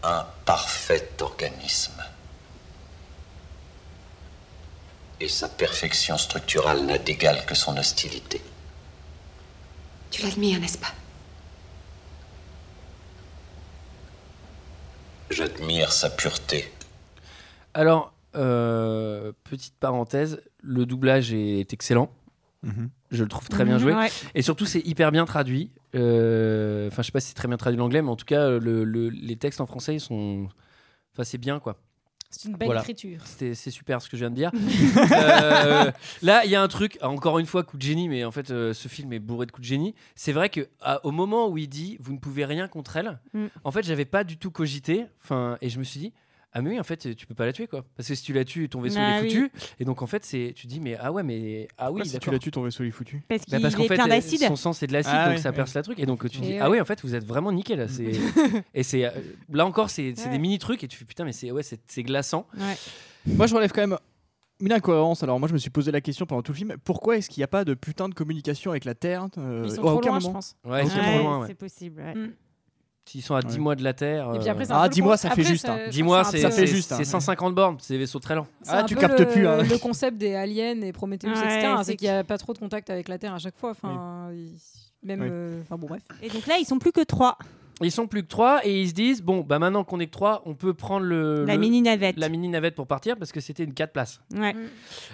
Speaker 14: Un parfait organisme. Et sa perfection structurale n'a d'égal que son hostilité.
Speaker 12: Tu l'admires, n'est-ce pas
Speaker 14: J'admire sa pureté.
Speaker 1: Alors, euh, petite parenthèse, le doublage est excellent.
Speaker 7: Mhm.
Speaker 1: Je le trouve très bien
Speaker 7: Mhm,
Speaker 1: joué.
Speaker 7: ouais.
Speaker 1: Et surtout, c'est hyper bien traduit. Euh, Enfin, je sais pas si c'est très bien traduit l'anglais, mais en tout cas, le- le- les textes en français, ils sont. Enfin, c'est bien, quoi.
Speaker 6: C'est une belle
Speaker 1: Voilà.
Speaker 6: écriture.
Speaker 1: C'était- C'est super ce que je viens de dire. Euh, là, il y a un truc, encore une fois, coup de génie, mais en fait, euh, ce film est bourré de coups de génie. C'est vrai que à- au moment où il dit Vous ne pouvez rien contre elle,
Speaker 13: Mm.
Speaker 1: en fait, j'avais pas du tout cogité. Enfin, et je me suis dit. Ah mais oui en fait tu peux pas la tuer quoi parce que si tu la tues ton vaisseau il est
Speaker 8: Ah oui.
Speaker 1: foutu et donc en fait c'est tu dis mais ah ouais mais ah oui
Speaker 7: Pourquoi si tu
Speaker 1: d'accord.
Speaker 7: la tues, ton vaisseau il est foutu
Speaker 8: Parce
Speaker 1: Bah,
Speaker 8: qu'il
Speaker 1: qu'en
Speaker 8: est
Speaker 1: fait,
Speaker 8: plein
Speaker 1: euh,
Speaker 8: d'acide.
Speaker 1: son sang c'est de l'acide
Speaker 7: Ah
Speaker 1: donc
Speaker 7: oui.
Speaker 1: ça perce la truc et donc tu
Speaker 8: Et
Speaker 1: dis
Speaker 8: ouais.
Speaker 1: ah oui en fait vous êtes vraiment niqué là c'est et c'est euh, là encore c'est c'est des mini trucs et tu fais putain mais c'est ouais c'est c'est glaçant
Speaker 7: Moi, je relève quand même une incohérence. Alors, moi, je me suis posé la question pendant tout le film pourquoi est-ce qu'il n'y a pas de putain de communication avec la Terre euh,
Speaker 1: Oh,
Speaker 6: Ils sont
Speaker 7: à
Speaker 6: trop
Speaker 7: aucun
Speaker 6: loin,
Speaker 7: moment.
Speaker 6: je pense.
Speaker 1: Ouais, ils sont trop loin, ouais.
Speaker 8: C'est possible. ouais.
Speaker 6: Mm.
Speaker 1: S'ils sont à 10
Speaker 7: Ouais.
Speaker 1: mois de la Terre.
Speaker 7: Et puis après, c'est un peu
Speaker 1: ah,
Speaker 7: le
Speaker 1: 10 mois,
Speaker 7: con-
Speaker 1: ça
Speaker 7: après,
Speaker 1: fait juste.
Speaker 7: Euh, ça-
Speaker 1: hein.
Speaker 7: ça-
Speaker 1: 10 mois,
Speaker 7: ça
Speaker 1: c'est
Speaker 7: fait
Speaker 1: c'est-
Speaker 7: juste, hein.
Speaker 1: c'est 150 bornes, c'est des vaisseaux très lents.
Speaker 6: C'est
Speaker 7: Ah,
Speaker 6: un peu le, le concept des aliens et Prometheus,
Speaker 8: Ouais,
Speaker 6: etc. hein,
Speaker 8: c'est
Speaker 6: C'est qu'il n'y a pas trop de contact avec la Terre à chaque fois. Enfin, il- même.
Speaker 1: Oui.
Speaker 6: euh, Enfin, bon, bref.
Speaker 8: Et donc là, ils sont plus que trois.
Speaker 1: Ils sont plus que 3 et ils se disent bon, bah maintenant qu'on est que 3, on peut prendre Euh, le.
Speaker 8: La
Speaker 1: le-
Speaker 8: mini-navette.
Speaker 1: La mini navette pour partir parce que c'était une 4 places.
Speaker 8: Ouais.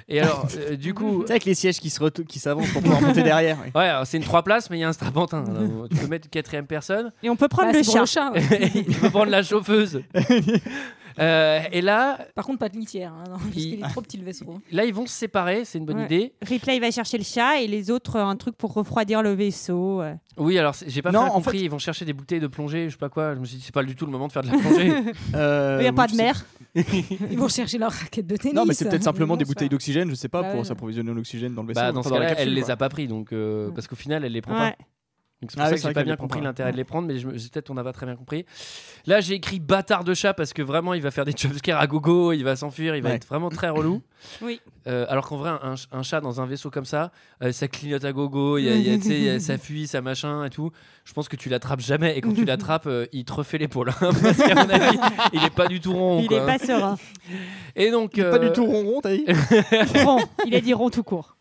Speaker 1: Et alors, euh, du coup.
Speaker 7: C'est avec les sièges qui se retou- qui s'avancent pour pouvoir monter derrière. oui.
Speaker 1: Ouais, alors, c'est une 3 places, mais il y a un strapantin. Alors, tu peux mettre une quatrième personne.
Speaker 8: Et on peut prendre
Speaker 6: Bah,
Speaker 8: le
Speaker 6: c'est pour
Speaker 8: chat.
Speaker 6: le chat, ouais.
Speaker 1: tu peux prendre la chauffeuse. Euh, et là,
Speaker 6: Par contre, pas de litière, hein, non, parce
Speaker 1: Il-
Speaker 7: Ah.
Speaker 6: qu'il est trop petit le vaisseau.
Speaker 1: là, ils vont se séparer, c'est une bonne
Speaker 8: Ouais.
Speaker 1: idée.
Speaker 8: Ripley va chercher le chat et les autres euh, un truc pour refroidir le vaisseau. euh.
Speaker 1: Oui, alors c'est- j'ai pas
Speaker 8: Non,
Speaker 1: très
Speaker 8: en
Speaker 1: compris. Ils vont chercher des bouteilles de plongée, je sais pas quoi. Je me suis dit, c'est pas du tout le moment de faire de la plongée. Bah,
Speaker 7: Euh,
Speaker 8: Il n'y a
Speaker 7: oui,
Speaker 8: pas
Speaker 7: je
Speaker 8: de
Speaker 7: sais-
Speaker 8: mer.
Speaker 6: Ils vont chercher leur raquette de tennis.
Speaker 7: Non, mais c'est peut-être simplement des
Speaker 6: Ils vont
Speaker 7: bouteilles d'oxygène, je sais pas,
Speaker 6: Bah
Speaker 7: pour
Speaker 6: ouais.
Speaker 7: s'approvisionner en oxygène dans le vaisseau.
Speaker 1: bah, dans ce
Speaker 7: enfin, la
Speaker 1: cas-là,
Speaker 7: capsule,
Speaker 1: elle les
Speaker 7: quoi.
Speaker 1: a pas pris, donc euh, parce qu'au final, elle les prend
Speaker 8: Ouais.
Speaker 1: pas. Donc c'est pour
Speaker 7: Ah
Speaker 1: ça
Speaker 7: oui,
Speaker 1: que
Speaker 7: c'est
Speaker 1: j'ai
Speaker 7: vrai
Speaker 1: pas
Speaker 7: qu'elle
Speaker 1: bien
Speaker 7: les prend
Speaker 1: compris
Speaker 7: pas.
Speaker 1: l'intérêt de les prendre, mais je me- je- peut-être on n'a pas très bien compris. Là, j'ai écrit bâtard de chat parce que vraiment, il va faire des jumpscares à gogo, il va s'enfuir, il va
Speaker 7: Ouais.
Speaker 1: être vraiment très relou.
Speaker 8: Oui.
Speaker 1: Euh, alors qu'en vrai, un, ch- un chat dans un vaisseau comme ça, euh, ça clignote à gogo, il y a- il y a- tu sais, il y a- ça fuit, ça machin et tout. Je pense que tu l'attrapes jamais, et quand tu l'attrapes, euh, il te refait l'épaule. hein, parce qu'à mon avis, il est pas du tout rond.
Speaker 8: Il
Speaker 1: quoi. hein.
Speaker 8: est pas serein.
Speaker 1: Et donc,
Speaker 7: Il est Pas
Speaker 1: euh,
Speaker 7: du tout ronron, t'as dit
Speaker 8: Rond. Il a dit rond tout court.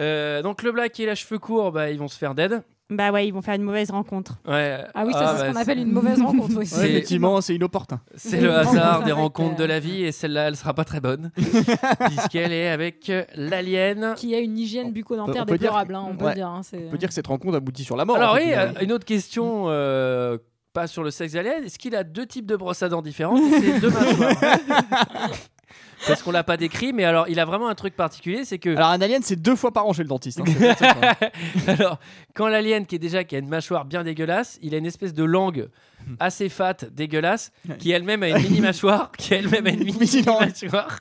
Speaker 1: euh, donc le black et la cheveux courts, bah, ils vont se faire dead.
Speaker 8: Bah ouais, ils vont faire une mauvaise rencontre.
Speaker 1: Ouais. bah,
Speaker 6: Ah oui, ça, c'est ce qu'on appelle une mauvaise rencontre, oui.
Speaker 1: C'est-
Speaker 7: bah, Ouais, Effectivement, c'est inopportun.
Speaker 1: C'est le hasard des rencontres
Speaker 6: euh,
Speaker 1: de la vie et celle-là, elle sera pas très bonne puisqu'elle est avec euh, l'alien.
Speaker 6: Qui a une hygiène bucco-dentaire
Speaker 7: on peut dire-
Speaker 6: déplorable, hein, on peut
Speaker 7: Ouais.
Speaker 6: dire. hein, c'est-
Speaker 7: On peut dire que cette rencontre aboutit sur la mort.
Speaker 1: Alors
Speaker 7: en fait,
Speaker 1: oui,
Speaker 7: finalement.
Speaker 1: euh, une autre question, euh, pas sur le sexe d'alien. Est-ce qu'il a deux types de brosses à dents différentes ou c'est deux mâchoires Parce qu'on l'a pas décrit, mais alors il a vraiment un truc particulier, c'est que
Speaker 7: Alors, un alien, c'est deux fois par an chez le dentiste. hein, c'est peut-être ça, quoi.
Speaker 1: Alors, quand l'alien qui est déjà qui a une mâchoire bien dégueulasse, il a une espèce de langue
Speaker 7: Hmm.
Speaker 1: assez fat, dégueulasse, qui elle-même a une mini mâchoire, qui elle-même a une mini mâchoire.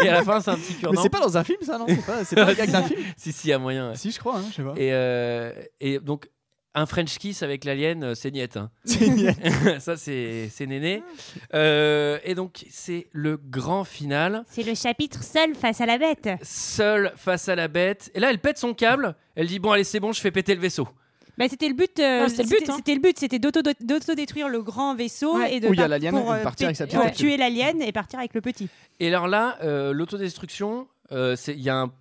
Speaker 1: et à la fin, c'est un petit
Speaker 7: Mais
Speaker 1: cure-dent.
Speaker 7: c'est pas dans un film, ça, non C'est pas, c'est pas le gag d'un film
Speaker 1: Si si, à moyen. ouais.
Speaker 7: Si, je crois, hein, je sais pas.
Speaker 1: Et euh, et donc un French kiss avec l'alien, euh, c'est niette. hein.
Speaker 7: C'est niais.
Speaker 1: Ça c'est c'est néné. Euh, et donc c'est le grand final.
Speaker 8: C'est le chapitre seul face à la bête.
Speaker 1: Seule face à la bête. Et là, elle pète son câble. Elle dit bon, allez, c'est bon, je fais péter le vaisseau.
Speaker 8: Bah, c'était le but. euh,
Speaker 6: Ah, c'était
Speaker 8: c'était
Speaker 6: le but, hein.
Speaker 8: c'était le but, c'était d'auto- d'auto-détruire le grand vaisseau
Speaker 6: Ouais.
Speaker 8: et de
Speaker 7: Où il y a
Speaker 8: par-
Speaker 7: l'alien,
Speaker 8: pour,
Speaker 7: et de partir
Speaker 8: pé-
Speaker 7: avec sa petite
Speaker 8: pour
Speaker 7: capsule.
Speaker 8: tuer l'alien et partir avec le petit.
Speaker 1: Et alors là, euh, l'autodestruction, euh, c'est- il y a un,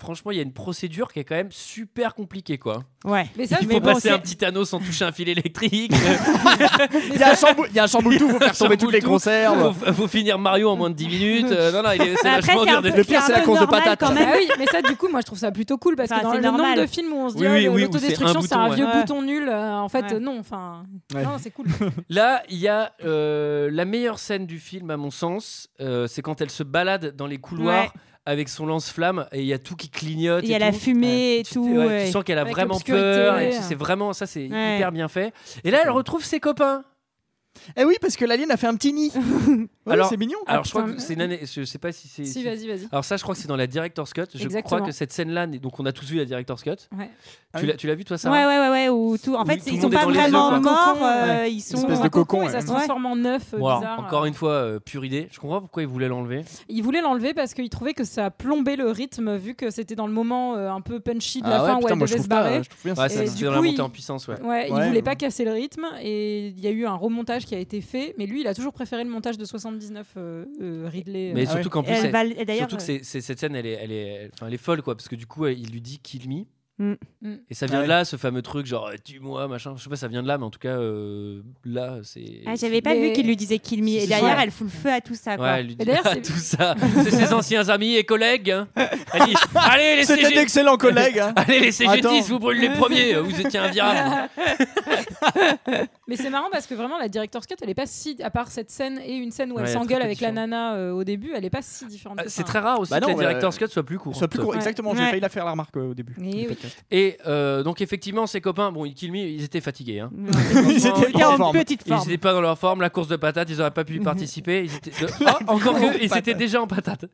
Speaker 1: franchement, il y a une procédure qui est quand même super compliquée, quoi.
Speaker 8: Ouais.
Speaker 6: Mais ça,
Speaker 1: Il faut
Speaker 6: mais bon,
Speaker 1: passer
Speaker 6: c'est-
Speaker 1: un petit anneau sans toucher un fil électrique.
Speaker 7: Il y a un chamboule- il y a un chamboule tout, faut faire tomber toutes les
Speaker 1: Il
Speaker 7: conserves.
Speaker 1: faut, faut finir Mario en moins de 10 minutes. Euh, non, non, il est- c'est
Speaker 8: Bah, Après,
Speaker 1: vachement
Speaker 8: c'est
Speaker 1: dur.
Speaker 8: un
Speaker 1: de-
Speaker 8: peu- Le pire, c'est la course de normal
Speaker 7: patates.
Speaker 8: quand même.
Speaker 6: Bah oui, mais ça, du coup, moi, je trouve ça plutôt cool parce
Speaker 8: Enfin,
Speaker 6: que dans
Speaker 8: c'est
Speaker 6: le
Speaker 8: normal.
Speaker 6: nombre de films où on se dit
Speaker 1: Oui,
Speaker 6: ah,
Speaker 1: oui, oui,
Speaker 6: l'autodestruction,
Speaker 1: où c'est
Speaker 6: c'est
Speaker 1: un
Speaker 6: un
Speaker 1: bouton,
Speaker 6: vieux
Speaker 8: ouais.
Speaker 6: bouton nul. euh, en fait,
Speaker 8: Ouais.
Speaker 6: euh, non, enfin,
Speaker 7: Ouais.
Speaker 6: non, c'est cool.
Speaker 1: Là, il y a euh, la meilleure scène du film, à mon sens, euh, c'est quand elle se balade dans les couloirs
Speaker 8: Ouais.
Speaker 1: avec son lance-flamme et il y a tout qui clignote.
Speaker 8: Il y
Speaker 1: et
Speaker 8: a la
Speaker 1: tout.
Speaker 8: fumée et
Speaker 1: Tu-
Speaker 8: tout.
Speaker 1: ouais,
Speaker 8: ouais.
Speaker 1: Tu sens qu'elle a
Speaker 6: Avec
Speaker 1: vraiment
Speaker 6: l'obscurité.
Speaker 1: peur. et tu- C'est vraiment ça, c'est
Speaker 8: Ouais.
Speaker 1: hyper bien fait. Et là, elle retrouve ses copains.
Speaker 7: Eh oui, parce que l'alien a fait un petit nid. Ouais,
Speaker 1: Alors-
Speaker 7: c'est mignon.
Speaker 1: Alors, je crois
Speaker 6: putain.
Speaker 1: que c'est une année. Je sais pas si c'est.
Speaker 6: si,
Speaker 1: si-
Speaker 6: vas-y, vas-y.
Speaker 1: Alors ça, je crois que c'est dans la director's cut. Je
Speaker 6: Exactement.
Speaker 1: crois que cette scène-là, n'est- donc on a tous vu la director's cut.
Speaker 6: Ouais.
Speaker 7: Ah
Speaker 1: Tu
Speaker 7: oui.
Speaker 1: l'as, tu l'as vu toi,
Speaker 8: ouais,
Speaker 1: Sarah
Speaker 8: ouais, ouais, ouais, ou tout. En
Speaker 1: Où
Speaker 8: fait,
Speaker 1: tout le
Speaker 8: ils sont
Speaker 1: monde est
Speaker 8: pas
Speaker 1: dans les
Speaker 8: vraiment
Speaker 1: œufs,
Speaker 6: quoi.
Speaker 8: morts.
Speaker 6: Cocon,
Speaker 8: euh, Ils sont.
Speaker 7: espèce
Speaker 6: Dans
Speaker 7: de
Speaker 6: un
Speaker 7: cocon,
Speaker 6: et ça se
Speaker 8: ouais.
Speaker 6: transforme en œuf. euh,
Speaker 1: Bon, alors,
Speaker 6: bizarre,
Speaker 1: encore
Speaker 6: euh.
Speaker 1: une fois, euh, pure idée. Je comprends pourquoi ils voulaient l'enlever.
Speaker 6: Il voulait l'enlever parce qu'il trouvait que ça plombait le rythme vu que c'était dans le moment euh, un peu punchy de la
Speaker 7: Ah
Speaker 6: fin
Speaker 7: ouais,
Speaker 6: où
Speaker 7: putain,
Speaker 6: elle
Speaker 7: moi, je
Speaker 6: devait se
Speaker 7: trouve pas,
Speaker 6: barrer.
Speaker 7: je trouve bien
Speaker 1: Ouais,
Speaker 7: ça.
Speaker 1: ça,
Speaker 6: Et
Speaker 1: c'était
Speaker 6: du
Speaker 1: dans la
Speaker 6: coup,
Speaker 1: montée
Speaker 6: il-
Speaker 1: en puissance, ouais.
Speaker 6: Ouais, il
Speaker 7: Ouais.
Speaker 6: voulait pas casser le rythme et il y a eu un remontage qui a été fait, mais lui il a toujours préféré le montage de 79 euh, euh, Ridley. euh,
Speaker 1: Mais
Speaker 7: Ah
Speaker 1: surtout
Speaker 7: ouais.
Speaker 1: qu'en plus,
Speaker 8: Elle
Speaker 1: elle-
Speaker 8: va- et d'ailleurs, euh,
Speaker 1: surtout que c'est- c'est- cette scène, elle est, elle est, enfin, elle est folle, quoi, parce que du coup, elle- il lui dit kill me.
Speaker 8: Mm.
Speaker 6: Mm.
Speaker 1: Et ça vient
Speaker 7: Ah
Speaker 1: de
Speaker 7: ouais.
Speaker 1: là, ce fameux truc, genre euh, tue-moi, machin. Je sais pas, ça vient de là, mais en tout cas, euh, là, c'est.
Speaker 8: Ah, j'avais pas
Speaker 6: Mais-
Speaker 8: vu qu'il lui disait kill me.
Speaker 1: Si,
Speaker 8: Et
Speaker 1: si,
Speaker 8: derrière,
Speaker 1: ouais.
Speaker 8: elle fout le feu à tout ça. Quoi.
Speaker 1: Ouais, elle lui dit
Speaker 6: d'ailleurs,
Speaker 1: ah,
Speaker 6: c'est-
Speaker 1: tout ça. C'est ses anciens amis et collègues. hein. Elle dit Allez, les
Speaker 7: C'était
Speaker 1: CG
Speaker 7: d'excellents collègues. hein.
Speaker 1: Allez, les CGTistes,
Speaker 7: Attends.
Speaker 1: vous brûlez les premiers, vous étiez invirables.
Speaker 6: Mais c'est marrant parce que vraiment, la director's cut, elle est pas si. À part cette scène et une scène où
Speaker 1: Ouais,
Speaker 6: elle
Speaker 1: elle est
Speaker 6: s'engueule
Speaker 1: très
Speaker 6: avec la
Speaker 1: différente.
Speaker 6: nana euh, au début, elle est pas si différente.
Speaker 1: Ah,
Speaker 6: que
Speaker 1: c'est
Speaker 6: ça.
Speaker 1: très rare aussi
Speaker 7: Bah
Speaker 1: que la
Speaker 7: non, euh,
Speaker 1: director's cut soit plus courte.
Speaker 7: Soit plus court,
Speaker 6: Ouais.
Speaker 7: exactement. J'ai
Speaker 6: Ouais.
Speaker 7: failli la faire la remarque euh, au début.
Speaker 6: Eh
Speaker 7: du
Speaker 6: oui.
Speaker 7: podcast.
Speaker 1: Et euh, donc effectivement, ses copains, bon, ils Kill Me, ils étaient fatigués. hein.
Speaker 7: Ils étaient
Speaker 1: Franchement,
Speaker 7: en forme.
Speaker 8: petite forme.
Speaker 1: Ils étaient pas dans leur forme. La course de patates, ils n'auraient pas pu y participer. Ils étaient de- Ah, encore que,
Speaker 7: course de
Speaker 1: ils étaient
Speaker 7: patates.
Speaker 1: déjà en patate.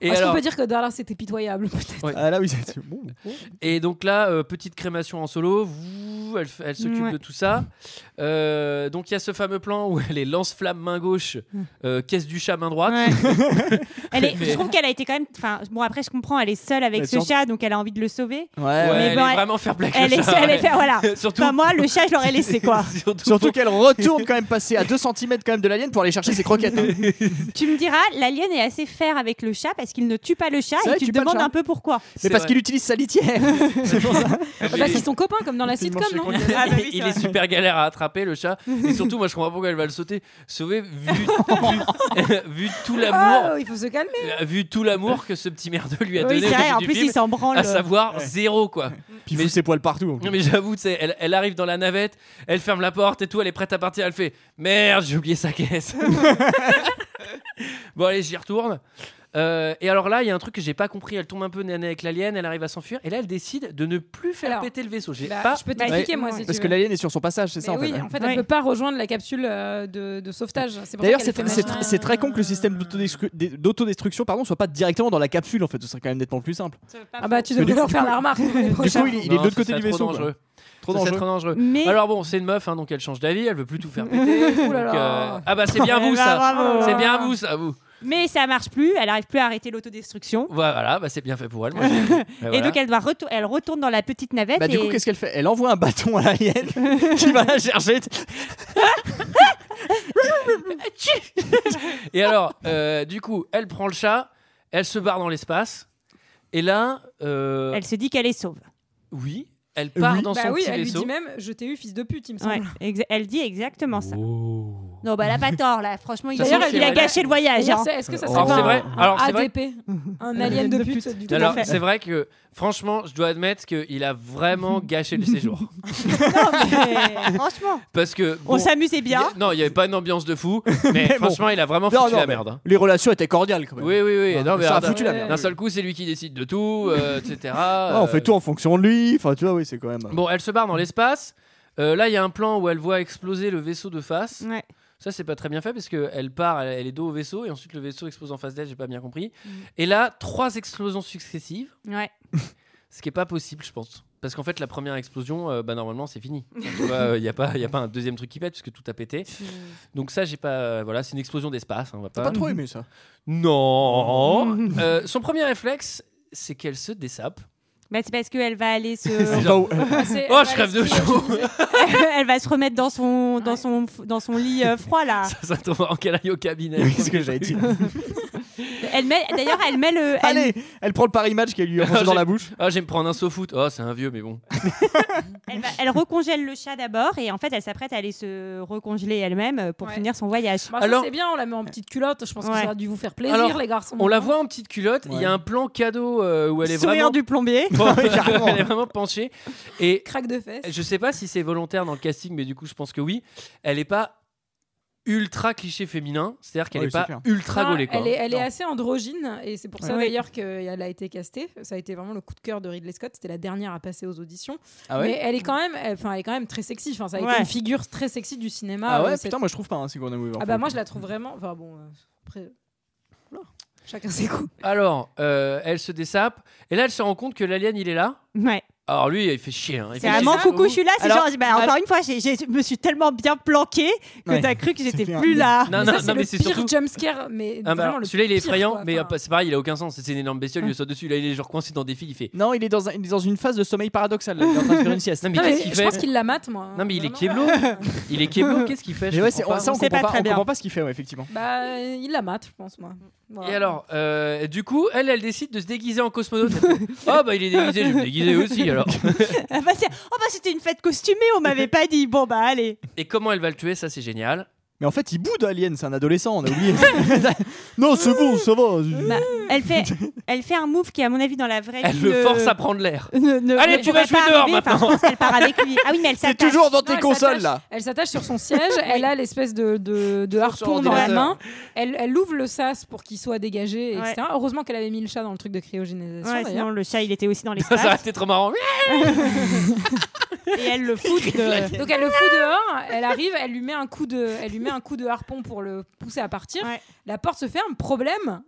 Speaker 1: Et
Speaker 6: Est-ce
Speaker 1: alors-
Speaker 6: qu'on peut dire que Darla, c'était pitoyable peut-être
Speaker 1: Ouais.
Speaker 7: Ah là, oui, c'est bon.
Speaker 1: Et donc là, euh, petite crémation en solo, vous, elle, f- elle s'occupe
Speaker 8: Ouais.
Speaker 1: de tout ça. Euh, donc il y a ce fameux plan où elle est lance-flamme main gauche, euh, caisse du chat main droite.
Speaker 8: Elle est-
Speaker 1: Mais-
Speaker 8: Je trouve qu'elle a été quand même. Enfin, bon, après, je comprends, elle est seule avec
Speaker 1: Mais
Speaker 8: ce
Speaker 1: sur-
Speaker 8: chat, donc elle a envie de le sauver.
Speaker 1: Ouais,
Speaker 8: Mais
Speaker 1: elle
Speaker 8: bon,
Speaker 1: est
Speaker 8: elle-
Speaker 1: vraiment fair play. avec
Speaker 8: Elle
Speaker 1: le
Speaker 8: est
Speaker 1: chat.
Speaker 8: seule, elle est fair- voilà.
Speaker 1: Surtout,
Speaker 8: Enfin, moi, le chat, je l'aurais laissé, quoi.
Speaker 1: surtout,
Speaker 7: Surtout
Speaker 1: pour-
Speaker 7: qu'elle retourne quand même passer à 2 cm quand même de l'alien pour aller chercher ses croquettes. hein.
Speaker 8: tu me diras, l'alien est assez fair avec le chat parce qu'il ne tue pas le chat
Speaker 7: C'est
Speaker 8: et
Speaker 7: vrai,
Speaker 8: tu
Speaker 7: il tue
Speaker 8: te
Speaker 7: pas le
Speaker 8: demandes
Speaker 7: chat.
Speaker 8: un peu pourquoi.
Speaker 7: Mais parce qu'il utilise sa litière.
Speaker 1: bah,
Speaker 6: Ah, Parce qu'ils sont copains, comme dans la sitcom, non
Speaker 8: Ah bah oui,
Speaker 1: il
Speaker 8: c'est
Speaker 1: est
Speaker 8: vrai.
Speaker 1: super galère à attraper le chat et surtout moi je comprends pas pourquoi elle va le sauter sauver vu, vu, vu tout
Speaker 6: Ah,
Speaker 1: l'amour
Speaker 6: Il faut se calmer.
Speaker 1: vu tout l'amour que ce petit merde lui a
Speaker 8: Oui,
Speaker 1: donné
Speaker 8: c'est
Speaker 1: au
Speaker 8: vrai,
Speaker 1: début
Speaker 8: en
Speaker 1: du
Speaker 8: plus,
Speaker 1: film, Ah,
Speaker 8: il s'en branle.
Speaker 1: à savoir zéro quoi
Speaker 7: Puis il fout ses poils partout. en plus.
Speaker 1: Non mais j'avoue, tu sais, elle, elle arrive dans la navette, elle ferme la porte et tout, elle est prête à partir, elle fait merde, j'ai oublié sa caisse. bon allez, j'y retourne. Euh, et alors là, il y a un truc que j'ai pas compris. Elle tombe un peu nez à nez avec l'alien, elle arrive à s'enfuir et là, elle décide de ne plus faire
Speaker 6: Alors,
Speaker 1: péter le vaisseau. J'ai
Speaker 6: Bah,
Speaker 1: pas.
Speaker 6: Je peux
Speaker 8: Bah,
Speaker 6: t'expliquer,
Speaker 8: ouais.
Speaker 6: moi, si tu
Speaker 7: Parce
Speaker 6: veux.
Speaker 7: que l'alien est sur son passage, c'est ça
Speaker 6: Mais
Speaker 7: en fait.
Speaker 6: oui, en fait,
Speaker 8: Ouais.
Speaker 6: elle peut pas rejoindre la capsule euh, de, de sauvetage. C'est pour ça
Speaker 7: D'ailleurs,
Speaker 6: qu'elle euh,
Speaker 7: c'est
Speaker 6: est
Speaker 7: c'est-
Speaker 6: malin.
Speaker 7: c'est très con que le système d'autodestru- des- d'autodestruction pardon, soit pas directement dans la capsule en fait, ce serait quand même nettement plus simple.
Speaker 6: Ah bah, tu
Speaker 7: Parce
Speaker 6: devrais
Speaker 7: que du
Speaker 6: leur
Speaker 7: coup-
Speaker 6: faire la remarque. pour les
Speaker 7: Du
Speaker 6: prochains.
Speaker 7: coup, il, il est de
Speaker 1: Non,
Speaker 7: l'autre
Speaker 1: ce
Speaker 7: côté
Speaker 1: serait
Speaker 7: du
Speaker 1: trop
Speaker 7: vaisseau. quoi.
Speaker 1: dangereux.
Speaker 7: Trop
Speaker 1: Ce serait
Speaker 7: dangereux.
Speaker 1: trop dangereux.
Speaker 8: Mais-
Speaker 1: Alors bon, c'est une meuf, hein, donc elle change d'avis, elle veut plus tout faire péter.
Speaker 6: Ouh là Oh
Speaker 1: Donc,
Speaker 6: là.
Speaker 1: euh, Ah bah c'est bien
Speaker 8: Eh
Speaker 1: vous
Speaker 8: bah,
Speaker 1: ça.
Speaker 8: bravo.
Speaker 1: C'est bien vous ça, vous.
Speaker 8: Mais ça marche plus, elle arrive plus à arrêter l'autodestruction.
Speaker 1: Voilà, bah c'est bien fait pour elle. moi. Bah,
Speaker 8: Et
Speaker 1: voilà.
Speaker 8: donc elle, doit retour- elle retourne dans la petite navette.
Speaker 7: Bah,
Speaker 8: et-
Speaker 7: du coup, qu'est-ce qu'elle fait Elle envoie un bâton à l'alien qui va la chercher.
Speaker 1: Et alors, euh, du coup, elle prend le chat, elle se barre dans l'espace, et là, euh,
Speaker 8: Elle se dit qu'elle est sauve.
Speaker 1: oui, elle part
Speaker 7: Oui.
Speaker 1: dans
Speaker 6: Bah
Speaker 1: son
Speaker 6: oui,
Speaker 1: petit
Speaker 6: elle lui
Speaker 1: vaisseau. Ah,
Speaker 6: dit même Je t'ai eu, fils de pute, il me
Speaker 8: Ouais,
Speaker 6: semble.
Speaker 8: exa- elle dit exactement ça.
Speaker 7: Oh.
Speaker 8: Non, bah elle a pas tort là, franchement, il,
Speaker 1: D'ailleurs,
Speaker 8: a,
Speaker 1: elle-
Speaker 8: il a
Speaker 1: elle-
Speaker 8: gâché le voyage.
Speaker 6: D'ailleurs,
Speaker 8: hein.
Speaker 6: c'est- Est-ce que ça
Speaker 1: Alors,
Speaker 6: serait pas
Speaker 1: c'est vrai.
Speaker 6: un-
Speaker 1: Alors,
Speaker 6: un
Speaker 1: c'est vrai.
Speaker 6: ADP Un alien de pute du coup
Speaker 1: Alors,
Speaker 8: fait.
Speaker 1: c'est vrai que, franchement, je dois admettre qu'il a vraiment gâché le séjour.
Speaker 8: Non, mais franchement,
Speaker 1: Parce que.
Speaker 8: hein. on
Speaker 1: bon,
Speaker 8: s'amusait
Speaker 1: il y a-
Speaker 8: bien.
Speaker 1: Non, il n'y avait pas une ambiance de fou, mais,
Speaker 7: Mais bon.
Speaker 1: franchement, il a vraiment
Speaker 7: Non,
Speaker 1: foutu
Speaker 7: non,
Speaker 1: la
Speaker 7: mais-
Speaker 1: merde. hein.
Speaker 7: Les relations étaient cordiales quand même. Hein,
Speaker 1: Oui, oui, oui. Non, mais
Speaker 7: ça a
Speaker 1: alors,
Speaker 7: foutu la
Speaker 6: ouais.
Speaker 7: merde.
Speaker 1: d'un seul coup, c'est lui qui décide de tout, euh, etc.
Speaker 7: Ouais, on fait tout en fonction de lui. Enfin, tu vois, oui, c'est quand même. euh,
Speaker 1: Bon, elle se barre dans l'espace. Euh, là, il y a un plan où elle voit exploser le vaisseau de face.
Speaker 8: Ouais.
Speaker 1: Ça, c'est pas très bien fait parce qu'elle part, elle, elle est dos au vaisseau et ensuite le vaisseau explose en face d'elle, j'ai pas bien compris. Et là, trois explosions successives,
Speaker 8: Ouais.
Speaker 1: ce qui est pas possible, je pense. Parce qu'en fait, la première explosion, euh, bah, normalement, c'est fini. Il n'y a, pas- euh, y a pas un deuxième truc qui pète puisque tout a pété. Donc, ça, j'ai pas. euh, voilà, c'est une explosion d'espace. hein, on va
Speaker 7: T'as
Speaker 1: pas...
Speaker 7: pas trop aimé ça
Speaker 1: Non Euh, Son premier réflexe, c'est qu'elle se dessape.
Speaker 8: Bah, c'est parce qu'elle va aller se,
Speaker 7: Enfin, ouais.
Speaker 1: Oh, je crève de chaud
Speaker 8: elle va se remettre dans son, dans son, dans son lit euh, froid là.
Speaker 1: Ça, ça tombe en canaille au cabinet.
Speaker 7: Oui, c'est ce que j'allais dire.
Speaker 8: Elle met, d'ailleurs, elle met le. elle-
Speaker 7: Allez, elle prend le pari match qu'elle lui a rendu dans la bouche.
Speaker 1: Ah, j'aime prendre un saut foot. Oh, c'est un vieux, mais bon.
Speaker 8: Elle, va- elle recongèle le chat d'abord et en fait elle s'apprête à aller se recongeler elle-même euh, pour
Speaker 6: Ouais.
Speaker 8: finir son voyage.
Speaker 1: Alors-
Speaker 6: Alors, Bah, c'est bien, on la met en petite culotte. Je pense que
Speaker 8: Ouais.
Speaker 6: ça a dû vous faire plaisir,
Speaker 1: Alors,
Speaker 6: les garçons. Hein
Speaker 1: On la voit en petite culotte. Il y
Speaker 7: Ouais.
Speaker 1: a un plan cadeau euh, où elle est
Speaker 8: Sourire
Speaker 1: vraiment.
Speaker 8: du plombier.
Speaker 7: carrément.
Speaker 1: elle est vraiment penchée. Et
Speaker 6: Craque de fesses.
Speaker 1: je sais pas si c'est volontaire dans le casting, mais du coup, je pense que oui. Elle est pas ultra cliché féminin. C'est-à-dire qu'elle
Speaker 7: Oui,
Speaker 1: est
Speaker 7: c'est
Speaker 1: pas
Speaker 7: clair.
Speaker 1: ultra
Speaker 6: Non,
Speaker 1: gaulée, quoi.
Speaker 6: Elle est, elle est
Speaker 7: Non.
Speaker 6: assez androgyne et c'est pour ça
Speaker 8: Ouais.
Speaker 6: d'ailleurs qu'elle a été castée. Ça a été vraiment le coup de cœur de Ridley Scott. C'était la dernière à passer aux auditions.
Speaker 7: Ah ouais
Speaker 6: Mais elle est quand même, elle- enfin, elle est quand même très sexy. Enfin, ça a
Speaker 8: Ouais.
Speaker 6: été une figure très sexy du cinéma.
Speaker 7: Ah
Speaker 6: euh,
Speaker 7: ouais,
Speaker 6: cette-
Speaker 7: putain, moi je trouve pas hein, Sigourney Weaver.
Speaker 6: Ah bah moi je la trouve vraiment. Enfin bon, euh, après, Oula. chacun ses coups.
Speaker 1: Alors, euh, elle se dessape. Et là, elle se rend compte que l'alien, il est là.
Speaker 8: Ouais.
Speaker 1: Alors, lui, il fait chier. hein. Il
Speaker 8: C'est
Speaker 1: fait
Speaker 8: vraiment
Speaker 1: chier.
Speaker 8: coucou, je suis là. C'est
Speaker 7: Alors-
Speaker 8: genre, bah, encore une fois, j'ai- j'ai- je me suis tellement bien planqué que
Speaker 7: Ouais.
Speaker 8: t'as cru que j'étais
Speaker 7: clair.
Speaker 8: plus là.
Speaker 1: Non,
Speaker 6: Mais
Speaker 1: non,
Speaker 6: ça,
Speaker 1: non,
Speaker 6: c'est
Speaker 1: mais
Speaker 6: le
Speaker 1: c'est
Speaker 6: pire
Speaker 1: surtout-
Speaker 6: jumpscare, mais
Speaker 1: Ah, bah,
Speaker 6: vraiment
Speaker 1: alors,
Speaker 6: le
Speaker 1: Celui-là, il est
Speaker 6: pire,
Speaker 1: effrayant,
Speaker 6: quoi.
Speaker 1: mais euh,
Speaker 6: Enfin,
Speaker 1: c'est pareil, il a aucun sens. C'est une énorme bestiole, il lui saute dessus. Là, il est genre coincé dans des fils. Il fait.
Speaker 7: Non, il est dans, un- il est dans une phase de sommeil paradoxal. là. Il est en train de faire une sieste.
Speaker 1: Non, mais
Speaker 6: non, mais
Speaker 1: qu'est-ce qu'il
Speaker 6: je pense
Speaker 1: fait
Speaker 6: qu'il la mate, moi.
Speaker 1: Non, mais il est
Speaker 6: Vraiment.
Speaker 1: Il est Keblo, qu'est-ce qu'il fait Je
Speaker 7: Mais ouais, c'est-
Speaker 1: comprends pas.
Speaker 7: ça on
Speaker 8: sait pas
Speaker 7: comprend pas,
Speaker 8: très
Speaker 7: on
Speaker 8: bien.
Speaker 7: comprend pas ce qu'il fait, ouais, effectivement.
Speaker 6: Bah, il la mate, je pense, moi. Voilà.
Speaker 1: Et alors, euh, du coup, elle, elle décide de se déguiser en cosmonaute. Elle fait, Ah bah il est déguisé, je vais me déguiser aussi alors.
Speaker 8: Ah bah, c'est- oh bah c'était une fête costumée, on m'avait pas dit. Bon bah allez.
Speaker 1: Et comment elle va le tuer, ça c'est génial.
Speaker 7: Mais en fait, il boude Alien, c'est un adolescent, on a oublié. non, c'est bon, ça va.
Speaker 8: Bah, elle, fait, elle fait un move qui, à mon avis, dans la vraie
Speaker 1: Elle
Speaker 8: vie,
Speaker 1: le
Speaker 8: ne-
Speaker 1: force à prendre l'air.
Speaker 8: ne- ne-
Speaker 1: Allez,
Speaker 8: ne
Speaker 1: tu vas
Speaker 8: pourrait
Speaker 1: jouer
Speaker 8: pas
Speaker 1: dehors
Speaker 8: arriver. Enfin,
Speaker 1: maintenant.
Speaker 8: je pense qu'elle part avec lui. Ah oui, mais elle s'attache.
Speaker 6: Non, elle s'attache- Elle s'attache sur son siège, elle a l'espèce de, de, de harpon dans la
Speaker 8: ordinateur.
Speaker 6: main, elle, elle ouvre le sas pour qu'il soit dégagé,
Speaker 8: Ouais.
Speaker 6: etc. Heureusement qu'elle avait mis le chat dans le truc de cryogénisation.
Speaker 8: Ouais, sinon
Speaker 6: d'ailleurs.
Speaker 8: le chat, il était aussi dans
Speaker 1: Ça aurait
Speaker 8: l'espace.
Speaker 1: été trop marrant.
Speaker 8: et elle le fout de...
Speaker 6: Donc elle le fout dehors, elle arrive, elle lui met un coup de, elle lui met un coup de harpon pour le pousser à partir. La porte se ferme, problème.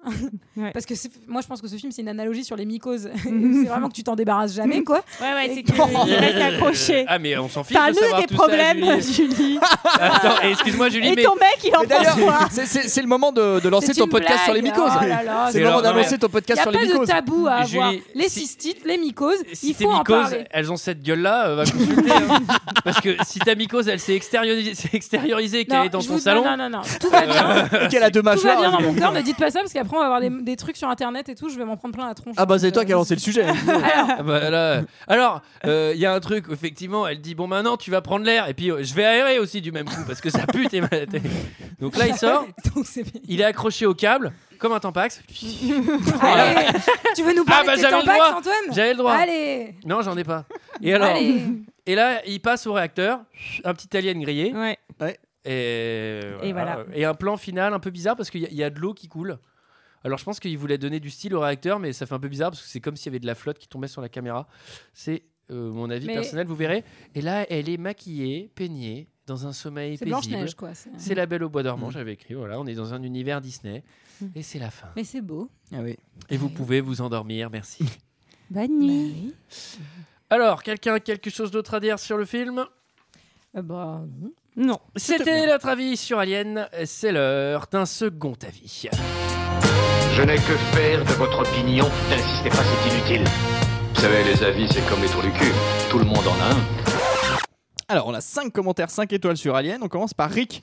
Speaker 6: Parce que c'est- moi je pense que ce film c'est une analogie sur les mycoses. c'est vraiment que tu t'en débarrasses jamais quoi.
Speaker 8: Ouais ouais, c'est
Speaker 1: Euh, Ah, mais on s'en fiche.
Speaker 6: Parle-nous
Speaker 1: de savoir
Speaker 6: de tes
Speaker 1: tout ça,
Speaker 6: problèmes,
Speaker 8: Julie.
Speaker 1: Attends, et excuse-moi, Julie, mais.
Speaker 8: mec, il
Speaker 9: en d'ailleurs, c'est- C'est c'est le moment de, de lancer
Speaker 6: Ah. C'est
Speaker 9: ton
Speaker 6: une
Speaker 9: podcast sur les
Speaker 6: blague.
Speaker 9: mycoses.
Speaker 6: Oh là là,
Speaker 9: c'est
Speaker 1: c'est
Speaker 9: le moment
Speaker 1: alors-
Speaker 9: d'annoncer
Speaker 1: non, mais-
Speaker 9: ton podcast
Speaker 6: Il
Speaker 9: sur
Speaker 6: n'y
Speaker 9: les
Speaker 6: a pas de
Speaker 9: mycoses.
Speaker 6: tabou à avoir.
Speaker 1: Julie,
Speaker 6: Les cystites, les mycoses, il
Speaker 1: tes
Speaker 6: faut en
Speaker 1: mycoses,
Speaker 6: parler.
Speaker 1: elles ont cette gueule-là, euh, va consulter. hein. Parce que si ta mycose, elle s'est extériorisée, s'est extériorisée et qu'elle
Speaker 6: Non,
Speaker 1: est dans
Speaker 6: je
Speaker 1: ton
Speaker 6: vous-
Speaker 1: salon.
Speaker 6: non, non, non, tout va bien.
Speaker 1: euh,
Speaker 9: Et qu'elle a deux
Speaker 6: Tout va
Speaker 9: mâchoires.
Speaker 6: bien dans mon corps, ne dites pas ça parce qu'après on va avoir des, des trucs sur internet et tout, je vais m'en prendre plein la tronche.
Speaker 9: Ah bah c'est toi qui as lancé le sujet.
Speaker 1: Ah bah là, alors, euh, il y a un truc, effectivement, elle dit Bon, maintenant, tu vas prendre l'air, et puis euh, je vais aérer aussi du même coup, parce que ça pue tes malades. Donc là, il sort,
Speaker 6: Donc, c'est bien.
Speaker 1: il est accroché au câble, comme un tampax.
Speaker 6: Allez, tu veux nous
Speaker 1: Ah
Speaker 6: parler
Speaker 1: bah
Speaker 6: de tes
Speaker 1: j'avais le
Speaker 6: tampax,
Speaker 1: droit
Speaker 6: Antoine
Speaker 1: J'avais le droit
Speaker 6: Allez
Speaker 1: Non, j'en ai pas. Et alors
Speaker 6: Allez.
Speaker 1: Et là, il passe au réacteur, un petit alien grillé.
Speaker 8: Ouais.
Speaker 1: Et,
Speaker 8: Et voilà.
Speaker 1: Et un plan final un peu bizarre parce qu'il y, a- il y a de l'eau qui coule. Alors je pense qu'il voulait donner du style au réacteur, mais ça fait un peu bizarre parce que c'est comme s'il y avait de la flotte qui tombait sur la caméra. C'est euh, mon avis
Speaker 6: Mais-
Speaker 1: personnel, vous verrez. Et là, elle est maquillée, peignée, dans un sommeil
Speaker 6: C'est
Speaker 1: paisible.
Speaker 6: Blanche-Neige, quoi, c'est-
Speaker 1: C'est la Belle au bois dormant,
Speaker 6: Mhm.
Speaker 1: j'avais écrit. Voilà, on est dans un univers Disney. Et c'est la fin.
Speaker 6: Mais c'est beau.
Speaker 9: Ah oui.
Speaker 1: Et vous pouvez vous endormir, merci.
Speaker 8: Bonne nuit.
Speaker 1: Alors, quelqu'un a quelque chose d'autre à dire sur le film
Speaker 6: Bah
Speaker 8: non.
Speaker 1: C'était notre avis sur Alien. C'est l'heure d'un second avis.
Speaker 13: Je n'ai que faire de votre opinion. N'insistez pas, c'est inutile. Vous savez, les avis, c'est comme les trous du cul. Tout le monde en a un.
Speaker 7: Alors, on a 5 commentaires 5 étoiles sur Alien. On commence par Rick.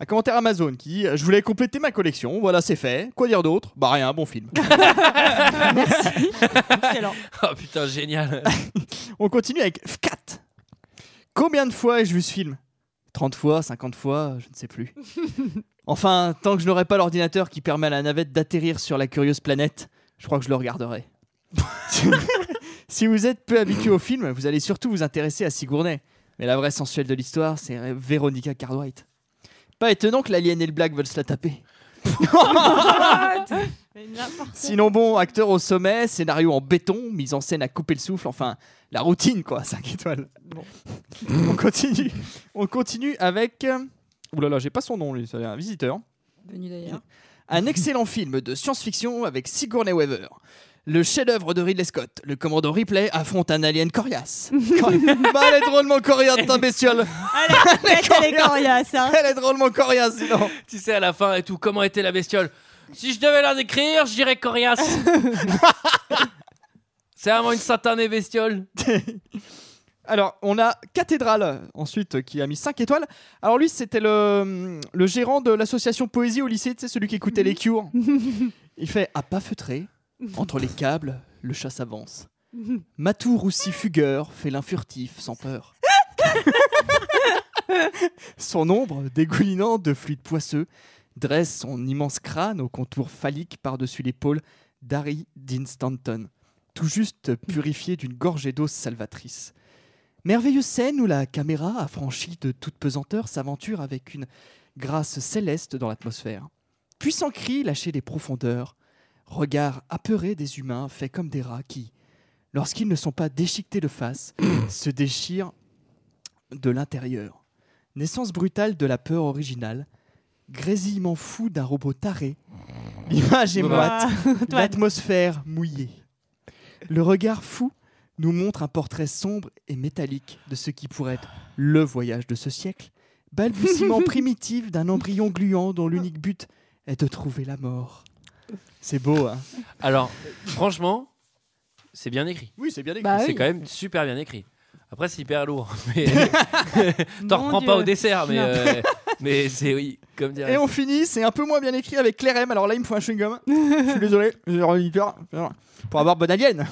Speaker 7: Un commentaire Amazon qui dit Je voulais compléter ma collection, voilà, c'est fait. Quoi dire d'autre Bah rien, bon film.
Speaker 1: Oh putain, génial.
Speaker 7: On continue avec F4. Combien de fois ai-je vu ce film 30 fois, 50 fois, je ne sais plus. Enfin, tant que je n'aurai pas l'ordinateur qui permet à la navette d'atterrir sur la curieuse planète, je crois que je le regarderai. si vous êtes peu habitué au film, vous allez surtout vous intéresser à Sigourney. Mais la vraie sensuelle de l'histoire, c'est Véronica Cartwright. Pas étonnant que l'alien et le black veulent se la taper. Sinon bon, acteur au sommet, scénario en béton, mise en scène à couper le souffle, enfin la routine quoi, 5 étoiles. on continue. On continue avec euh, Ouh là là, j'ai pas son nom lui, c'est un visiteur.
Speaker 6: Venu d'ailleurs.
Speaker 7: Un excellent film de science-fiction avec Sigourney Weaver. Le chef-d'œuvre de Ridley Scott, le commandant Ripley affronte un alien coriace. bah, elle est drôlement coriace, ta bestiole.
Speaker 8: elle est coriace, hein.
Speaker 7: Elle est drôlement coriace, dis donc.
Speaker 1: tu sais, à la fin et tout, comment était la bestiole Si je devais la décrire, je dirais coriace. C'est vraiment une satanée bestiole.
Speaker 7: Alors, on a Cathédrale, ensuite, qui a mis 5 étoiles. Alors, lui, c'était le, le gérant de l'association Poésie au lycée, tu sais, celui qui écoutait les cours. Il fait à pas feutré, entre les câbles, le chat s'avance. Matou roussi fugueur, félin furtif, sans peur. son ombre, dégoulinant de fluides poisseux, dresse son immense crâne au contour phallique par-dessus l'épaule d'Harry Dean Stanton, tout juste purifié d'une gorgée d'eau salvatrice. Merveilleuse scène où la caméra, affranchie de toute pesanteur, s'aventure avec une grâce céleste dans l'atmosphère. Puissant cri lâché des profondeurs, regard apeuré des humains faits comme des rats qui, lorsqu'ils ne sont pas déchiquetés de face, se déchirent de l'intérieur. Naissance brutale de la peur originale, grésillement fou d'un robot taré, l'image
Speaker 8: Bah.
Speaker 7: est
Speaker 9: Wow.
Speaker 7: moite,
Speaker 9: Antoine.
Speaker 7: l'atmosphère mouillée. Le regard fou nous montre un portrait sombre et métallique de ce qui pourrait être le voyage de ce siècle, balbutiement primitif d'un embryon gluant dont l'unique but est de trouver la mort. C'est beau, hein
Speaker 1: Alors, franchement, c'est bien écrit.
Speaker 7: Ah Oui, c'est bien écrit.
Speaker 9: Bah
Speaker 1: c'est
Speaker 9: oui.
Speaker 1: quand même super bien écrit. Après, c'est hyper lourd. Mais
Speaker 7: Mon
Speaker 1: t'en reprends pas
Speaker 7: Dieu.
Speaker 1: au dessert, mais,
Speaker 7: Non.
Speaker 1: euh, mais c'est oui, comme dire.
Speaker 7: Et on finit, c'est un peu moins bien écrit avec Claire M. Alors là, il me faut un chewing-gum. Je suis désolé, j'ai envie de faire- Pour avoir bonne alien.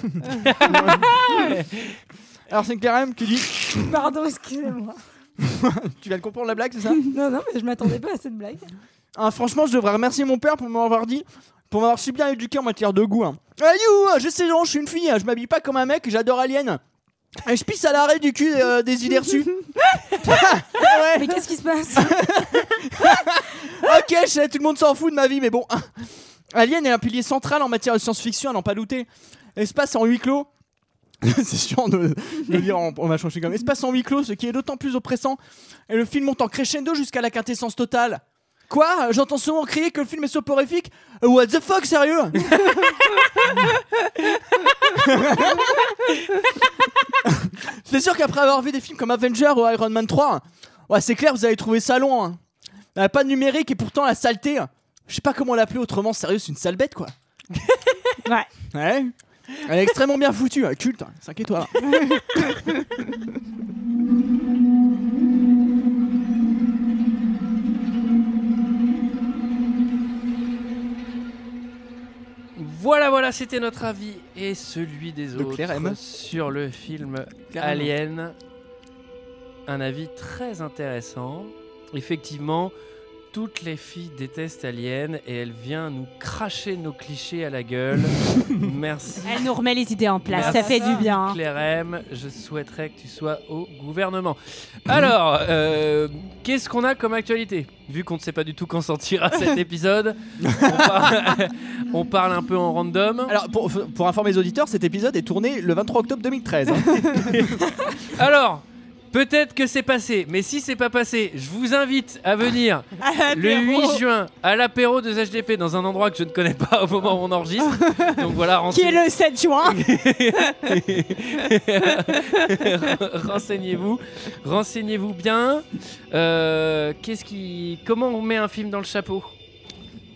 Speaker 7: Alors c'est Claire M qui dit
Speaker 6: Pardon, excusez-moi.
Speaker 7: tu viens de comprendre la blague, c'est ça
Speaker 6: Non, non, mais je m'attendais pas à cette blague.
Speaker 7: Ah, franchement, je devrais remercier mon père pour m'avoir dit, pour m'avoir si bien éduqué en matière de goût. hein. Ah, you, je sais, genre, je suis une fille, je m'habille pas comme un mec, j'adore Alien. Et je pisse à l'arrêt du cul euh, des idées reçues.
Speaker 6: Mais qu'est-ce qui se passe
Speaker 7: Ok, je sais, Ah, tout le monde s'en fout de ma vie, mais bon. Alien est un pilier central en matière de science-fiction, à n'en pas douter. Espace en huis clos. c'est chiant de, de le dire en, en mâchant chewing-gum. Espace en huis clos, ce qui est d'autant plus oppressant. Et le film monte en crescendo jusqu'à la quintessence totale. Quoi J'entends souvent crier que le film est soporifique Euh, What the fuck, sérieux C'est sûr qu'après avoir vu des films comme Avenger ou Iron Man 3, ouais, c'est clair, vous avez trouvé ça long. hein. Euh, Pas de numérique et pourtant la saleté. hein. Je sais pas comment l'appeler autrement, sérieux, c'est une sale bête quoi.
Speaker 8: ouais.
Speaker 7: Ouais. Elle est extrêmement bien foutue, hein, culte, 5 étoiles.
Speaker 1: Voilà, voilà, c'était notre avis et celui des
Speaker 7: De Claire
Speaker 1: autres
Speaker 7: M.
Speaker 1: sur le film
Speaker 7: Claire M.
Speaker 1: Alien. Un avis très intéressant. Effectivement, toutes les filles détestent Alien et elle vient nous cracher nos clichés à la gueule. Merci.
Speaker 8: Elle nous remet les idées en place, ça
Speaker 1: Merci,
Speaker 8: fait du bien. hein.
Speaker 1: Claire M, je souhaiterais que tu sois au gouvernement. Alors, euh, qu'est-ce qu'on a comme actualité Vu qu'on ne sait pas du tout quand sortira cet épisode, on parle, on parle un peu en random.
Speaker 7: Alors, pour, pour informer les auditeurs, cet épisode est tourné le 23 octobre 2013. hein.
Speaker 1: Alors, peut-être que c'est passé, mais si c'est pas passé, je vous invite à venir
Speaker 7: À
Speaker 1: le
Speaker 7: l'apéro.
Speaker 1: 8 juin à l'apéro de HDP dans un endroit que je ne connais pas au moment où on enregistre. Donc voilà,
Speaker 8: Qui est
Speaker 1: renseignez-
Speaker 8: le 7 juin
Speaker 1: renseignez-vous, renseignez-vous bien. Euh, Qu'est-ce qui, comment on met un film dans le chapeau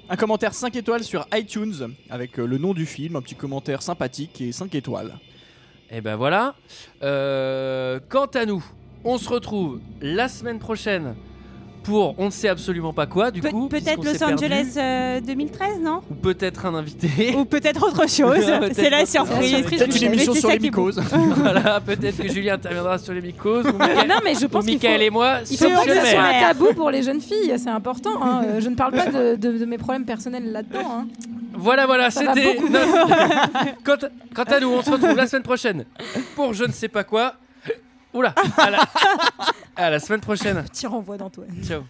Speaker 7: Un commentaire 5 étoiles sur iTunes avec euh, le nom du film, un petit commentaire sympathique et 5 étoiles.
Speaker 1: Et ben voilà. Euh, quant à nous, on se retrouve la semaine prochaine pour on ne sait absolument pas quoi du
Speaker 8: Pe-
Speaker 1: coup.
Speaker 8: Peut-être
Speaker 1: puisqu'on
Speaker 8: Los
Speaker 1: s'est perdu.
Speaker 8: Angeles euh, 2013, non
Speaker 1: Ou peut-être un invité.
Speaker 8: Ou peut-être autre chose.
Speaker 1: Peut-être
Speaker 8: C'est la
Speaker 1: autre chose.
Speaker 8: surprise. Peut-être une émission sur les mycoses.
Speaker 1: voilà, peut-être que Julien interviendra sur les mycoses. ou Mickaël-
Speaker 6: Non, mais je
Speaker 1: ou
Speaker 6: pense qu'il
Speaker 1: Mickaël
Speaker 6: faut-
Speaker 1: et moi.
Speaker 6: Il faut
Speaker 1: sur
Speaker 6: pas que
Speaker 1: le
Speaker 6: ce soit un
Speaker 1: maire.
Speaker 6: tabou pour les jeunes filles, c'est important. hein. Euh, Je ne parle pas de, de- de mes problèmes personnels là-dedans. hein.
Speaker 1: Voilà, voilà,
Speaker 6: Ça va
Speaker 1: c'était.
Speaker 6: beaucoup
Speaker 1: non.
Speaker 6: mieux.
Speaker 1: quant, quant à nous, on se retrouve la semaine prochaine pour je ne sais pas quoi. Oula, à la, à la semaine prochaine.
Speaker 6: Petit renvoi d'Antoine.
Speaker 1: Ciao.